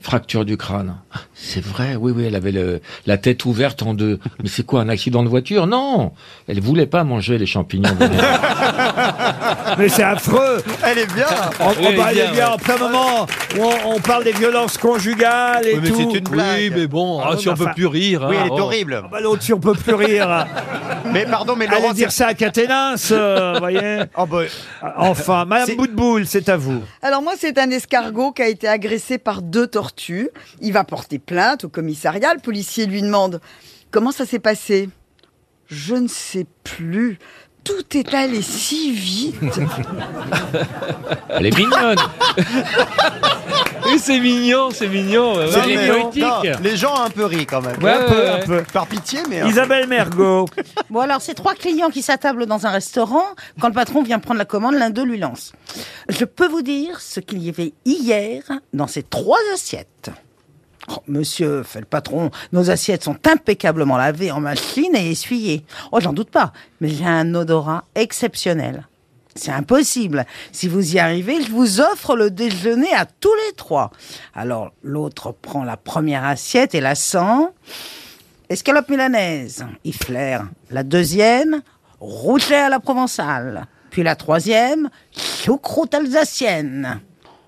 H: Fracture du crâne. Ah, C'est vrai, oui, oui, elle avait le- la tête ouverte en deux. Mais c'est quoi, un accident de voiture Non Elle voulait pas manger les champignons vénéneux.
B: <laughs> Mais c'est affreux
P: Elle est bien
B: On, on parle des biens en plein moment où on, on parle des violences conjugales et
I: Oui, mais
B: tout. bah,
I: c'est une blague. Oui, mais
J: Oh,
I: bon, ah,
J: bah,
I: si on peut plus rire, Oui, hein, elle est oh. horrible.
B: Ah bah, L'autre, si on peut plus
J: <laughs>
B: rire.
P: Mais pardon, mais
B: Allez
P: Laurent,
B: dire
P: c'est-
B: ça à Caténins,
J: <laughs>
B: euh, voyez.
J: Oh, bah,
B: Ah, Enfin, Madame Boutboul, c'est à vous.
G: Alors moi, c'est un escargot qui a été agressé par deux tortues. Il va porter plainte au commissariat. Le policier lui demande comment ça s'est passé. Je ne sais plus. Tout est allé si
S: <laughs>
G: vite.
H: Elle
R: <laughs>
H: est mignonne
I: Et c'est mignon,
B: <laughs>
I: c'est mignon. ouais, ouais.
P: Non, mais- non, les gens ont un peu ri quand même.
I: Ouais, un peu, un
B: peu.
P: Par pitié, mais.
J: euh,
P: un peu.
B: Isabelle Mergot.
F: Bon, alors, c'est trois clients qui s'attablent dans un restaurant. Quand le patron vient prendre la commande, l'un d'eux lui lance. Je peux vous dire ce qu'il y avait hier dans ces trois assiettes. Oh, monsieur, fait le patron, nos assiettes sont impeccablement lavées en machine et essuyées. Oh, j'en doute pas, mais j'ai un odorat exceptionnel. C'est impossible. Si vous y arrivez, je vous offre le déjeuner à tous les trois. Alors, l'autre prend la première assiette et la sent. Escalope milanaise, il flaire. La deuxième, rougelet à la provençale. Puis la troisième, choucroute alsacienne.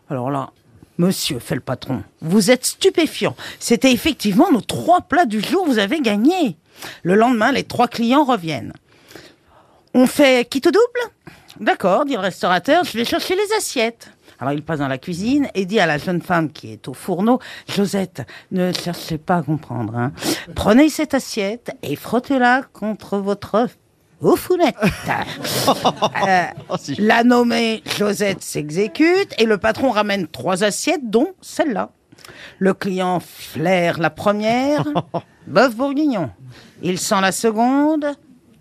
F: Alors là, monsieur, fait le patron, vous êtes stupéfiant. C'était effectivement nos trois plats du jour, vous avez gagné. Le lendemain, les trois clients reviennent. On fait quitte au double D'accord, dit le restaurateur, je vais chercher
P: <laughs>
F: les assiettes. Alors il passe dans la cuisine et dit à la jeune femme qui est au fourneau, Josette, ne cherchez pas à comprendre. hein. Prenez cette assiette et frottez-la contre votre fournette. la nommée Josette s'exécute et le patron ramène trois assiettes, dont celle-là. Le client flaire la
R: <laughs>
F: première, bœuf bourguignon. Il sent la seconde,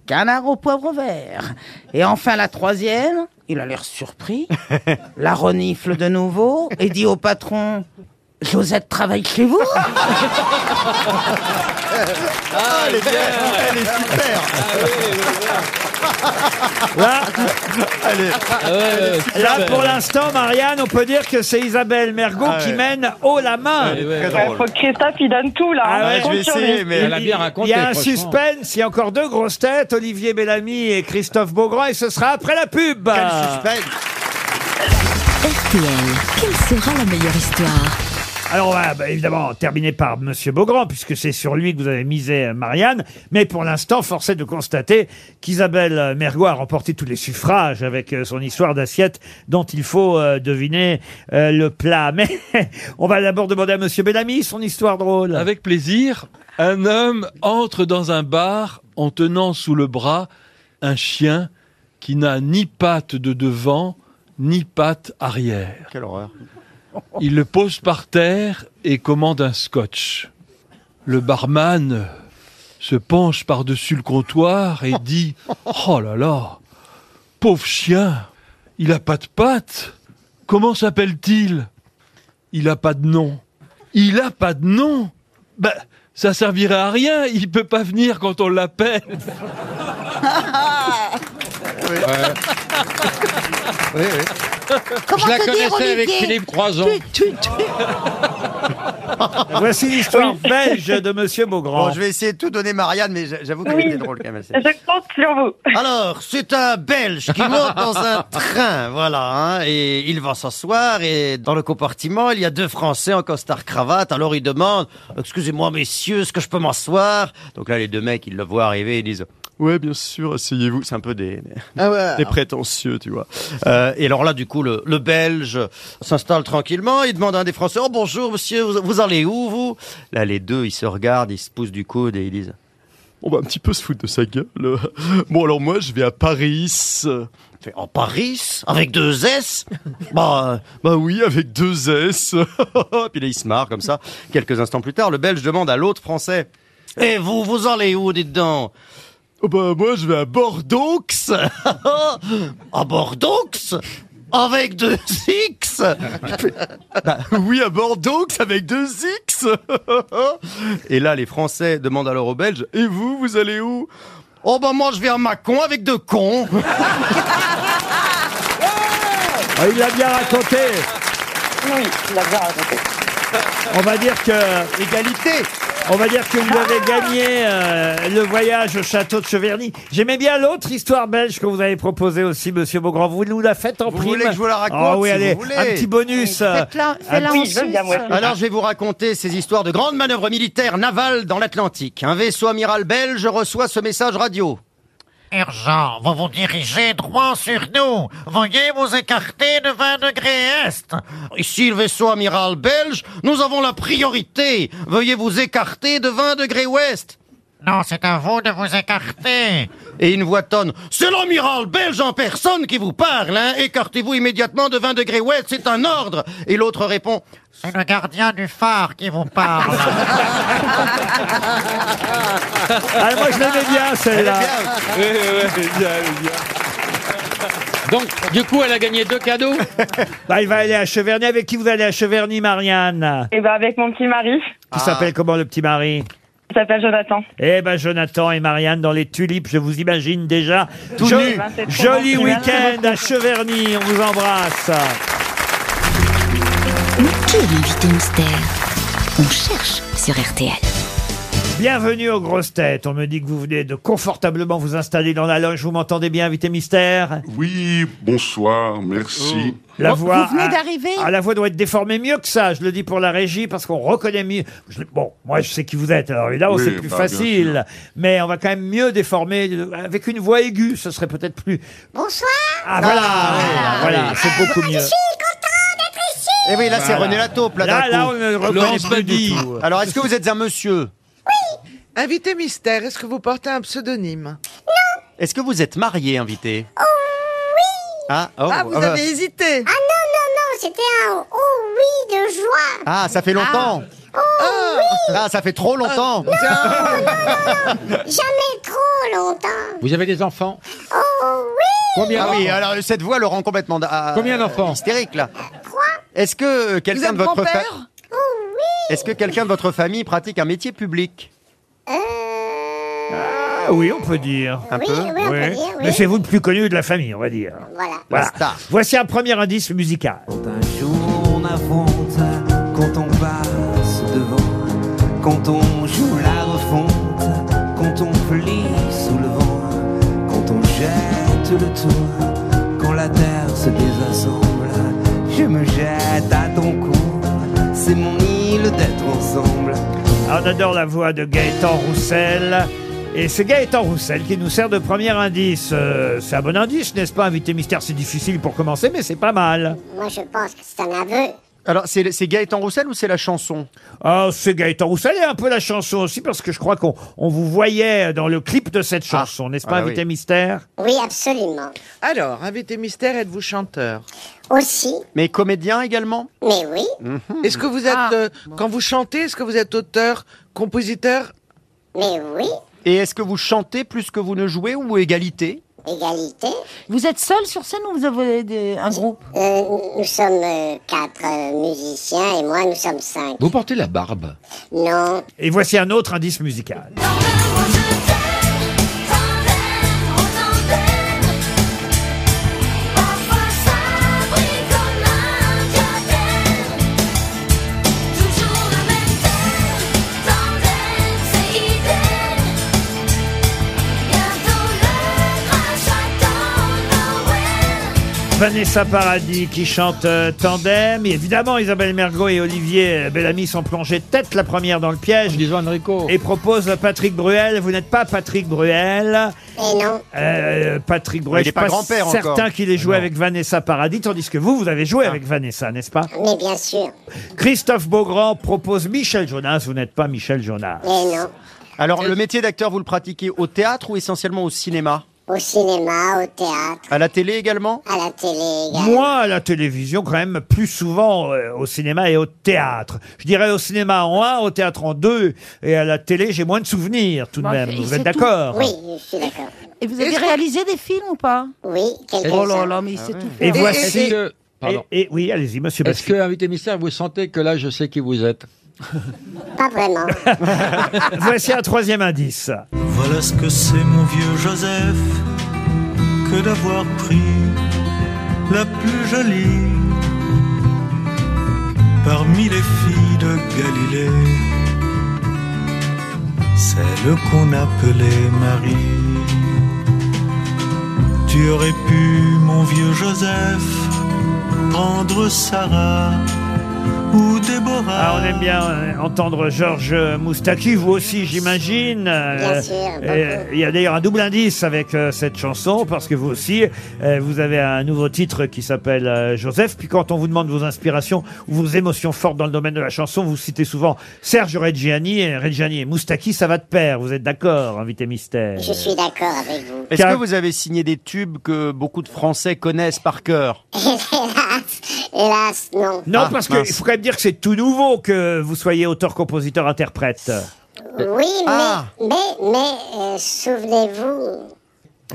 F: canard au poivre vert. Et enfin la troisième, il a l'air
R: <laughs>
F: surpris, la renifle de nouveau et dit au patron Josette travaille
P: <laughs>
F: chez vous
P: Ah, elle est bien, Elle est super
B: Là, <laughs>
P: Elle est- elle est super.
B: Là, pour l'instant, Marianne, on peut dire que c'est Isabelle Mergot
P: Ah ouais.
B: qui mène haut la main. Ah
P: Elle est très Ouais, drôle. faut que
B: Christophe, il donne tout, là.
P: Ouais, je vais essayer, mais- Elle a bien
B: Il
P: raconté,
B: y a un
P: franchement.
B: suspense. Il y a encore deux grosses têtes, Olivier Bellamy et Christophe Beaugrand, et ce sera après la pub.
P: Quel suspense
S: RTL, quelle sera la meilleure histoire
B: Alors, on va bah, évidemment terminer par Monsieur Beaugrand, puisque c'est sur lui que vous avez misé euh, Marianne. Mais pour l'instant, force est de constater qu'Isabelle euh, Mergot a remporté tous les suffrages avec euh, son histoire d'assiette dont il faut euh, deviner euh, le plat. <laughs> Mais on va d'abord demander à Monsieur Bellamy son histoire drôle.
I: Avec plaisir, un homme entre dans un bar en tenant sous le bras un chien qui n'a ni patte de devant, ni patte arrière.
P: Quelle horreur.
I: Il le pose par terre et commande un scotch. Le barman se penche par-dessus le
P: <laughs>
I: comptoir et dit Oh là là, pauvre chien, il a pas de pattes. Comment s'appelle-t-il Il a pas de nom. Il a pas de nom Bah, ça servirait à rien, il peut pas venir quand on l'appelle.
G: Ah,
P: Oui, oui.
F: Comment
H: Je la
F: te dire,
H: connaissais avec
F: Olivier
H: Philippe Croison.
F: Tu- tu- tu-
B: <laughs> Voici l'histoire belge de Monsieur Beaugrand.
J: <laughs> Bon, je vais essayer de tout donner Marianne, mais j'a- j'avoue qu'elle
N: Oui.
J: était drôle quand même. assez.
N: Je compte sur vous.
J: Alors, c'est un Belge qui monte dans un train, voilà, hein, et il va s'asseoir, et dans le compartiment, il y a deux Français en costard-cravate, alors il demande « Excusez-moi, messieurs, est-ce que je peux m'asseoir ?» Donc là, les deux mecs, ils le voient arriver, ils disent « Ouais, bien sûr, asseyez-vous. » C'est un peu des, des-
C: Ah ouais.
J: <laughs> des prétentieux, tu vois. Euh, et alors là, du coup, le, le Belge s'installe tranquillement, il demande à un des Français « Oh, bonjour, monsieur, vous, vous allez où, vous ?» Là, les deux, ils se regardent, ils se poussent du coude, et ils disent
T: On va bah, un petit peu se foutre de sa gueule. <laughs> Bon, alors moi, je vais à Paris.
J: En Paris Avec deux S
T: <laughs> Bah, bah oui, avec deux S.
J: <laughs> Puis là, il se marre comme ça. Quelques instants plus tard, le Belge demande à l'autre Français Et vous, vous allez où, dites donc
T: Oh Bah, moi, je vais à Bordeaux. <laughs>
J: À Bordeaux Avec deux X Bah,
T: Oui, à Bordeaux, avec deux X.
J: <laughs> Et là, les Français demandent alors aux Belges Et vous, vous allez où Oh, bah moi, je vais à Macon avec deux cons <laughs>
B: Ah, il l'a bien raconté.
N: Oui, il l'a bien raconté.
B: On va dire que.
J: Égalité
B: On va dire que vous avez gagné euh, le voyage au château de Cheverny. J'aimais bien l'autre histoire belge que vous avez proposée aussi, monsieur Beaugrand. Vous nous la faites en
J: Vous
B: prime
J: voulez que je vous la raconte,
B: Ah oui,
J: si
B: allez,
J: vous voulez.
B: un petit bonus. euh, un petit-
J: Alors, je vais vous raconter ces histoires de grandes manœuvres militaires navales dans l'Atlantique. Un vaisseau amiral belge reçoit ce message radio.
U: Urgent, vous vous dirigez droit sur nous. Veuillez vous écarter de 20 degrés est.
J: Ici le vaisseau amiral belge, nous avons la priorité. Veuillez vous écarter de 20 degrés ouest.
U: Non, c'est à vous de vous écarter.
J: Et une voix tonne. C'est l'amiral belge en personne qui vous parle, hein. Écartez-vous immédiatement de 20 degrés ouest, c'est un ordre. Et l'autre répond.
U: C'est le gardien du phare qui vous parle.
B: Ah, moi, je l'aimais bien, celle-là.
R: Donc, du coup, elle a gagné deux cadeaux.
B: Bah, il va aller à Cheverny. Avec qui vous allez à Cheverny, Marianne
N: Et ben avec mon petit mari,
B: Qui s'appelle comment le petit mari
N: Ah. il s'appelle Jonathan.
B: Eh ben Jonathan et Marianne dans les tulipes, je vous imagine déjà.
N: Tout
B: Jo-
N: nu.
B: Joli week-end à Cheverny, on vous embrasse.
O: Mais qui est l'invité mystère On cherche sur RTL.
B: Bienvenue aux grosses têtes. On me dit que vous venez de confortablement vous installer dans la loge. Vous m'entendez bien, invité mystère
V: Oui, bonsoir, merci.
B: La
J: Oh,
B: voix.
V: Vous venez
B: ah,
V: d'arriver
B: ah, la voix doit être déformée mieux que ça. Je le dis pour la régie parce qu'on reconnaît mieux. Je- bon, moi je sais qui vous êtes. Alors là,
V: Oui,
B: c'est plus
V: bah, bien
B: facile. Mais on va quand même mieux déformer euh, avec une voix aiguë. Ce serait peut-être plus.
D: Bonsoir.
B: Ah voilà, oui, voilà, c'est
P: Ah,
B: beaucoup mieux.
J: Et Eh oui, là, c'est
B: Voilà.
J: René Lataupe, là,
B: Là,
J: d'un
B: là,
J: coup.
B: on ne le reconnaît Laurence plus du Badi. tout.
J: Alors, est-ce que vous êtes un monsieur
C: Invité mystère, est-ce que vous portez un pseudonyme
J: Est-ce que vous êtes marié, invité Oh, oui Ah, oh, euh,
G: hésité.
P: Ah non, non, non, c'était un oh oui de joie.
J: Ah, ça fait longtemps
P: Oh oui
J: Ah, ça fait trop longtemps
P: Ah, Jamais trop longtemps.
J: Vous avez des enfants
P: Oh oui
J: Combien
P: Combien
J: Ah oui,
P: d'enfants
J: alors cette voix le rend complètement Combien d'enfants hystérique là. Est-ce que euh,
P: Vous
J: quelqu'un
P: êtes
J: de votre
P: grand-père
J: fa- Est-ce que quelqu'un de votre famille pratique un métier public
P: Euh,
B: Ah oui, on peut dire.
J: Un Oui, peu. oui, on peut dire, oui.
B: Mais c'est vous le plus connu de la famille, on va dire.
P: Voilà.
B: Voilà. Voici un premier indice musical.
W: on affronte quand on passe devant, quand on joue la refonte, quand on plie sous le vent, quand on jette le tour, quand la terre se désassemble, je me jette à ton cou, c'est mon île d'être ensemble.
B: Ah, On adore la voix de Gaëtan Roussel. Et c'est Gaëtan Roussel qui nous sert de premier indice. Euh, c'est un bon indice, n'est-ce pas, invité mystère C'est difficile pour commencer, mais c'est pas mal.
P: Moi je pense que c'est un aveu.
J: Alors, c'est c'est Gaëtan Roussel ou c'est la chanson
B: Ah, c'est Gaëtan Roussel et un peu la chanson aussi, parce que je crois qu'on on vous voyait dans le clip de cette chanson, n'est-ce pas,
P: ah bah
B: invité
P: oui.
B: mystère
P: Oui, absolument.
C: Alors, invité mystère, êtes-vous chanteur
P: Aussi.
J: Mais comédien également
P: Mais oui.
B: Mhm.
C: Est-ce que vous êtes,
J: Ah,
G: Ah.
C: euh, quand vous chantez, est-ce que vous êtes auteur, compositeur
P: Mais oui.
J: Et est-ce que vous chantez plus que vous ne jouez ou égalité
P: Égalité.
F: Vous êtes seul sur scène ou vous avez des- un groupe
P: Euh, nous sommes euh, quatre euh, musiciens et moi nous sommes cinq.
B: Vous portez la barbe.
P: Non.
B: Et voici un autre indice musical.
E: Toujours le même
B: Vanessa Paradis qui chante euh, Tandem. Et évidemment, Isabelle Mergot et Olivier euh, Bellamy sont plongés tête la première dans le piège. Et propose Patrick Bruel. Vous n'êtes pas Patrick Bruel. Euh, Patrick Bruel,
J: Ah, Il
B: je suis
J: est pas grand-père encore. Ah.
B: certain qu'il ait joué avec Vanessa Paradis, tandis que vous, vous avez joué avec Vanessa, n'est-ce pas
P: Mais bien sûr.
B: Christophe Beaugrand propose Michel Jonas. Vous n'êtes pas Michel Jonas.
J: Alors, le métier d'acteur, vous le pratiquez au théâtre ou essentiellement au cinéma
P: Au cinéma, au théâtre,
J: À la télé également
P: à la télé.
B: Moi, à la télévision, quand même, plus souvent euh, au cinéma et au théâtre. Je dirais au cinéma en un, au théâtre en deux, et à la télé, j'ai moins de souvenirs tout de même. Vous êtes d'accord
P: Oui, je suis d'accord.
F: Et vous avez réalisé des films ou pas
P: Oui,
F: Oh là là, mais il
J: Ah
F: sait tout
B: Ah Et
F: faire.
B: voici.
R: Est-ce que- pardon.
B: Et, et- oui, allez-y, monsieur.
R: Est-ce que, invité mystère, vous sentez que là, je sais qui vous êtes
P: Pas vraiment.
B: <laughs> voici un troisième indice.
L: Voilà ce que c'est mon vieux Joseph que d'avoir pris la plus jolie parmi les filles de Galilée, celle qu'on appelait Marie. Tu aurais pu, mon vieux Joseph, prendre Sarah ou Déborah.
B: Ah, on aime bien euh, entendre Georges Moustaki, vous aussi, j'imagine. Euh,
L: sûr,
B: euh, Il y a d'ailleurs un double indice avec euh, cette chanson, parce que vous aussi, euh, vous avez un nouveau titre qui s'appelle euh, Joseph. Puis quand on vous demande vos inspirations ou vos émotions fortes dans le domaine de la chanson, vous citez souvent Serge Reggiani. Et Reggiani et Moustaki, ça va de pair. Vous êtes d'accord, invité mystère
P: Je suis d'accord avec vous.
J: Est-ce que vous avez signé des tubes que beaucoup de Français connaissent par cœur
P: <laughs> hélas, hélas, non. Ah,
B: Non, parce qu'il faut quand même dire que c'est tout nouveau que vous soyez auteur, compositeur, interprète.
P: Oui, mais,
B: Ah.
P: mais, mais, euh, souvenez-vous,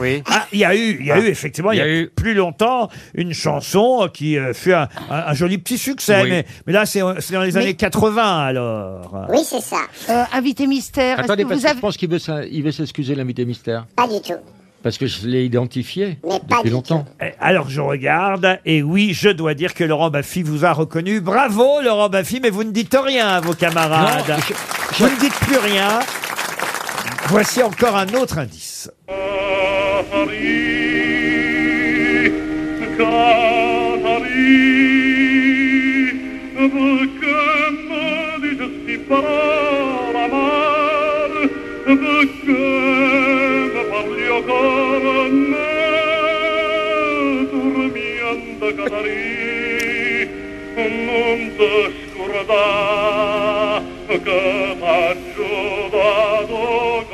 J: Oui.
B: Ah, il y a eu, il y a eu effectivement, il y a, plus longtemps une chanson euh, qui euh, fut un, un- un joli petit succès,
R: Oui.
B: mais, mais là c'est euh, c'est dans les
F: Mais-
B: années 80 alors.
P: c'est ça.
F: Euh, invité mystère, est-ce que
R: Attendez, parce
F: vous
R: que
F: avez...
R: je pense qu'il veut s'in- il veut s'excuser, l'invité mystère.
P: pas du tout.
R: Parce que je l'ai identifié
P: Mais pas
R: depuis
P: du
R: longtemps.
B: Eh, Alors je regarde et oui, je dois dire que Laurent Baffy vous a reconnu. Bravo Laurent Baffy, mais vous ne dites rien à vos camarades.
R: Non,
B: Vous ne dites plus rien. Voici encore un autre indice.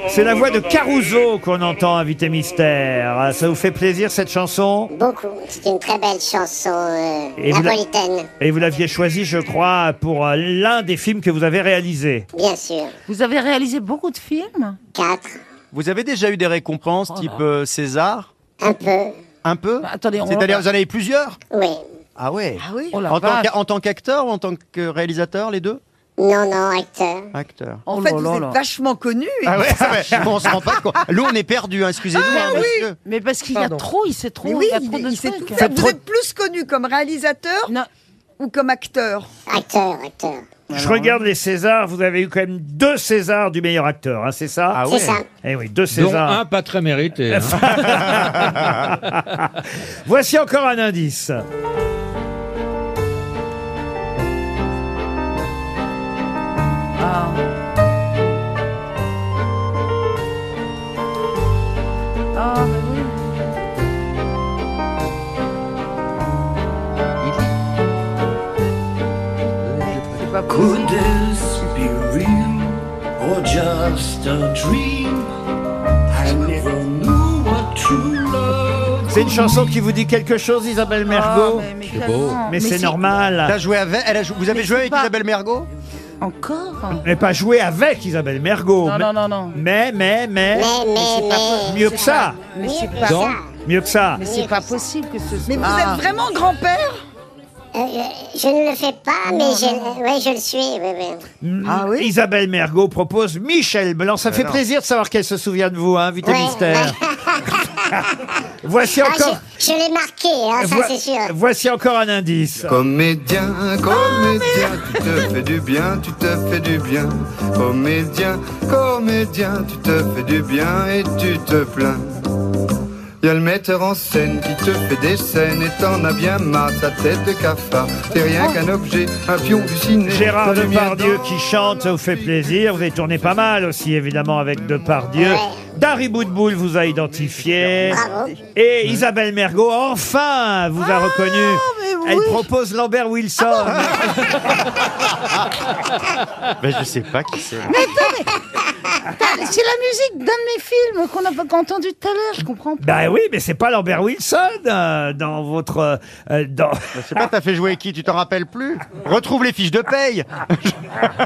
B: C'est la voix de Caruso qu'on entend, invité mystère. Ça vous fait plaisir cette chanson
P: Beaucoup. C'est une très belle chanson euh,
B: Et vous la-
P: napolitaine,
B: Et vous l'aviez choisi, je crois, pour euh, l'un des films que vous avez réalisé.
P: bien sûr.
F: Vous avez réalisé beaucoup de films
P: Quatre.
J: Vous avez déjà eu des récompenses
F: Oh
J: type euh, César
P: Un peu.
J: Un peu
F: Bah, attendez, on-
J: C'est-à-dire, vous en avez plusieurs
P: Oui.
J: Ah ouais
F: Ah oui. Oh la
J: En tant
F: vache.
J: qu'a- en tant qu'acteur ou en tant que réalisateur, les deux
P: Non, non, acteur.
J: Acteur.
F: Oh
G: En fait, vous êtes vachement connu. et
J: Ah ouais,
G: ça-
J: ouais. <laughs> Bon, on se rend pas compte. Nous, on est perdus, hein, excusez-nous.
G: Ah
J: hein,
G: oui.
J: monsieur.
F: Mais parce qu'il y a
G: Pardon.
F: trop, il sait trop,
G: Mais oui,
F: il y a
G: il-
F: trop de
G: il sait
F: trucs.
G: tout faire. Vous êtes plus connu comme réalisateur ou comme acteur
P: Acteur, acteur.
B: Je regarde les Césars, vous avez eu quand même deux Césars du meilleur acteur, hein, c'est ça Ah
P: C'est ouais. ça.
B: Eh oui, Ah, deux
R: Dont
B: Césars.
R: un pas très
B: <laughs>
R: mérité. hein.
B: Voici encore un indice.
F: Ah, mais oui.
E: C'est pas
L: Could this be real or just a dream? I never knew what true love.
B: C'est une chanson qui vous dit quelque chose, Isabelle Mergot
F: C'est beau. tellement.
B: Mais
F: Mais
B: c'est
F: c'est-
B: normal.
J: T'as joué avec- elle a jou- vous avez joué avec Isabelle Mergot
F: Encore
B: Mais pas joué avec Isabelle Mergot.
F: Non,
B: Mais-
F: non, non, non.
B: Mais,
F: Mais,
B: mais, mais.
F: mais, Mais c'est pas mais. possible.
B: Mieux que ça.
F: Mais c'est pas
B: Non.
F: ça.
B: Mieux que ça.
F: Mais c'est pas possible que ce soit...
G: Mais vous
P: Ah.
G: êtes vraiment grand-père
P: Euh, je, je ne le fais pas, mais
G: Non,
P: je,
G: non.
P: ouais, je le suis. oui, Ah oui.
B: Mm. Isabelle Mergot propose Michel Blanc. Ça
P: Ben
B: fait
P: non.
B: plaisir de savoir qu'elle se souvient de vous, hein, invité
P: Ouais, <laughs>
B: mystère. <laughs> Voici
P: Ah,
B: encore.
P: je je l'ai marqué, hein, ça
B: Voi-
P: c'est sûr.
B: Voici encore un indice.
K: Comédien, comédien, tu te fais du bien, tu te fais du bien. Comédien, comédien, tu te fais du bien et tu te plains. Y a le metteur en scène qui te fait des scènes et t'en as bien marre, sa tête de cafard. T'es rien
F: Ah.
K: qu'un objet, un pion du ciné.
B: Gérard
K: Pas de mien
B: Depardieu qui chante, ça vous fait plaisir. Vous avez tourné pas mal aussi, évidemment, avec Depardieu. Dari Boudboul vous a
P: hein.
B: identifié. Et Isabelle Mergot, enfin, vous
P: Ah,
B: a reconnu. Elle propose Lambert Wilson. Ah.
P: <laughs>
M: Ben, je sais pas qui c'est.
F: Mais attendez Attends, <laughs> C'est la musique d'un de mes films qu'on n'a pas entendu tout à l'heure, je comprends pas.
B: Ben oui, mais c'est pas Lambert Wilson euh, dans votre. euh, euh, dans...
M: Je sais pas, t'as fait jouer qui Tu t'en rappelles plus Retrouve les fiches de paye
B: <laughs>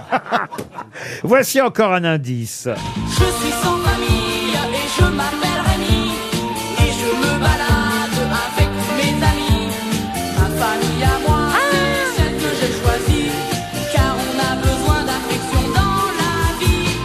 B: Voici encore un indice.
E: Je suis sans famille et je m'appelle Rémi Et je me balade avec mes amis Ma famille à moi,
G: Ah.
E: c'est celle que j'ai choisie Car on a besoin d'affection dans la vie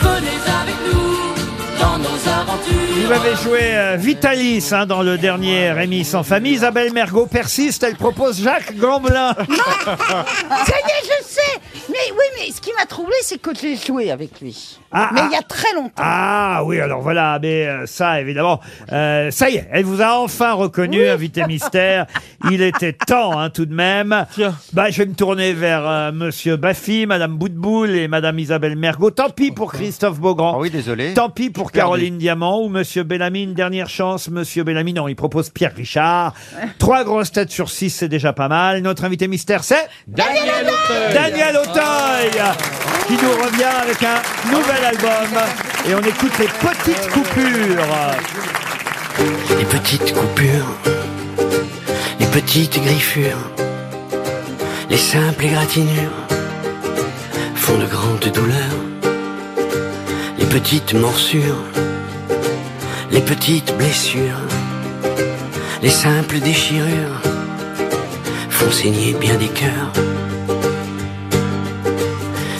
E: Venez avec nous dans nos aventures
B: Vous avez joué euh, Vitalis hein, dans le dernier Rémi sans famille. Isabelle Mergot persiste, elle propose Jacques Gamblin.
F: Ça y est, je sais Mais oui, mais ce qui m'a troublé, c'est que j'ai joué avec lui.
B: Ah,
F: mais
B: ah.
F: il y a très longtemps.
B: Ah oui, alors voilà, mais euh, ça évidemment, euh, ça y est, elle vous a enfin reconnu, invité mystère. Il était temps, hein, tout de même. Bah, je vais me tourner vers euh, Monsieur Baffy, Madame Boutboul et Madame Isabelle Mergot. Tant pis pour Christophe Beaugrand. oui,
M: désolé.
B: Tant pis pour
M: Perdu.
B: Caroline Diamant ou Monsieur Bellamy. Une dernière chance, Monsieur Bellamy. Non, il propose Pierre Richard. Trois grosses têtes sur six, c'est déjà pas mal. Notre invité mystère, c'est
E: Daniel Auteuil.
B: Daniel Auteuil qui nous revient avec un nouvel album. Et on écoute les petites coupures.
Q: Les petites coupures, les petites griffures, les simples égratignures font de grandes douleurs. Les petites morsures, les petites blessures, les simples déchirures font saigner bien des cœurs.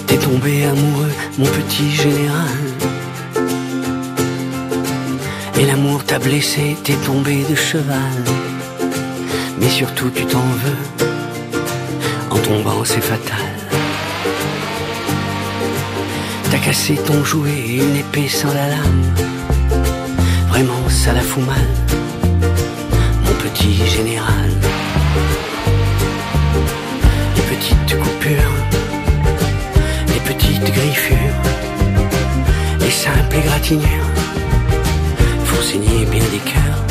Q: T'es tombé amoureux, mon petit général. Et l'amour t'a blessé, t'es tombé de cheval. Mais surtout tu t'en veux. En tombant, c'est fatal. T'as cassé ton jouet, une épée sans la lame. Vraiment, ça la fout mal. Mon petit général. Les petites coupures, les petites griffures, les simples égratignures font saigner bien des cœurs.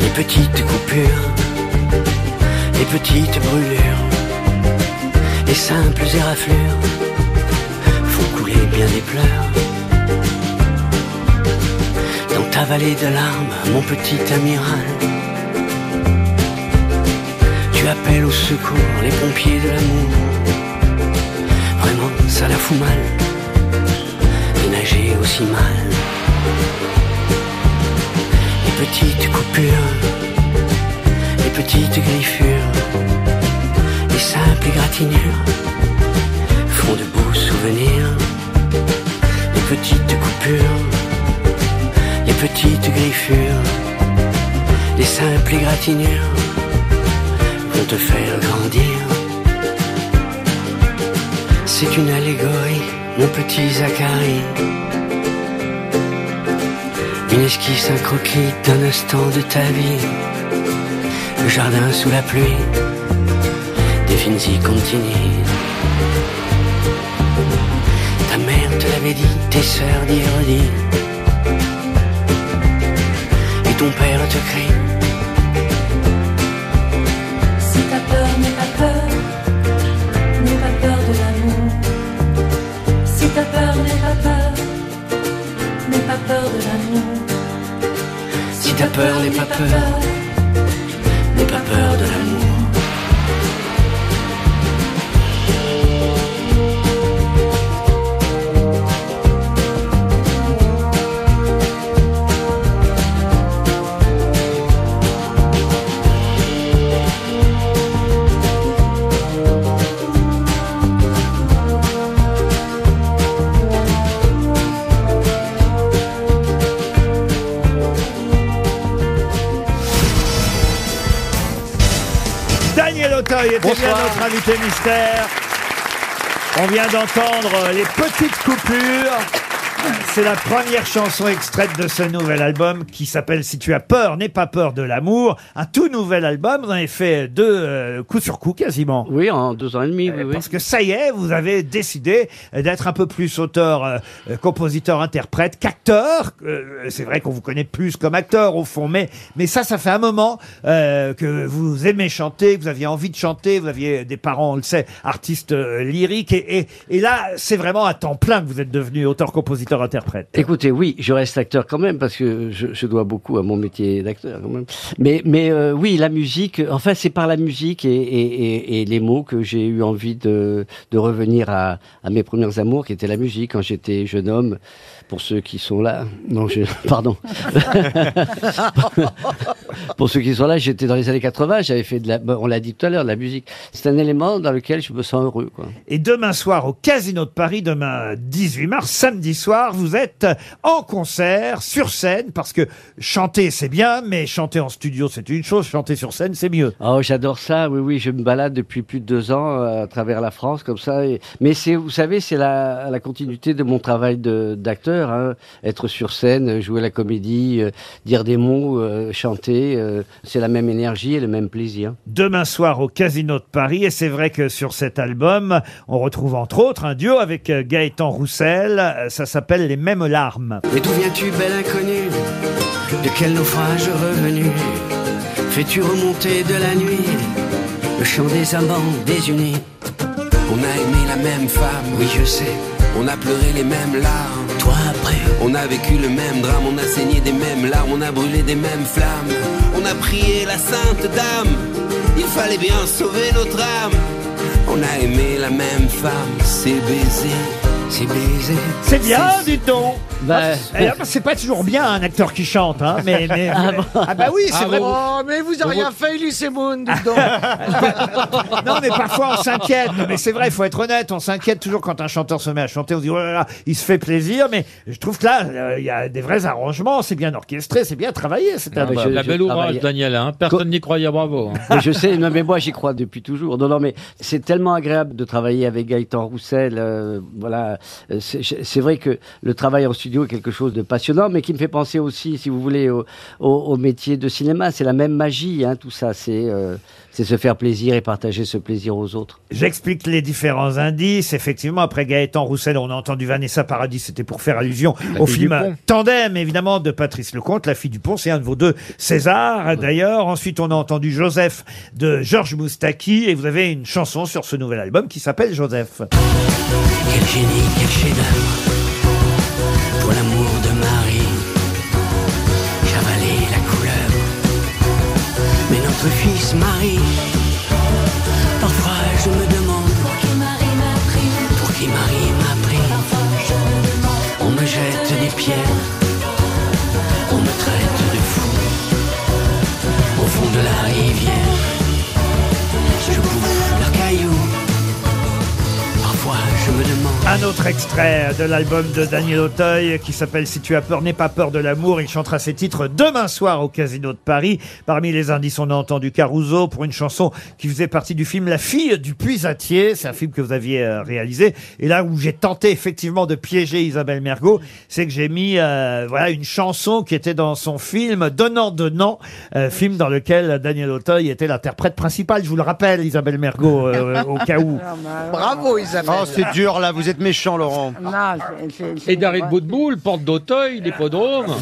Q: Les petites coupures, les petites brûlures, les simples éraflures font couler bien des pleurs. Dans ta vallée de larmes, mon petit amiral, tu appelles au secours les pompiers de l'amour. Vraiment, ça la fout mal de nager aussi mal. Les petites coupures, les petites griffures, les simples égratignures font de beaux souvenirs. Les petites coupures, les petites griffures, les simples égratignures vont te faire grandir. C'est une allégorie, mon petit Zacharie. Une esquisse, un croquis d'un instant de ta vie. Le jardin sous la pluie, des fines y continue. Ta mère te l'avait dit, tes sœurs d'y redit. Et ton père te crie,
E: Si t'as peur, n'aie pas peur, n'aie pas peur de l'amour. Si t'as peur, n'aie pas peur, n'aie pas peur de l'amour.
Q: si t'as peur, n'aie pas peur, n'aie pas peur de l'amour.
B: Daniel Auteuil était bien
E: Bonsoir.
B: notre invité mystère. On vient d'entendre euh, les petites coupures. C'est la première chanson extraite de ce nouvel album qui s'appelle Si tu as peur, n'aie pas peur de l'amour. Un tout nouvel album. Vous en avez fait deux euh, coup sur coup quasiment. Euh,
A: Oui, en deux ans et demi.
B: Parce que ça y est, vous avez décidé d'être un peu plus auteur, euh, euh, compositeur, interprète qu'acteur. Euh, C'est vrai qu'on vous connaît plus comme acteur au fond, mais, mais ça, ça fait un moment euh, que vous aimez chanter, que vous aviez envie de chanter, vous aviez des parents, on le sait, artistes euh, lyriques. Et, et, et là, c'est vraiment à temps plein que vous êtes devenu auteur, compositeur, interprète.
A: Écoutez, oui, je reste acteur quand même parce que je, je dois beaucoup à mon métier d'acteur quand même. Mais, mais euh, oui, la musique, euh, enfin, c'est par la musique et, et- et- et les mots que j'ai eu envie de, de revenir à, à mes premiers amours qui étaient la musique quand j'étais jeune homme. Pour ceux qui sont là, non, je, <laughs> pardon. Pour ceux qui sont là, j'étais dans les années 80, j'avais fait de la, bon, on l'a dit tout à l'heure, de la musique. C'est un élément dans lequel je me sens heureux, quoi.
B: Et demain soir au Casino de Paris, demain 18 mars, samedi soir, vous êtes en concert, sur scène, parce que chanter c'est bien, mais chanter en studio c'est une chose, chanter sur scène c'est mieux.
A: Oh, j'adore ça. Oui, oui, je me balade depuis plus de deux ans euh, à travers la France comme ça. Et- Mais c'est, vous savez, c'est la, la continuité de mon travail de, d'acteur. hein. Être sur scène, jouer la comédie, euh, dire des mots, euh, chanter, euh, c'est la même énergie et le même plaisir.
B: demain soir au Casino de Paris. Et c'est vrai que sur cet album, on retrouve entre autres un duo avec euh, Gaëtan Roussel. Euh, Ça s'appelle Les mêmes larmes.
Q: Mais d'où viens-tu, belle inconnue De quel naufrage revenu Fais-tu remonter de la nuit le chant des amants désunis On a aimé la même femme, oui je sais. On a pleuré les mêmes larmes. Toi après, on a vécu le même drame, on a saigné des mêmes larmes, on a brûlé des mêmes flammes. On a prié la sainte dame. Il fallait bien sauver notre âme. On a aimé la même femme, c'est baiser, c'est baiser.
B: C'est bien, dites donc
A: Bah,
B: Eh, ah, C'est pas toujours bien un acteur qui chante, hein, mais, mais-
A: <laughs> Ah bon
B: Ah bah oui, c'est
A: Ah
B: vrai.
A: bon
C: Oh, mais vous avez rien fait, Elise et Moon, dites donc.
B: <laughs> Non, mais parfois on s'inquiète. Non, Mais c'est vrai, il faut être honnête. On s'inquiète toujours quand un chanteur se met à chanter. On se dit, oh là là, il se fait plaisir. Mais je trouve que là, euh, il y a des vrais arrangements. C'est bien orchestré, c'est bien travaillé. C'est
A: Non, mais je-
R: la
A: je
R: belle
A: travaille-
R: ouvrage, Daniel. hein. Personne n'y croyait, bravo. hein.
A: Mais je sais, non, mais moi j'y crois depuis toujours. Non, non, mais c'est tellement agréable de travailler avec Gaëtan Roussel. euh, voilà, Euh, c'est c'est vrai que le travail en studio est quelque chose de passionnant, mais qui me fait penser aussi, si vous voulez, au, au- au métier de cinéma. C'est la même magie, hein, tout ça. C'est euh, c'est se faire plaisir et partager ce plaisir aux autres.
B: J'explique les différents indices. Effectivement, après Gaëtan Roussel, on a entendu Vanessa Paradis. C'était pour faire allusion
R: La
B: au
R: fille
B: film
R: Dupont.
B: Tandem, évidemment, de Patrice Lecomte. La fille du pont, c'est un de vos deux César, d'ailleurs. Ensuite, on a entendu Joseph de Georges Moustaki. Et vous avez une chanson sur ce nouvel album qui s'appelle Joseph.
Q: Quel génie, quel chef-d'œuvre Pour l'amour de Marie J'avalais la couleuvre Mais notre fils Marie Parfois je me demande Pour qui Marie m'a pris Pour qui Marie m'a pris On me jette des pierres On me traite de fou Au fond de la rivière Je bouffe leurs cailloux Parfois je me demande
B: Un autre extrait de l'album de Daniel Auteuil qui s'appelle Si tu as peur, n'aie pas peur de l'amour. Il chantera ses titres demain soir au Casino de Paris. Parmi les indices, on a entendu Caruso pour une chanson qui faisait partie du film La fille du puisatier. C'est un film que vous aviez euh, réalisé. Et là où j'ai tenté effectivement de piéger Isabelle Mergot, c'est que j'ai mis euh, voilà une chanson qui était dans son film Donnant Donnant, euh, film dans lequel Daniel Auteuil était l'interprète principale. Je vous le rappelle, Isabelle Mergot, euh, au
C: <laughs>
B: cas où.
C: Ah, bah Bravo, Isabelle.
J: Oh, c'est dur là, vous êtes méchant, Laurent.
F: Non,
R: Et Darry de Boutboul, porte d'Auteuil, l'hippodrome.
B: <laughs>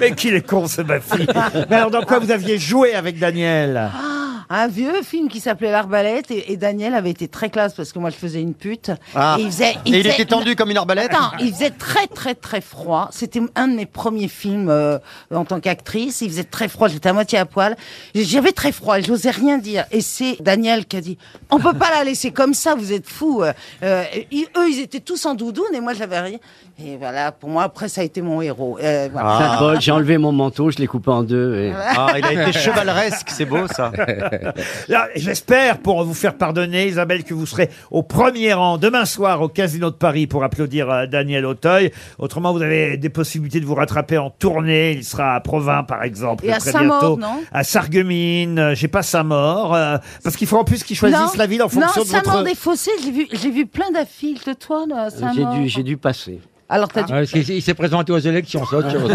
B: Mais qu'il est con, ce ma fille. Mais alors, dans quoi vous aviez joué avec Daniel
F: Ah, un vieux film qui s'appelait L'Arbalète et, et Daniel avait été très classe parce que moi je faisais une pute.
J: Ah.
F: Et il, faisait,
J: Et il
F: faisait-
J: était tendu comme une arbalète
F: Bah, Attends, il faisait très très très froid. C'était un de mes premiers films euh, en tant qu'actrice. Il faisait très froid, j'étais à moitié à poil. J'avais très froid et j'osais rien dire. Et c'est Daniel qui a dit On peut pas la laisser comme ça, vous êtes fous. Euh, ils- eux ils étaient tous en doudoune et moi j'avais rien. Et voilà, pour moi après ça a été mon héros. Euh,
B: Ah.
F: voilà.
A: Saint-Paul, j'ai enlevé mon manteau, je l'ai coupé en deux. et-
J: Ah, il a été chevaleresque, c'est beau ça.
B: <laughs> Là, J'espère, pour vous faire pardonner, Isabelle, que vous serez au premier rang demain soir au Casino de Paris pour applaudir euh, Daniel Auteuil. Autrement, vous avez des possibilités de vous rattraper en tournée. Il sera à Provins, par exemple.
F: Et à
B: très
F: Saint-Maur,
B: bientôt.
F: non
B: À Sarreguemines. euh, J'ai pas Saint-Maur. euh, parce qu'il faut en plus qu'ils choisissent
F: Non,
B: la ville en fonction
F: non,
B: de
F: Saint-Maur
B: votre...
F: des Fossés, j'ai vu, j'ai vu plein d'affiches de toi, là, à
A: J'ai
F: Saint-Maur.
A: dû, j'ai dû passer.
F: Alors, t'as dû-
R: Ah, parce qu'il- il s'est présenté aux élections, c'est autre chose.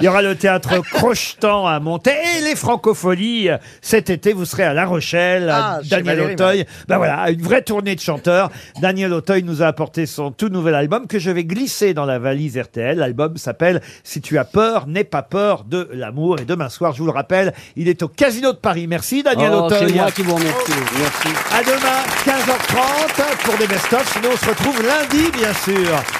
B: Il y aura le
C: <laughs>
B: théâtre Crochetan à monter et les Francopholies. euh, Cet été, vous serez à La Rochelle, à
C: Ah, chez
B: Daniel
C: Valérie,
B: Auteuil.
C: ouais.
B: Ben voilà, une vraie tournée de chanteurs. Daniel Auteuil nous a apporté son tout nouvel album que je vais glisser dans la valise RTL. L'album s'appelle Si tu as peur, n'aie pas peur de l'amour. Et demain soir, je vous le rappelle, il est au Casino de Paris. Merci Daniel
A: Oh,
B: Auteuil.
A: c'est moi qui vous remercie. Merci.
B: À demain, 15h30 pour des best-of. Sinon, on se retrouve lundi, bien sûr.